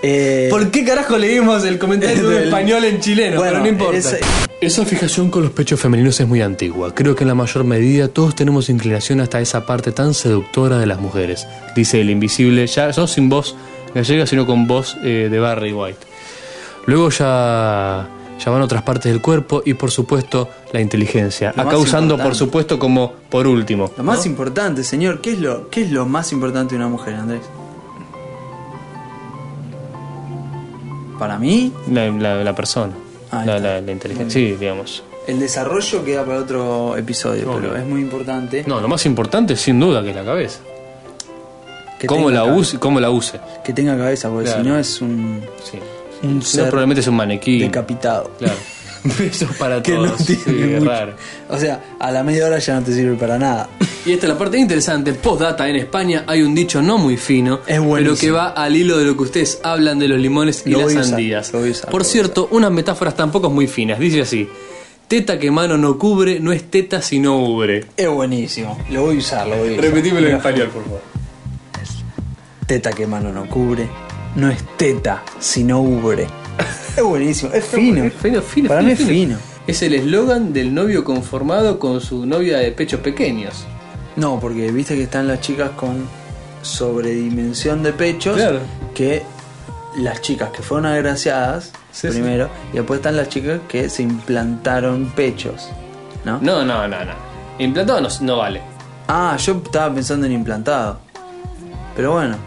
Eh,
¿Por qué carajo leímos el comentario de un
(laughs) Del-
español en chileno?
Bueno,
pero no importa.
esa-
Esa fijación con los pechos femeninos es muy antigua. Creo que en la mayor medida todos tenemos inclinación hasta esa parte tan seductora de las mujeres. Dice el invisible, ya no sin voz gallega, sino con voz eh, de Barry White. Luego ya, ya van otras partes del cuerpo y por supuesto la inteligencia.
Lo
Acá
más
usando por
importante.
supuesto como por último.
lo más importante, señor, ¿qué es lo, ¿qué es lo más importante de una mujer, Andrés? Para mí,
La, la- la persona.
Ahí
La,
está.
la- la inteligencia. Sí, digamos.
el desarrollo queda para otro episodio,
Obvio.
pero es muy importante.
No, lo más importante sin duda que es la cabeza.
que
¿Cómo
tenga
la,
cabe-
use, cómo la use.
Que tenga cabeza, porque
Claro.
si no es un,
Sí.
un
Si no,
ser
probablemente es un maniquí.
decapitado. (laughs)
Claro.
Besos para
que
todos.
no tiene
Sí, es
mucho.
raro.
O sea, a la media hora ya no te sirve para nada.
Y esta es la parte interesante. Postdata, en España hay un dicho no muy fino,
Es
pero
buenísimo.
que va al hilo de lo que ustedes hablan de los limones y
Lo
las
voy a usar,
sandías.
lo voy a usar, lo
Por
voy a
cierto, unas metáforas tampoco muy finas. Dice así: Teta que mano no cubre, no es teta sino ubre.
Es buenísimo. Lo voy a usar, lo voy a usar.
Repetímelo en español, por favor.
Teta que mano no cubre. No es teta, sino ubre. Es buenísimo, es
(laughs)
fino.
Es fino, fino,
Para
fino,
mí es fino.
Es el eslogan del novio conformado con su novia de pechos pequeños.
No, porque viste que están las chicas con sobredimensión de pechos.
Claro.
Que las chicas que fueron agraciadas
Sí,
primero, y después están las chicas que se implantaron pechos. ¿No?
No, no, no, no. Implantado no, no vale.
Ah, yo estaba pensando en implantado. Pero bueno.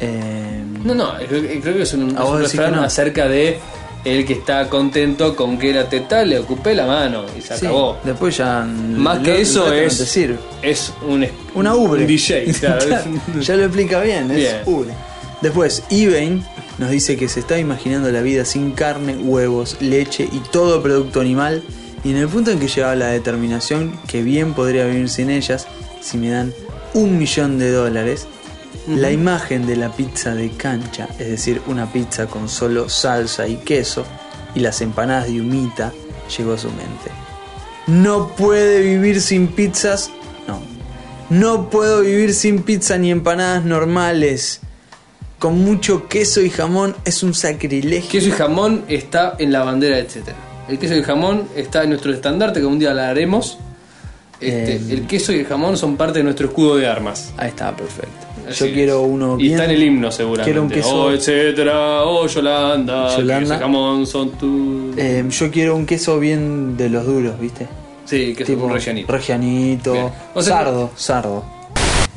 Em,
No, no, eh, creo, creo que es un,
Ah,
es
vos
un
decís que
refrán
no.
acerca de el que está contento con que la teta le ocupé la mano y se
Sí,
acabó.
Después ya.
Más
lo-
que
lo
eso
resto no
es,
te sirve.
es un, es-
Una ubre.
un DJ.
(laughs)
claro, es un-
ya lo explica bien, es
Bien.
ubre. Después, Ibain nos dice que se está imaginando la vida sin carne, huevos, leche y todo producto animal. Y en el punto en que llegaba la determinación que bien podría vivir sin ellas si me dan un millón de dólares, La imagen de la pizza de cancha, es decir, una pizza con solo salsa y queso y las empanadas de humita, llegó a su mente. No puede vivir sin pizzas. No. No puedo vivir sin pizza ni empanadas normales. Con mucho queso y jamón es un sacrilegio.
Queso y jamón está en la bandera, etcétera. El queso y el jamón está en nuestro estandarte, que un día la haremos. Este,
Eh.
El queso y el jamón son parte de nuestro escudo de armas.
Ahí está, perfecto.
Así
Yo quiero
es.
uno
Y
bien.
está en el himno, seguramente.
Quiero un queso-
Oh, etcétera, oh, Yolanda. que
Yolanda.
Queso y jamón son tu.
eh, yo quiero un queso bien de los duros, ¿viste?
sí, queso
tipo
con rellenito.
regianito,
Bien. O sea-
sardo, sardo.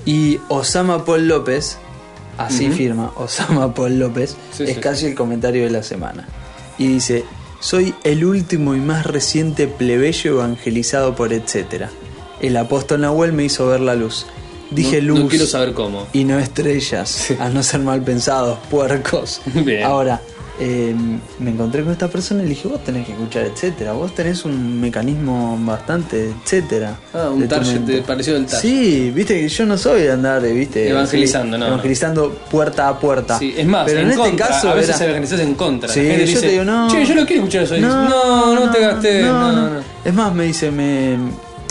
Y Osama Paul López, así firma (laughs) Osama Paul López,
Sí, sí,
es casi el comentario de la semana. Y dice, soy el último y más reciente plebeyo evangelizado por etcétera. El apóstol Nahuel me hizo ver la luz. Dije
No-
luz
No quiero saber cómo.
y no estrellas, a no ser mal pensados, puercos.
(laughs) Bien.
Ahora, eh, me encontré con esta persona y le dije, vos tenés que escuchar, etcétera. Vos tenés un mecanismo bastante, etcétera.
Ah, un
de tu
target
mente".
de- parecido al target.
Sí, viste que yo no soy de andar, eh, viste.
Evangelizando,
así,
no, no.
Evangelizando puerta a puerta.
Sí, es más,
pero en, este
contra,
caso
a veces
era-
evangelizás en contra. La
Sí,
gente
yo
dice,
te digo, no.
Che, yo no quiero escuchar eso. Y dices, no, no, te gastes. No, no, no.
Es más, me dice, me,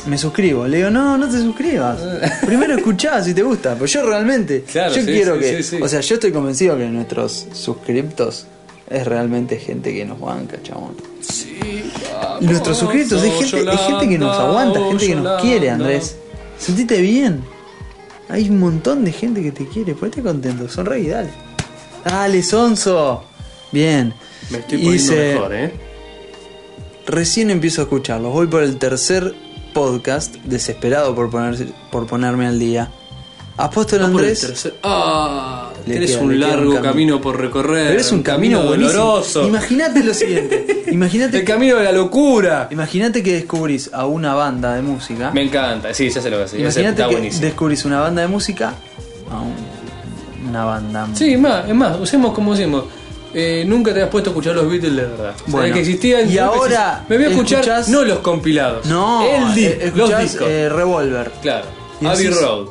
me suscribo. Le digo, no, no te
(laughs)
suscribas. Primero escuchá si te gusta. Pero yo realmente,
Claro,
yo
sí,
quiero
sí,
que.
sí, sí.
O sea, yo estoy convencido que nuestros suscriptos es realmente gente que nos banca, chabón. Y nuestros suscriptos es gente, es gente que nos aguanta, gente que nos quiere, Andrés. Sentite bien. Hay un montón de gente que te quiere. Ponete contento, sonreí, dale. Dale, Sonso. Bien.
Me estoy
Y
poniendo
dice,
mejor, ¿eh?
Recién empiezo a escucharlos. Voy por el tercer podcast, desesperado por, poner- por ponerme al día. Apóstol
Por el
Andrés.
tercer- Ah,
Le
tenés
queda-
un
le queda un
largo
camino.
camino. por recorrer.
Pero es un camino, buenísimo.
doloroso.
Imagínate lo
(laughs)
siguiente. Imagínate
El camino de la locura.
imagínate que descubrís a una banda de música.
Me encanta, sí, ya sé lo que hace. ese
Imagínate
Está
que
buenísimo.
descubrís una banda de música a un- una banda.
Sí, es más, es más, usemos como decimos. Eh, nunca te has puesto a escuchar los Beatles de verdad. Sabés
Bueno,
que existían. sabés
y
que
ahora
exist- me voy a escuchar
escuchás-
no los compilados.
No,
el di-
eh,
los
escuchás,
discos.
eh, Revolver.
claro.
y
Abbey
decís,
Road.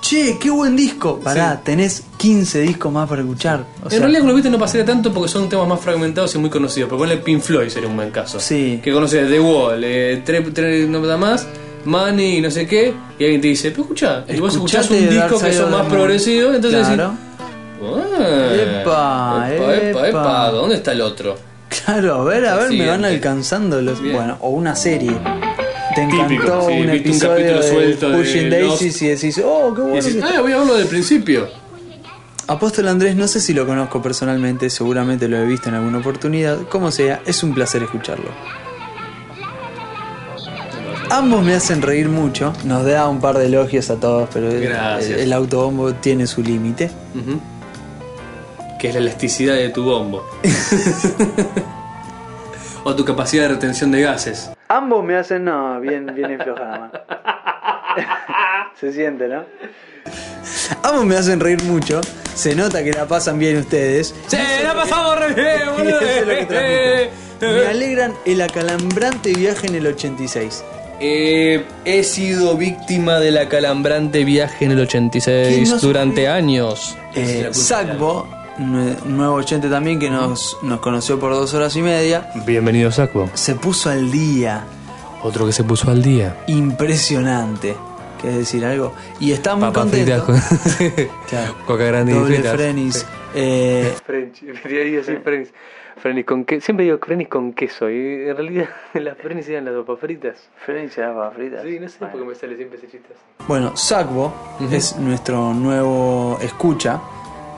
Che, qué buen disco. Pará,
Sí.
tenés 15 discos más para escuchar. O sea,
en realidad con los Beatles no pasaría tanto porque son temas más fragmentados y muy conocidos. Pero ponle Pink Floyd sería un buen caso.
Sí.
Que conoces The Wall, eh, tres tre, no da más, Money y no sé qué. Y alguien te dice, pero escuchá, y vos escuchás
Escuchate
un disco
Dark
que
Side
son
of the
más
Moon.
progresivos, entonces decís,
Claro.
"Ah,
Epa,
epa, epa,
epa.
epa, ¿dónde está el otro?
Claro, a ver, a ver, me van
Siguiente.
alcanzando los.
Bien.
Bueno, o una serie. Te encantó
Típico, sí,
un
viste un
episodio
capítulo
de
suelto de
Pushing
Lost.
Daisies y decís, oh, qué bueno.
Y decís,
que está".
ah, voy a verlo del principio.
Apóstol Andrés, no sé si lo conozco personalmente, seguramente lo he visto en alguna oportunidad. Como sea, es un placer escucharlo. Ambos me hacen reír mucho. Nos da un par de elogios a todos, pero el,
Gracias.
el autobombo tiene su límite.
Ujú. Que es la elasticidad de tu
(laughs)
bombo. o tu capacidad de retención de gases.
Ambos me hacen, no, bien, bien
(laughs)
enflojada. Se siente, ¿no? Ambos me hacen reír mucho. Se nota que la pasan bien ustedes.
¡Se la pasamos re bien, (laughs)
Y
boludo!
eso es lo que (laughs) transmiten. Me alegran el acalambrante viaje en el 86.
Eh, he sido víctima del acalambrante viaje en el
¿Quién
86
no
durante años.
Eh, Sacbo, nue- nuevo oyente también que nos, nos conoció por dos horas y media,
Bienvenido, Saco.
se puso al día.
Otro que se puso al día.
Impresionante. ¿Qué decir algo? Y está muy
Papas fritas
contento.
con
Claro.
coca grande y
(laughs) Doble
fritas.
frenis.
(laughs)
Eh,
French, diría así French. Frenis con que, siempre digo Frenis con queso y en realidad (laughs) las Frenis eran las papas fritas. Frenis eran papas fritas. Sí, no sé por qué me sale siempre ese chiste.
Bueno, Sacbo es nuestro nuevo escucha.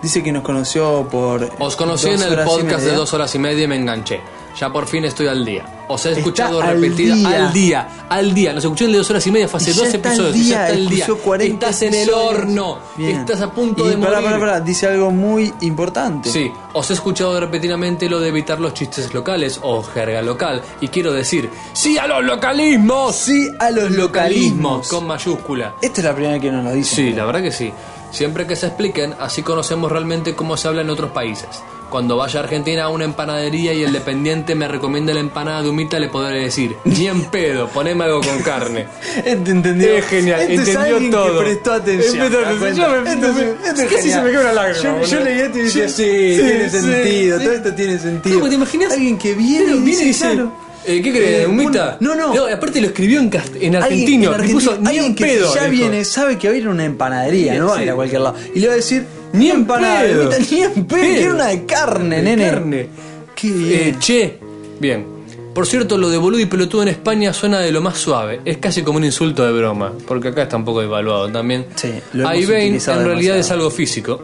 Dice que nos conoció por.
Os conocí
dos
en el
horas y
podcast de
media.
dos horas y media y me enganché. Ya por fin estoy al día. Os he
Está
escuchado
al
repetida
día.
al día, al día. Nos escuché el de dos horas y media, fue hace
Y ya
dos
está al
episodios.
día,
ya está al día.
escuchó 40
Estás en el
episodios.
horno.
Bien.
Estás a punto
y
de
pará,
morir.
pará, pará, dice algo muy importante.
Sí, os he escuchado repetidamente lo de evitar los chistes locales o jerga local. Y quiero decir, ¡sí a los localismos!
Sí a los localismos.
Con mayúscula.
Esta es la primera vez que nos lo dice.
Sí, la verdad que sí. Siempre que se expliquen, así conocemos realmente cómo se habla en otros países.
Cuando vaya a Argentina a una empanadería y el dependiente me recomienda la empanada de humita, le podré decir, ni en pedo, poneme algo con carne.
(laughs) Este entendió.
Es genial,
Este es
entendió
alguien
todo.
que prestó atención.
Prestó
¿te das
atención,
cuenta?
yo me- me-
este es
casi
genial.
se me cae una lágrima,
Yo, yo
boludo.
leí esto
Sí,
y dije, sí,
sí,
tiene
sí,
sentido,
sí.
todo esto tiene sentido.
Claro, ¿te imaginas?
Alguien que viene
Claro,
y
viene
dice, claro.
eh, ¿Qué crees?
Eh,
¿Humita?
bueno, no, no.
Aparte lo escribió en, cast- en
Alguien-
argentino.
en
le puso,
Argentina,
ni en
alguien que
pedo.
ya
le dijo.
viene, sabe que va a ir a una empanadería, no va a ir a
Sí.
cualquier lado. Y le va a decir, ni empanada,
pedo.
Humita, ni en pedo,
Pedo.
quiero una de carne,
De
nene.
carne.
Qué
Eh,
bien.
che, bien. Por cierto, lo de boludo y pelotudo en España suena de lo más suave. Es casi como un insulto de broma, porque acá está un poco devaluado también.
Sí, lo hemos
Ahí ven, en
utilizado
realidad
demasiado.
es algo físico.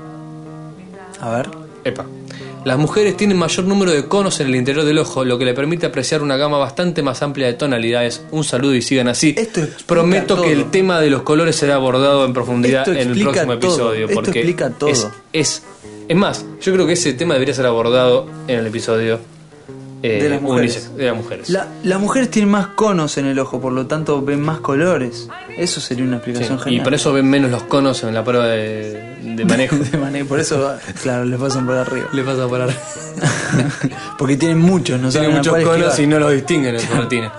A ver.
Epa. Las mujeres tienen mayor número de conos en el interior del ojo, lo que le permite apreciar una gama bastante más amplia de tonalidades. Un saludo y sigan así.
Esto explica
Prometo que
todo.
el tema de los colores será abordado en profundidad
Esto
en el
explica
próximo
todo.
episodio.
Esto
Porque
explica todo.
Es, es, es más, yo creo que ese tema debería ser abordado en el episodio eh,
De las mujeres.
unisex- de las mujeres.
La- las mujeres tienen más conos en el ojo, por lo tanto ven más colores. Eso sería una
Sí,
explicación
Y
genial.
por eso ven menos los conos en la prueba de, de manejo.
(laughs) De manera- por eso, claro, les pasan por arriba. (laughs)
le pasa a parar.
Porque tienen muchos, no
Tienen
saben a
muchos
cuál
conos
esquivar.
y no los distinguen en Argentina.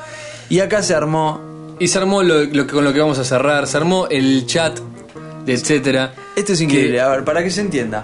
Y acá se armó.
Y se armó lo, lo que, con lo que vamos a cerrar, se armó el chat, de etcétera.
Esto es increíble, a ver, para que se entienda.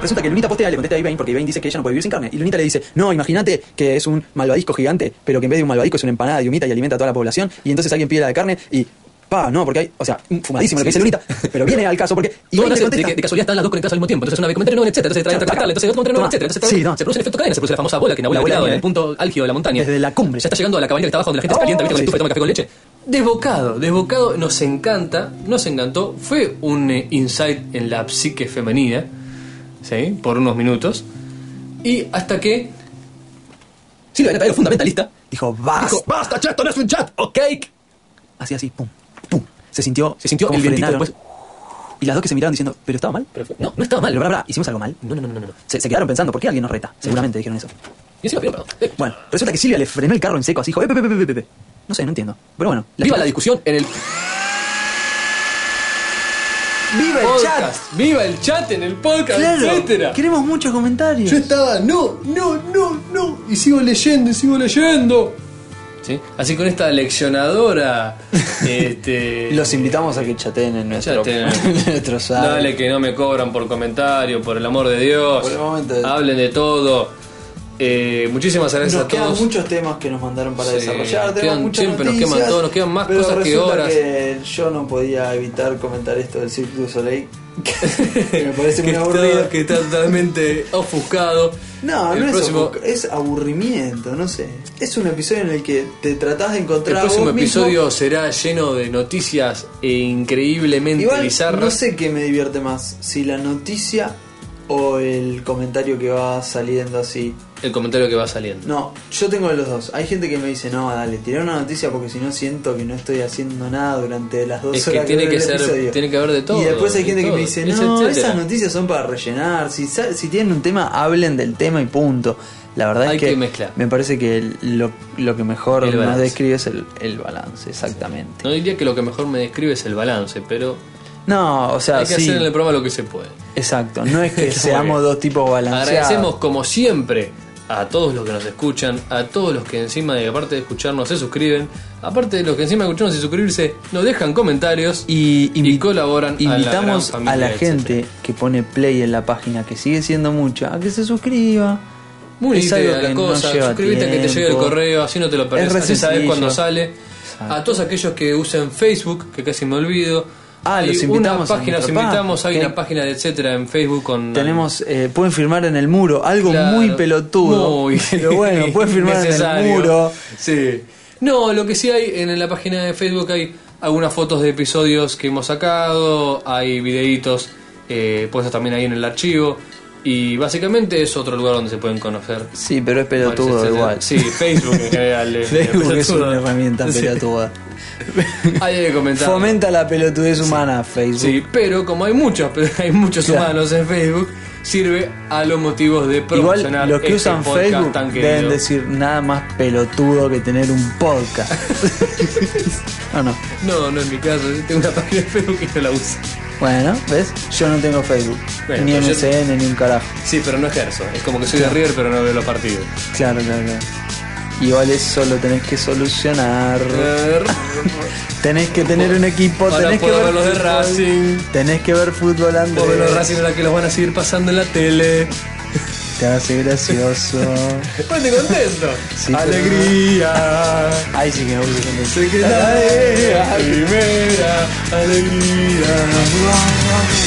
Resulta que Lunita postea le contesta a Ivain porque Ivain dice que ella no puede vivir sin carne. Y Lunita le dice, no, imagínate que es un malvadisco gigante, pero que en vez de un malvadisco es una empanada de humita y alimenta a toda la población. Y entonces alguien pide la de carne y... Pa, no, porque hay... O sea, un fumadísimo lo que dice Lunita. Pero viene
(laughs)
al caso porque...
Y
Ivain
bueno,
le
de,
contesta,
que- de casualidad están las dos conectadas al mismo tiempo. Entonces una vez comenta en etcétera, entonces trae otra comentario, entonces otro comentario, etcétera. Entonces trae-
Sí, no.
Se produce un efecto cadena, se produce la famosa bola que Nahuel
La
ha
bola
creado en
de-
el punto álgido de la montaña.
Desde la cumbre.
Ya está llegando a la cabaña que está abajo donde la gente se
Oh,
calienta, viste, con
sí,
la estufa y toma
sí.
café con leche. Desbocado, desbocado, nos encanta, nos encantó. Fue un eh, insight en la psique femenina, ¿sí? Por unos minutos. Y hasta que. Sí, lo fundamentalista.
Dijo, vas.
Dijo, basta, che, esto no es un chat, ok.
Así, así, pum, pum. Se sintió...
Se sintió
como
el vientito
frenaron.
después.
Y las dos que se miraron diciendo, pero estaba mal.
Pero fue- no, no estaba mal.
Pero, pará, pará, ¿hicimos algo mal?
No, no, no, no, no.
Se, se quedaron pensando, ¿por qué alguien nos reta? Seguramente dijeron eso.
Y encima pidieron perdón. Eh,
Bueno, resulta que Silvia le frenó el carro en seco, así dijo, "Eh, pe, pe, pe, pe, pe, pe". No sé, no entiendo. Pero bueno,
Viva la discusión en el
¡Viva el chat!
podcast. Viva el chat en el podcast,
Claro,
etcétera.
queremos muchos comentarios.
Yo estaba, no, no, no, no. Y sigo leyendo, y sigo leyendo. ¿Sí? Así con esta
(laughs)
leccionadora. este,
Los invitamos a que chateen en nuestro,
Chateen.
(laughs) en nuestro site.
Dale que no me cobran por comentario, por el amor de Dios.
Por el momento.
Hablen de todo. Eh, muchísimas gracias
Nos
a todos.
quedan muchos temas que nos mandaron para
Sí,
desarrollar.
nos
tenemos
quedan-
muchas
siempre nos
noticias,
queman todo, nos quedan más
pero
cosas que
resulta
horas.
que yo no podía evitar comentar esto del Cirque du Soleil. que me
(laughs)
parece
que
muy
está,
aburrido.
que está
(laughs)
totalmente ofuscado.
No,
El
no
próximo-
es, aburri- es aburrimiento, no sé. Es un episodio en el que te tratás de encontrar.
El
a
próximo
vos mismo.
episodio será lleno de noticias e increíblemente
Igual
bizarras.
no sé qué me divierte más, si la noticia o el comentario que va saliendo así.
El comentario que va saliendo.
No, yo tengo los dos. Hay gente que me dice, no, dale, tiré una noticia porque si no siento que no estoy haciendo nada durante las dos
Es que
horas
tiene
dura
que
el
ser-
episodio".
tiene que haber de todo,
Y después hay
de
gente que
todo.
me dice,
Es
no,
etcétera.
esas noticias son para rellenar. Si, sa- si tienen un tema, hablen del tema y punto. La verdad
Hay
es que,
que mezclar.
me parece que el- lo, lo que mejor
El
nos
balance.
describe es el, el balance, exactamente.
No diría que lo que mejor me describe es el balance, pero
No, o sea,
hay que
Ah, sí.
hacer en el programa lo que se puede.
Exacto, no es
(laughs)
que
Está
seamos
muy bien.
dos tipos balanceados.
Agradecemos como siempre a todos los que nos escuchan, a todos los que encima de aparte de escucharnos se suscriben, aparte de los que encima de escucharnos y suscribirse, nos dejan comentarios
y,
y
invi-
colaboran a la gran
invitamos a la,
familia, etcétera.
gente que pone play en la página, que sigue siendo mucha, a que se suscriba.
Muy
Es algo
linda
que
la
no
cosa,
lleva
suscríbete a que te llegue el
tiempo.
correo, así no te lo
Es
perdés,
re
así sabes
sencillo.
cuando sale.
Exacto.
A todos aquellos que usen Facebook, que casi me olvido.
Ah,
Hay
los
una
invitamos a
página, los
nuestra
invitamos, hay
página.
una página de etcétera en Facebook con
Tenemos, eh, pueden firmar en el muro, algo
Claro,
muy pelotudo.
muy
(laughs) pero
(laughs)
bueno, pueden firmar en el
necesario.
muro.
Sí. No, lo que sí hay en, en la página de Facebook hay algunas fotos de episodios que hemos sacado, hay videitos eh, puestos también ahí en el archivo. Y básicamente es otro lugar donde se pueden conocer
Sí, pero es pelotudo
Etcétera.
igual.
Sí, Facebook en general. es
(laughs) Facebook es
pelotudo.
una herramienta
Sí.
pelotuda.
Ahí Hay que comentar.
Fomenta la pelotudez humana, Facebook.
Sí, pero como hay muchos, (laughs) pero hay muchos
Claro.
humanos en Facebook, sirve a los motivos de promocionar
Igual los que
este
usan
podcast
Facebook
tan querido.
deben decir nada más pelotudo que tener un podcast. ¿O no?
(laughs) No, no es mi caso, yo tengo una página de Facebook que no la uso.
Bueno, ¿ves? Yo no tengo Facebook.
Bueno,
ni
pero yo-
MSN, ni un carajo.
Sí, pero no ejerzo. Es como que soy de River, pero no veo los partidos.
Claro, claro, claro. Igual eso lo tenés que solucionar. Tenés que tener un equipo,
Ahora
tenés que
puedo
ver,
ver los de
fútbol.
Racing.
Tenés que ver fútbol antes.
Pobre los Racing ahora que los van a seguir pasando en la tele.
Te hace gracioso.
Ponte contento.
Sí, pero-
Alegría.
Ay, sí que me puse contento.
Sé que la de la primera alegría. Oh,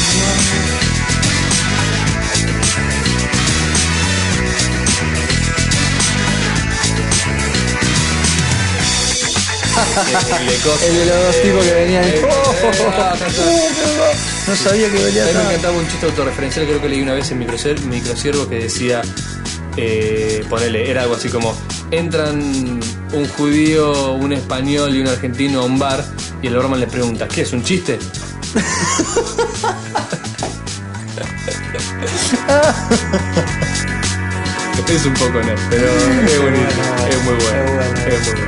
oh. Le coge.
El de los dos tipos que venían.
Oh,
No sabía que
A
venían.
mí me encantaba un chiste autorreferencial, creo que leí una vez en Microciervo, Microciervo que decía, eh, ponele, era algo así como, entran un judío, un español y un argentino a un bar y el barman le pregunta, ¿qué es un
(laughs)
chiste? es un poco nerd, pero es bonito, es muy bueno,
Es bueno.
es muy bueno.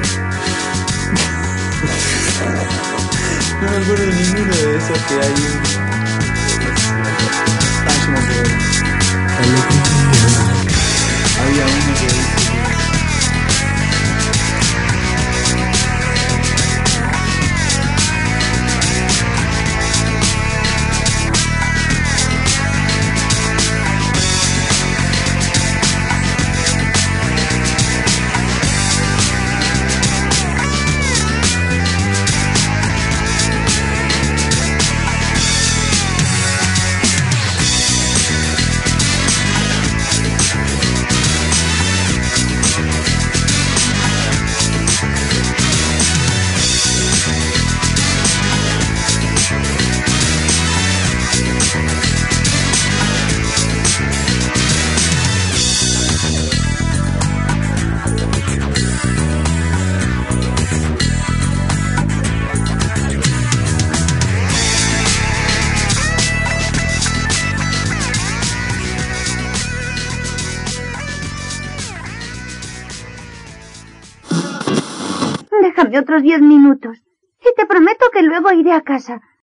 No me acuerdo de ninguno de esos que hay. Ah, yo me acuerdo. Había uno que dice
Déjame otros diez minutos. Y te prometo que luego iré a casa.